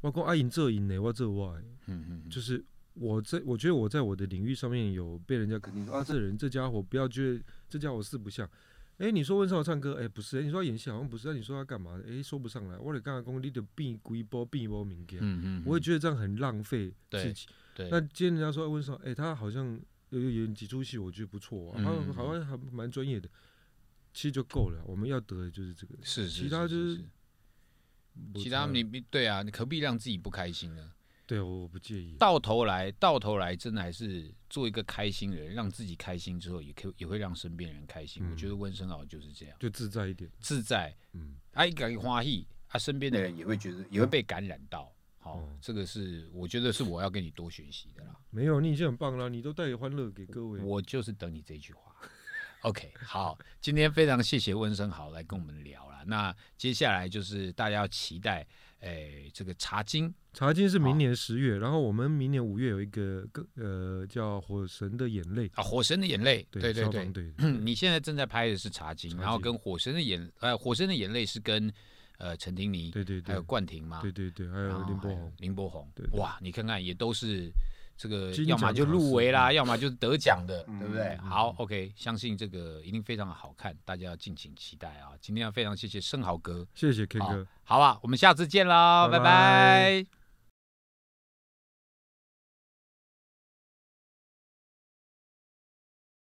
[SPEAKER 2] 我讲阿赢这赢呢，我这我的，
[SPEAKER 1] 嗯嗯嗯，
[SPEAKER 2] 就是我在我觉得我在我的领域上面有被人家
[SPEAKER 3] 肯定说啊，这
[SPEAKER 2] 这人这家伙不要觉得这家伙四不像。哎，你说温少唱歌，哎不是，哎你说他演戏好像不是，那你说他干嘛？哎说不上来，我得刚才讲你得变鬼波变波名家，
[SPEAKER 1] 嗯嗯，
[SPEAKER 2] 我会觉得这样很浪费自
[SPEAKER 1] 对
[SPEAKER 2] 己。
[SPEAKER 1] 对
[SPEAKER 2] 那今天人家说哎温少，哎他好像有有演几出戏，我觉得不错、啊，
[SPEAKER 1] 嗯
[SPEAKER 2] 好
[SPEAKER 1] 嗯
[SPEAKER 2] 像
[SPEAKER 1] 嗯
[SPEAKER 2] 好像还蛮专业的，其实就够了。我们要得的就是这个，
[SPEAKER 1] 嗯是是
[SPEAKER 2] 其他
[SPEAKER 1] 是
[SPEAKER 2] 就是
[SPEAKER 1] 是
[SPEAKER 2] 我
[SPEAKER 1] 其他
[SPEAKER 2] 才
[SPEAKER 1] 你你对啊，你何必让自己不开心呢？
[SPEAKER 2] 对我我不介意。
[SPEAKER 1] 到头来，到头来，真的还是做一个开心人，让自己开心之后，也可以也会让身边人开心。
[SPEAKER 2] 嗯
[SPEAKER 1] 我觉得温升豪就是这样，
[SPEAKER 2] 就自在一点，
[SPEAKER 1] 自在，
[SPEAKER 2] 嗯，
[SPEAKER 1] 哎，感觉花艺，他身边的人也会觉得，嗯也会被感染到。好、
[SPEAKER 2] 嗯
[SPEAKER 1] 这个是我觉得是我要跟你多学习的啦。
[SPEAKER 2] 没有，你已经很棒了，你都带欢乐给各位。
[SPEAKER 1] 我就是等你这句话。OK，好，今天非常谢谢温生豪来跟我们聊了。那接下来就是大家要期待，诶、这个茶经
[SPEAKER 2] 茶经是明
[SPEAKER 1] 好
[SPEAKER 2] 年十月，然后我们明年五月有一个更呃叫《火神的眼泪》，
[SPEAKER 1] 啊，《火神的眼泪》，对对
[SPEAKER 2] 消
[SPEAKER 1] 对
[SPEAKER 2] 防，队的，
[SPEAKER 1] 嗯，你现在正在拍的是《茶经》，
[SPEAKER 2] 茶
[SPEAKER 1] 然后
[SPEAKER 2] 经
[SPEAKER 1] 跟《火神的眼》呃，《火神的眼泪》是跟呃陈婷妮
[SPEAKER 2] 对对
[SPEAKER 1] 还有
[SPEAKER 2] 对，
[SPEAKER 1] 冠廷嘛，
[SPEAKER 2] 对对对，还
[SPEAKER 1] 然
[SPEAKER 2] 有
[SPEAKER 1] 后
[SPEAKER 2] 林柏
[SPEAKER 1] 还有
[SPEAKER 2] 宏，
[SPEAKER 1] 林柏宏
[SPEAKER 2] 对，对
[SPEAKER 1] 哇，你看看也都是这个
[SPEAKER 2] 金，
[SPEAKER 1] 要么
[SPEAKER 2] 奖
[SPEAKER 1] 就
[SPEAKER 2] 卡
[SPEAKER 1] 入
[SPEAKER 2] 司
[SPEAKER 1] 围啦，
[SPEAKER 2] 嗯
[SPEAKER 1] 要么就是得奖的，
[SPEAKER 3] 嗯
[SPEAKER 1] 对不对？
[SPEAKER 3] 嗯
[SPEAKER 1] 好，OK，相信这个一定非常好看，大家要敬请期待啊！今天要非常谢谢盛豪哥，
[SPEAKER 2] 谢谢 K
[SPEAKER 1] 好
[SPEAKER 2] 哥。，
[SPEAKER 1] 好吧，我们下次见喽，
[SPEAKER 2] 拜
[SPEAKER 1] 拜
[SPEAKER 2] 拜
[SPEAKER 1] 拜